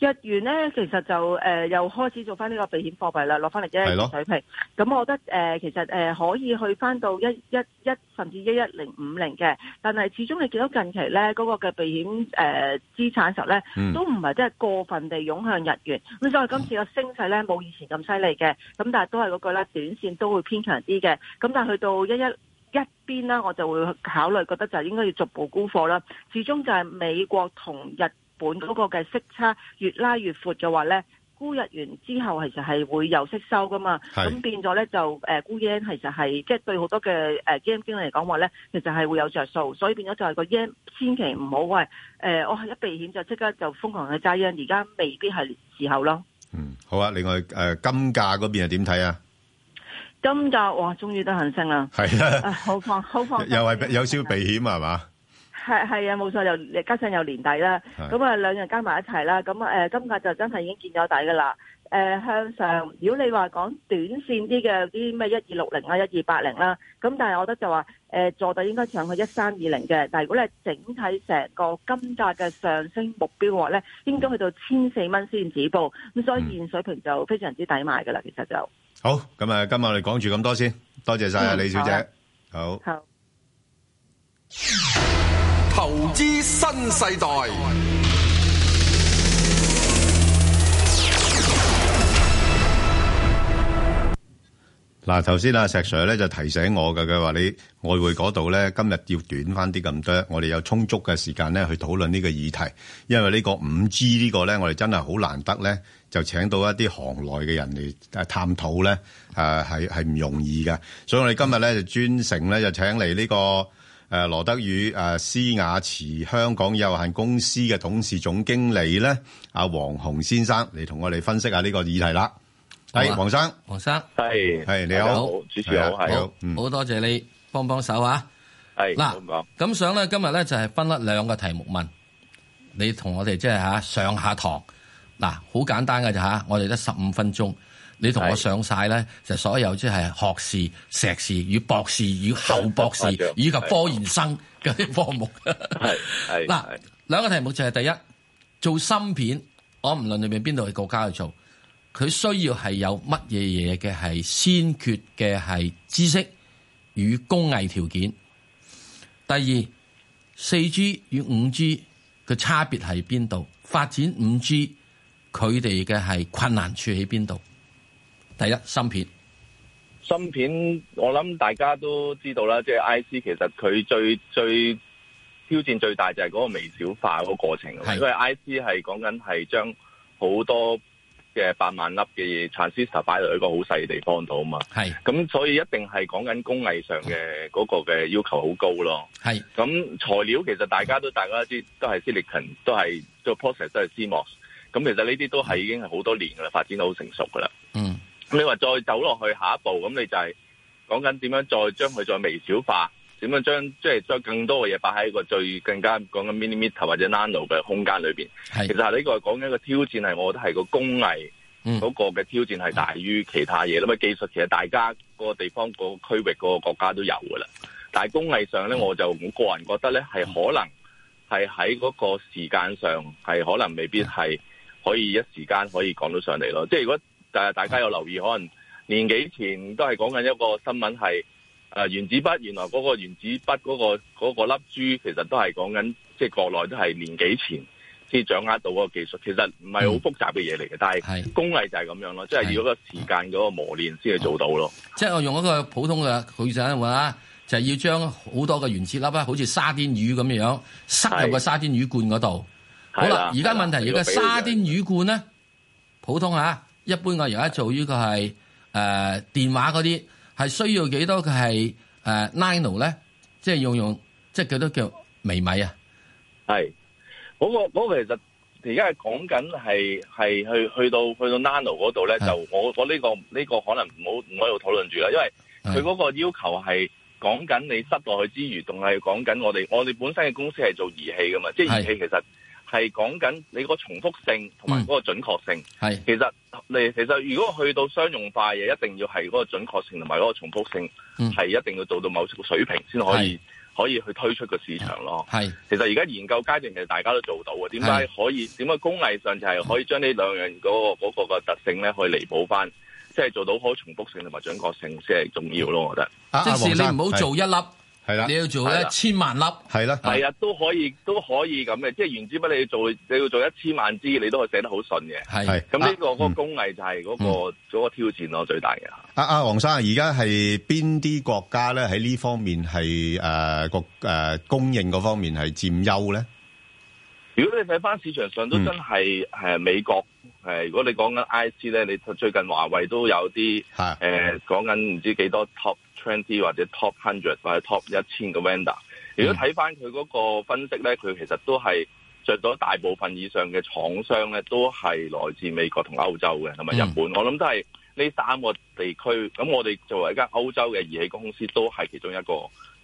Speaker 16: 日元咧，其實就誒、呃又開始做翻呢個避險貨幣啦，落翻嚟
Speaker 6: 係咯
Speaker 16: 一水平。咁我覺得誒、呃其實誒、呃可以去翻到一一一甚至一一零五零嘅，但係始終你見到近期咧嗰、個嘅避險誒、呃、資產時候咧，
Speaker 17: 嗯
Speaker 16: 都唔係真係過分地湧向日元。咁所以今次個升勢咧冇以前咁犀利嘅，咁但係都係嗰句啦，短線都會偏強啲嘅。咁但係去到一一一邊啦，我就會考慮覺得就應該要逐步沽貨啦。始終就係美國同日本嗰個嘅息差越拉越闊嘅話咧。沽日元之後，其實係會有息收噶嘛，
Speaker 18: 係
Speaker 16: 咁變咗咧就誒沽 yen 其實係即係對好多嘅誒基金經理嚟講話咧，其實係會有着數，所以變咗就係個 yen 千祈唔好喂誒，呃我、一避險就即刻就瘋狂去揸 yen，而家未必係時候咯。
Speaker 6: 好啊，另外誒、金價嗰邊係點睇啊？
Speaker 16: 金價哇，終於都恒升啦，
Speaker 6: 係啊
Speaker 16: 啊好放好放心
Speaker 6: 又係有少少避險係嘛？
Speaker 16: 係係啊，冇錯，又加上又年底啦，
Speaker 6: 係
Speaker 16: 咁啊兩樣加埋一齊啦，咁誒、呃金價就真係已經見咗底㗎啦。誒、向上，如果你話講短線啲嘅啲咩一二六零啊、一二八零啦，咁但係我覺得就話誒、呃坐底應該上去一三二零嘅，但係如果你係整體成個金價嘅上升目標嘅話咧，應該去到千四蚊先止步，咁所以現水平就非常之抵買㗎啦，其實就。
Speaker 6: 好，咁啊，今日我哋講住咁多先，多謝晒啊，
Speaker 16: 嗯
Speaker 6: 李小姐。好
Speaker 5: 投資新世代，
Speaker 6: 嗱，頭先啊石 Sir 咧就提醒我嘅，佢話你外匯嗰度咧今日要短翻啲咁多，我哋有充足嘅時間咧去討論呢個議題，因為呢個五 G 呢個咧，我哋真係好難得咧，就請到一啲行內嘅人嚟誒探討咧，誒係係唔容易嘅，所以我哋今日咧就專程咧就請嚟呢、個。誒羅德宇誒施雅慈香港有限公司嘅董事總經理咧，阿黃洪先生嚟同我哋分析下呢個議題啦。
Speaker 7: 好
Speaker 6: 係，
Speaker 7: 啊
Speaker 6: 黃哎生。
Speaker 7: 黃生，
Speaker 6: 係係你好大家好主持人好係你好嗯
Speaker 7: 好多謝你幫幫手啊！
Speaker 12: 係
Speaker 6: 啊
Speaker 7: 嗱，咁想咧今日咧就係分一兩個題目問你，同我哋即係吓上下堂嗱，好簡單嘅咋吓，我哋得十五分鐘。你同我上晒咧，就所有即係學士、碩士與博士與後博士
Speaker 12: 係係
Speaker 7: 以及科研生嘅啲科目。
Speaker 12: 係係
Speaker 7: 嗱
Speaker 12: 係，
Speaker 7: 兩個題目就係第一做芯片，我唔論裏面邊度嘅國家去做，佢需要係有乜嘢嘢嘅係先決嘅係知識與工藝條件。第二，四 G 與五 G 嘅差別喺邊度？發展五 G 佢哋嘅係困難處喺邊度？第一芯片，
Speaker 12: 芯片我諗大家都知道啦，即係 IC 其實佢最最挑戰最大就係嗰個微小化嗰個過程，因為 IC 係講緊係將好多嘅八萬粒嘅 transistor 擺落一個好細嘅地方度啊嘛，
Speaker 7: 係
Speaker 12: 咁所以一定係講緊工藝上嘅嗰個嘅要求好高咯。
Speaker 7: 係
Speaker 12: 咁材料其實大家都大家都知都係 silicon，都係個 process 都係 CMOS。咁其實呢啲都係已經係好多年噶啦，發展到好成熟噶啦。
Speaker 7: 嗯，
Speaker 12: 咁你話再走落去下一步，咁你就係講緊點樣再將佢再微小化，點樣將即係將更多嘅嘢擺喺一個最更加講緊 millimeter 或者 nano 嘅空間裏邊。
Speaker 7: 係
Speaker 12: 其實係呢個係講緊一個挑戰係，我覺得係個工藝
Speaker 7: 嗯
Speaker 12: 嗰個嘅挑戰係大於其他嘢啦。咁啊技術其實大家個地方、個區域、個國家都有噶啦，但係工藝上
Speaker 7: 嗯
Speaker 12: 咧，我就我個人覺得咧係可能係喺嗰個時間上係可能未必係可以一時間可以講到上嚟咯。即係如果誒大家有留意，可能年幾前都係講緊一個新聞係。誒、原子筆，原來嗰個原子筆嗰、個嗰、個粒珠，其實都係講緊，即係國內都係年幾前先掌握到嗰個技術。其實唔係好複雜嘅嘢嚟嘅，但嗯係工藝就係咁樣咯，即係要一個時間嗰個磨練先去做到咯。
Speaker 7: 即係我用一個普通嘅佢就話，就係要將好多嘅原子粒啊，好似沙甸魚咁樣塞入個沙甸魚罐嗰度。好
Speaker 12: 係啦
Speaker 7: 啦，而家問題
Speaker 12: 係
Speaker 7: 而
Speaker 12: 啦
Speaker 7: 家沙甸魚罐咧，呃普通嚇，一般我而家做呢個係誒電話嗰啲，係需要幾多嘅係誒 nano 咧？即係用用即係幾多叫微米啊？
Speaker 12: 係嗰、個嗰、個其實而家係講緊係係去去到去到 nano 嗰度咧，就我我呢、個呢、個可能唔好唔好喺度討論住啦，因為佢嗰個要求係講緊你塞落去之餘，仲係講緊我哋我哋本身嘅公司係做儀器噶嘛，即係儀器其實係講緊你個重複性同埋嗰個準確性。
Speaker 7: 嗯係
Speaker 12: 其實你其實如果去到商用化嘢，一定要係嗰個準確性同埋嗰個重複性
Speaker 7: 嗯
Speaker 12: 係一定要做到某個水平先可以可以去推出個市場咯。
Speaker 7: 係
Speaker 12: 其實而家研究階段其實大家都做到嘅，點解
Speaker 7: 係
Speaker 12: 可以點解工藝上就係可以將呢兩樣嗰、個嗰、個嘅特性咧去彌補翻，即係做到可重複性同埋準確性先係重要咯，我覺得。
Speaker 7: 即使你唔好做一粒，
Speaker 6: 係
Speaker 7: 啦，你要做
Speaker 12: 啊係
Speaker 7: 一
Speaker 12: 啦
Speaker 7: 千萬粒，
Speaker 6: 係啦
Speaker 12: 係啊，都可以都可以咁嘅，即係原子筆你要做你要做一千萬支，你都可以寫得好順嘅。
Speaker 6: 係
Speaker 12: 咁呢個嗰個工藝就係嗰、個嗰、個挑戰咯，最大嘅。
Speaker 6: 啊啊，黃生啊，而家係邊啲國家咧喺呢方面係誒個誒供應嗰方面係佔優咧？
Speaker 12: 如果你睇翻市場上
Speaker 7: 嗯
Speaker 12: 都真係誒美國誒，如果你講緊 I C 咧，你最近華為都有
Speaker 6: 誒
Speaker 12: 啲講緊唔知幾多 top twenty 或者 top hundred 或者 top 一千嘅 vendor。如果睇翻佢嗰個分析咧，佢其實都係着咗大部分以上嘅廠商咧，都係來自美國同歐洲嘅，
Speaker 7: 嗯
Speaker 12: 同埋日本。我諗都係呢三個地區。咁我哋作為一間歐洲嘅儀器公司，都係其中一個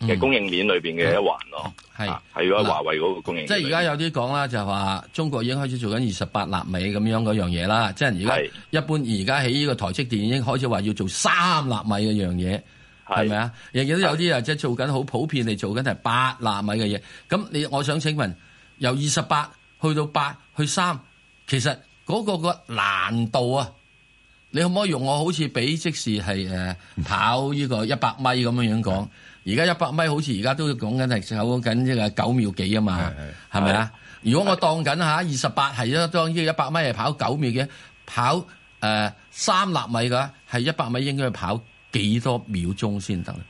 Speaker 12: 嘅供應鏈裏邊嘅一環咯。
Speaker 7: 嗯
Speaker 12: 啊
Speaker 7: 係
Speaker 12: 係如果華為嗰個供應鏈
Speaker 7: 即係而家有啲講啦，就話中國已經開始做緊二十八納米咁樣嗰樣嘢啦。即係而家一般而家喺呢個台積電已經開始話要做三納米嘅樣嘢，係咪啊？亦都有啲啊，即係做緊好普遍嚟做緊係八納米嘅嘢。咁你我想請問，由二十八去到八去三，其實嗰個個難度啊，你可唔可以用我好似比即時係誒跑呢個一百米咁樣樣講？而家一百米好似而家都講緊係走緊呢個九秒幾啊嘛，係咪啊？如果我當緊嚇二十八係一當呢一百米係跑九秒嘅，跑誒三納米嘅係一百米應該跑幾多秒鐘先得咧？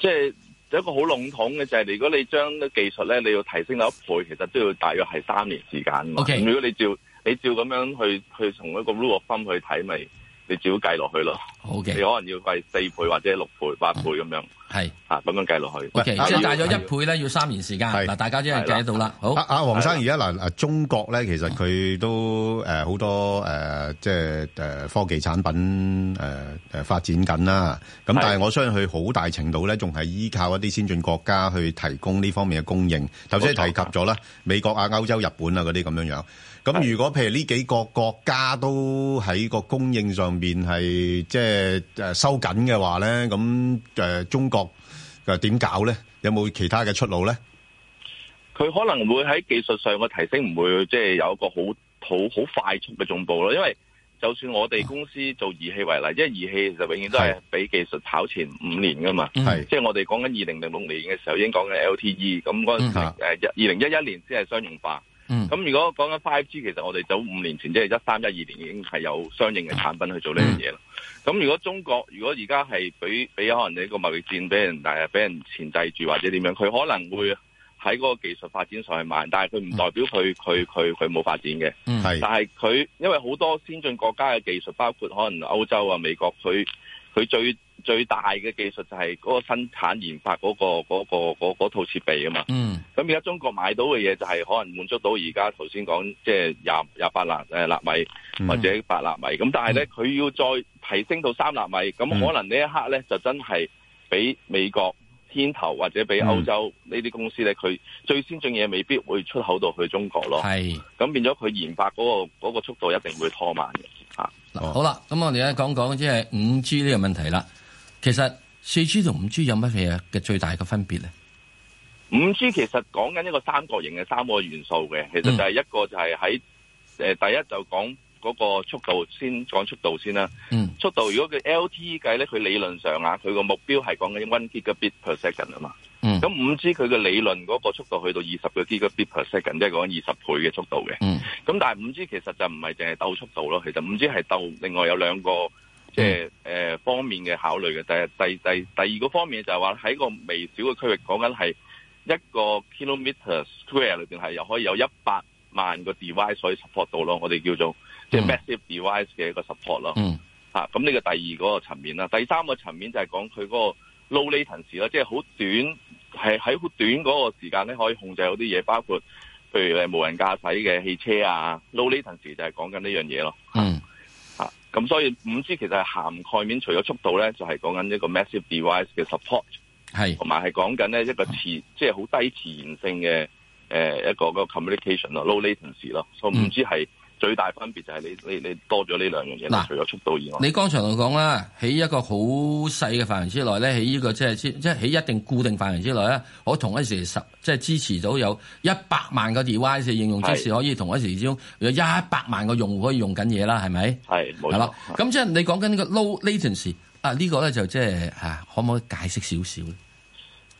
Speaker 12: 即係有一個好籠統嘅就係、如果你將啲技術咧，你要提升到一倍，其實都要大約係三年時間啊嘛。
Speaker 7: OK
Speaker 12: 咁如果你照你照咁樣去去從一個 rule of thumb 去睇，咪你照計落去咯。
Speaker 7: 好嘅
Speaker 12: 你可能要計四倍或者六倍、八倍咁樣。
Speaker 7: 係
Speaker 12: 啊，咁樣計落去。
Speaker 7: OK，即係啊大約一倍咧，要三年時間。嗱，大家真係計得到啦。好，
Speaker 6: 啊啊，黃生，而家嗱嗱，中國咧其實佢都誒好多誒，即係誒科技產品誒誒發展緊啦。咁但係我相信佢好大程度咧，仲係依靠一啲先進國家去提供呢方面嘅供應。頭先你提及咗啦，美國啊、歐洲、日本啊嗰啲咁樣樣。咁如果譬如呢幾個國家都喺個供應上邊係即係誒收緊嘅話咧，咁誒中國誒點搞咧？有冇其他嘅出路咧？
Speaker 12: 佢可能會喺技術上嘅提升唔會即係有一個好好好快速嘅進步咯，因為就算我哋公司做儀器為例，因為儀器其實永遠都係比技術跑前五年噶
Speaker 7: 嗯
Speaker 12: 嘛，
Speaker 6: 係
Speaker 12: 即係我哋 E，講緊二零零六年嘅時候已經講緊 LTE，咁嗰陣時誒二零一一年先係商用化，
Speaker 7: 嗯
Speaker 12: 咁如果講緊 5G，其實我哋早五年前即係一三一二年已經係有相應嘅產品去做呢樣嘢啦。咁如果中國如果而家係俾俾可能你一個貿易戰俾人誒俾人前制住或者點樣，佢可能會喺嗰個技術發展上係慢，但係佢唔代表佢佢佢佢冇發展嘅。
Speaker 6: 嗯係
Speaker 12: 但係佢因為好多先進國家嘅技術，包括可能歐洲啊、美國，佢佢最最大嘅技術就係嗰個生產研發嗰、個嗰、個嗰嗰套設備啊嘛。
Speaker 7: 嗯
Speaker 12: 咁而家中國買到嘅嘢就係可能滿足到而家頭先講，即係廿廿八納誒納米
Speaker 7: 嗯
Speaker 12: 或者八納米。咁但係咧，佢要再提升到三納米，咁
Speaker 7: 嗯
Speaker 12: 可能呢一刻咧就真係俾美國牽頭或者
Speaker 7: 嗯
Speaker 12: 俾歐洲呢啲公司咧，佢最先進嘢未必會出口到去中國咯。
Speaker 7: 係
Speaker 12: 咁變咗佢研發嗰、個嗰、個速度一定會拖慢嘅嚇。
Speaker 7: 嗱，好啦，咁我哋咧講講即係五 G 呢個問題啦。其實四 G 同五 G 有乜嘢嘅最大嘅分別咧？
Speaker 12: 五 G 其實講緊一個三角形嘅三個元素嘅，
Speaker 7: 嗯
Speaker 12: 其實就係一個就係喺誒第一就講嗰個速度先講速度先啦。
Speaker 7: 嗯
Speaker 12: 速度如果佢 LTE 計咧，佢理論上啊，佢個目標係講緊 one gigabit per second 啊嘛。
Speaker 7: 嗯
Speaker 12: 咁五 G 佢嘅理論嗰個速度去到二十個 gigabit per second，即係講二十倍嘅速度嘅。
Speaker 7: 嗯
Speaker 12: 咁但係五 G 其實就唔係淨係鬥速度咯，其實五 G 係鬥另外有兩個即係誒呃方面嘅考慮嘅。第第第第二個方面就係話喺個微小嘅區域講緊係一個 kilometer square 裏邊係又可以有一百萬個 device 可以 support 到咯，我哋叫做即係 massive device 嘅一個 support 咯。
Speaker 7: 嗯
Speaker 12: 嚇，咁呢個第二嗰個層面啦，第三個層面就係講佢嗰個 low latency 啦，即係好短，係喺好短嗰個時間咧可以控制到啲嘢，包括譬如誒無人駕駛嘅汽車啊，low latency 就係講緊呢樣嘢咯。
Speaker 7: 嗯
Speaker 12: 嚇，咁所以五 G 其實係涵蓋面除咗速度咧，就係講緊一個 massive device 嘅 support，
Speaker 7: 係
Speaker 12: 同埋係講緊咧一個持即係好低持延性嘅誒、一個嗰個 communication 咯，low latency 咯，所以五 G 係最大分別就係你你你多咗呢兩樣嘢啦，除咗速度以外。
Speaker 7: 你剛才同我講啦，喺一個好細嘅範圍之內咧，喺呢個即係即即係喺一定固定範圍之內咧，我同一時十即係支持到有一百萬個 device 嘅應用支持，
Speaker 12: 係
Speaker 7: 可以同一時之中有一百萬個用戶可以用緊嘢啦，係咪？
Speaker 12: 係冇錯
Speaker 7: 係啦，咁即係你講緊呢個 low latency 啊，呢個咧就即係嚇，可唔可以解釋少少咧？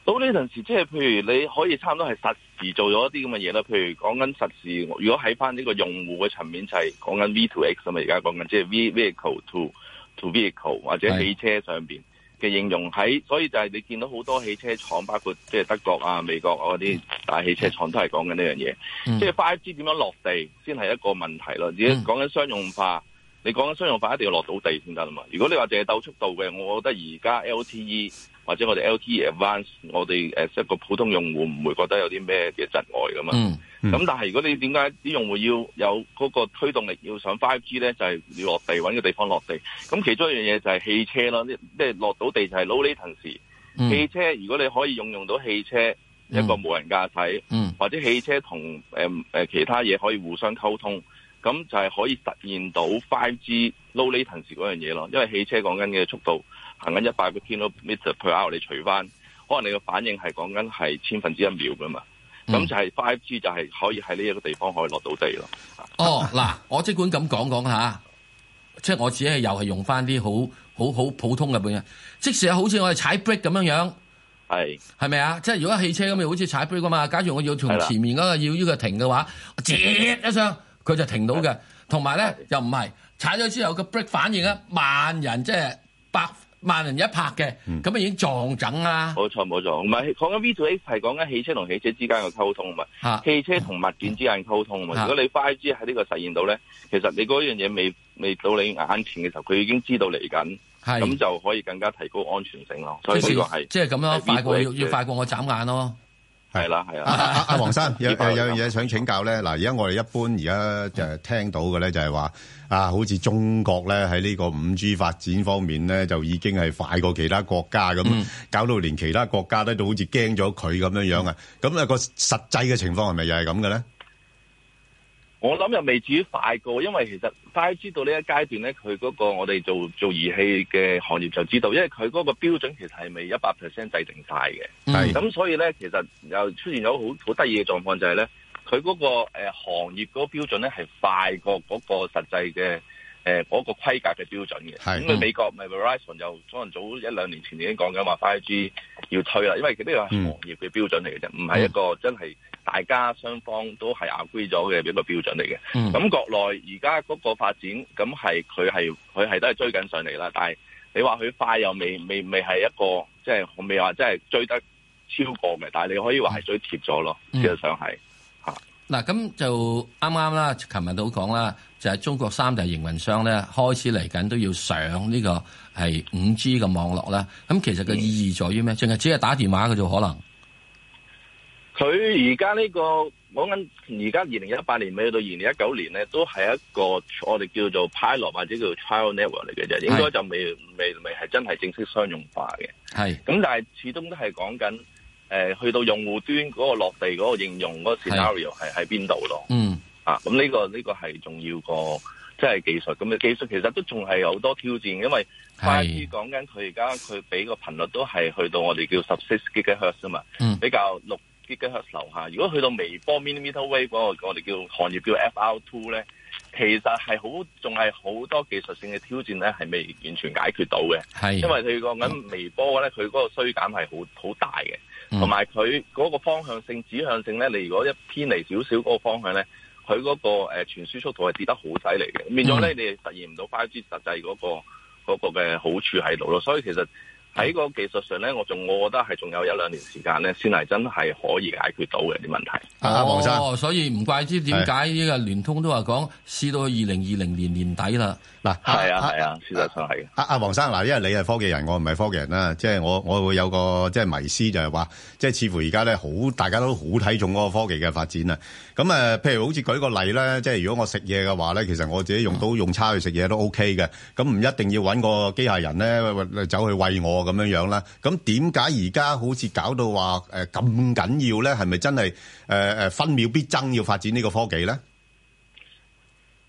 Speaker 12: 到呢陣時，即係譬如你可以差唔多係實時做咗一啲咁嘅嘢啦。譬如講緊實時，如果喺翻呢個用戶嘅層面，就係講緊 V to X 啊嘛。而家講緊即係 V vehicle to to vehicle 或者
Speaker 7: 係
Speaker 12: 汽車上邊嘅應用喺，所以就係你見到好多汽車廠，包括即係德國啊、美國啊嗰啲大汽車廠都係講緊呢樣嘢。
Speaker 7: 嗯
Speaker 12: 即係 5G 點樣落地先係一個問題咯。而家講緊商用化，你講緊商用化一定要落到地先得啦啊嘛。如果你話淨係鬥速度嘅，我覺得而家 E LTE 或者我哋 LTE Advanced，我哋誒一個普通用戶唔會覺得有啲咩嘅窒礙噶嘛。咁、
Speaker 7: 嗯嗯
Speaker 12: 但係如果你點解啲用戶要有嗰個推動力要上 5G 咧，就係、要落地揾個地方落地。咁其中一樣嘢就係汽車咯，呢即係落到地就係 low latency。
Speaker 7: 嗯
Speaker 12: 汽車如果你可以用用到汽車一個無人駕駛，
Speaker 7: 嗯
Speaker 12: 或者汽車同誒誒其他嘢可以互相溝通，咁就係可以實現到 5G low latency 嗰樣嘢咯。因為汽車講緊嘅速度行緊一百個 kilometer per hour，你除翻可能你個反應係講緊係千分之一秒噶嘛。
Speaker 7: 嗯
Speaker 12: 咁就係 5G 就係可以喺呢一個地方可以落到地咯。
Speaker 7: 哦，嗱，我即管咁講講下，即係我只係又係用翻啲好好好普通嘅本嘢，即使好似我哋踩 brake 咁樣樣，
Speaker 12: 係
Speaker 7: 係咪啊？即係如果汽車咁，咪好似踩 brake 噶嘛？假如我要從
Speaker 12: 係啦
Speaker 7: 前面嗰個要呢個停嘅話，吱一聲佢就停到嘅。同埋咧又唔係踩咗之後個 brake 反應咧萬人即係百萬人一拍嘅，
Speaker 12: 嗯
Speaker 7: 咁啊已經撞整啦。
Speaker 12: 冇錯冇錯，唔係講緊 V to X 係講緊汽車同汽車之間嘅溝通啊
Speaker 7: 嘛，
Speaker 12: 汽車同物件之間嘅溝通啊嘛。
Speaker 7: 啊
Speaker 12: 如果你 5G 喺呢個實現到咧，其實你嗰樣嘢未未到你眼前嘅時候，佢已經知道嚟緊，
Speaker 7: 係
Speaker 12: 咁就可以更加提高安全性咯。所以
Speaker 7: 即
Speaker 12: 呢
Speaker 7: 是
Speaker 12: 個係
Speaker 7: 即係咁
Speaker 12: 係
Speaker 7: 咯，快過
Speaker 12: V2X
Speaker 7: 要要快過我眨眼咯。
Speaker 12: 係啦係啦。
Speaker 6: 啊啊 啊！黃生有
Speaker 12: 呢個
Speaker 6: 有有樣嘢想請教咧，嗱，而家我哋一般而家就聽到嘅咧就係話啊，好似中國咧喺呢個五 G 發展方面咧，就已經係快過其他國家咁，搞到連其他國家咧都好似驚咗佢咁樣樣啊！咁啊個實際嘅情況係咪又係咁嘅咧？
Speaker 12: 我諗又未至於快過，因為其實 5G 到呢一階段咧，佢嗰個我哋做做儀器嘅行業就知道，因為佢嗰個標準其實係未一百 percent 制定晒嘅。
Speaker 17: 係
Speaker 12: 咁所以咧，其實又出現咗好好得意嘅狀況就係咧，佢嗰、個、呃、行業嗰個標準咧係快過嗰個實際嘅誒嗰個規格嘅標準嘅。
Speaker 17: 係
Speaker 12: 咁佢美國咪 Verizon 又可能早一兩年前已經講緊話 5G 要推啦，因為呢個係行業嘅標準嚟嘅啫，唔係一個真係大家雙方都係 agree 咗嘅一個標準嚟嘅。
Speaker 17: 嗯
Speaker 12: 咁、國內而家嗰個發展，咁係佢係佢係都係追緊上嚟啦，但係你話佢快又未未未係一個即係我未話真係追得超過嘅，但係你可以話係追貼咗咯，事
Speaker 7: 嗯
Speaker 12: 實上係。
Speaker 7: 嗱，咁就啱啱啦，琴日都講啦，就係、中國三大營運商咧，開始嚟緊都要上呢個係五 G 嘅網絡啦。咁其實
Speaker 12: 嗯
Speaker 7: 個意義在於咩？淨係只係打電話嘅啫，可能
Speaker 12: 佢而家呢個講緊而家二零一八年尾到二零一九年咧，都係一個我哋叫做 pilot 或者叫做 trial network 嚟嘅啫，應該就未未未係真係正式商用化嘅。
Speaker 7: 係
Speaker 12: 咁但係始終都係講緊誒，去到用戶端嗰個落地嗰個應用嗰個 scenario 係喺邊度咯？
Speaker 7: 嗯
Speaker 12: 啊，咁呢、個呢、個係重要過即係技術。咁嘅技術其實都仲係有好多挑戰，因為快啲講緊佢而家佢俾個頻率都係去到我哋叫十 six gigahertz 啊嘛，
Speaker 7: 嗯
Speaker 12: 比較六 gigahertz 樓下。如果去到微波 millimeter wave 嗰、個我哋叫行業叫 FR two 咧，其實係好仲係好多技術性嘅挑戰咧，係未完全解決到嘅。
Speaker 7: 係
Speaker 12: 因為佢講緊微波咧，佢嗰個衰減係好好大嘅。
Speaker 7: 嗯
Speaker 12: 同埋佢嗰個方向性、指向性咧，你如果一偏離少少嗰個方向咧，佢嗰、個誒、呃、傳輸速度係跌得好犀利嘅，變咗咧你實現唔到 5G 實際嗰、個嗰、個嘅好處喺度咯。所以其實喺個技術上咧，我仲我覺得係仲有一兩年時間咧，先係真係可以解決到嘅啲問題。
Speaker 6: 啊黃生
Speaker 7: 哦，所以唔怪之點解呢個聯通都話講試到二零二零年年底啦。
Speaker 6: 嗱，
Speaker 12: 係啊係啊，事實上係嘅。
Speaker 6: 阿阿黃生嗱，因為你係科技人，我唔係科技人啦，即係我我會有個即係迷思就係話，即係似乎而家咧好大家都好睇重嗰個科技嘅發展啊。咁誒、呃譬如好似舉個例咧，即係如果我食嘢嘅話咧，其實我自己用刀用叉去食嘢都 OK 嘅，咁唔一定要揾個機械人咧喂走去喂我咁樣樣啦。咁點解而家好似搞到話誒咁緊要咧？係咪真係誒誒分秒必爭要發展呢個科技咧？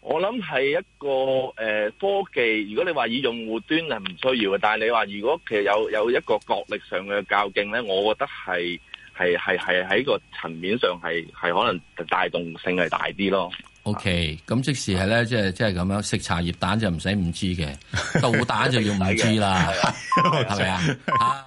Speaker 12: 我諗係一個誒、呃科技，如果你話以用戶端係唔需要嘅，但係你話如果其實有有一個角力上嘅較勁咧，我覺得係係係係喺個層面上係係可能帶動性係大啲咯。
Speaker 7: O K，咁
Speaker 12: 啊
Speaker 7: 即時係咧，即係即係咁樣，食茶 哎
Speaker 12: 啊
Speaker 7: 葉蛋就唔使五 G 嘅，導蛋就要五 G 啦，係咪啊？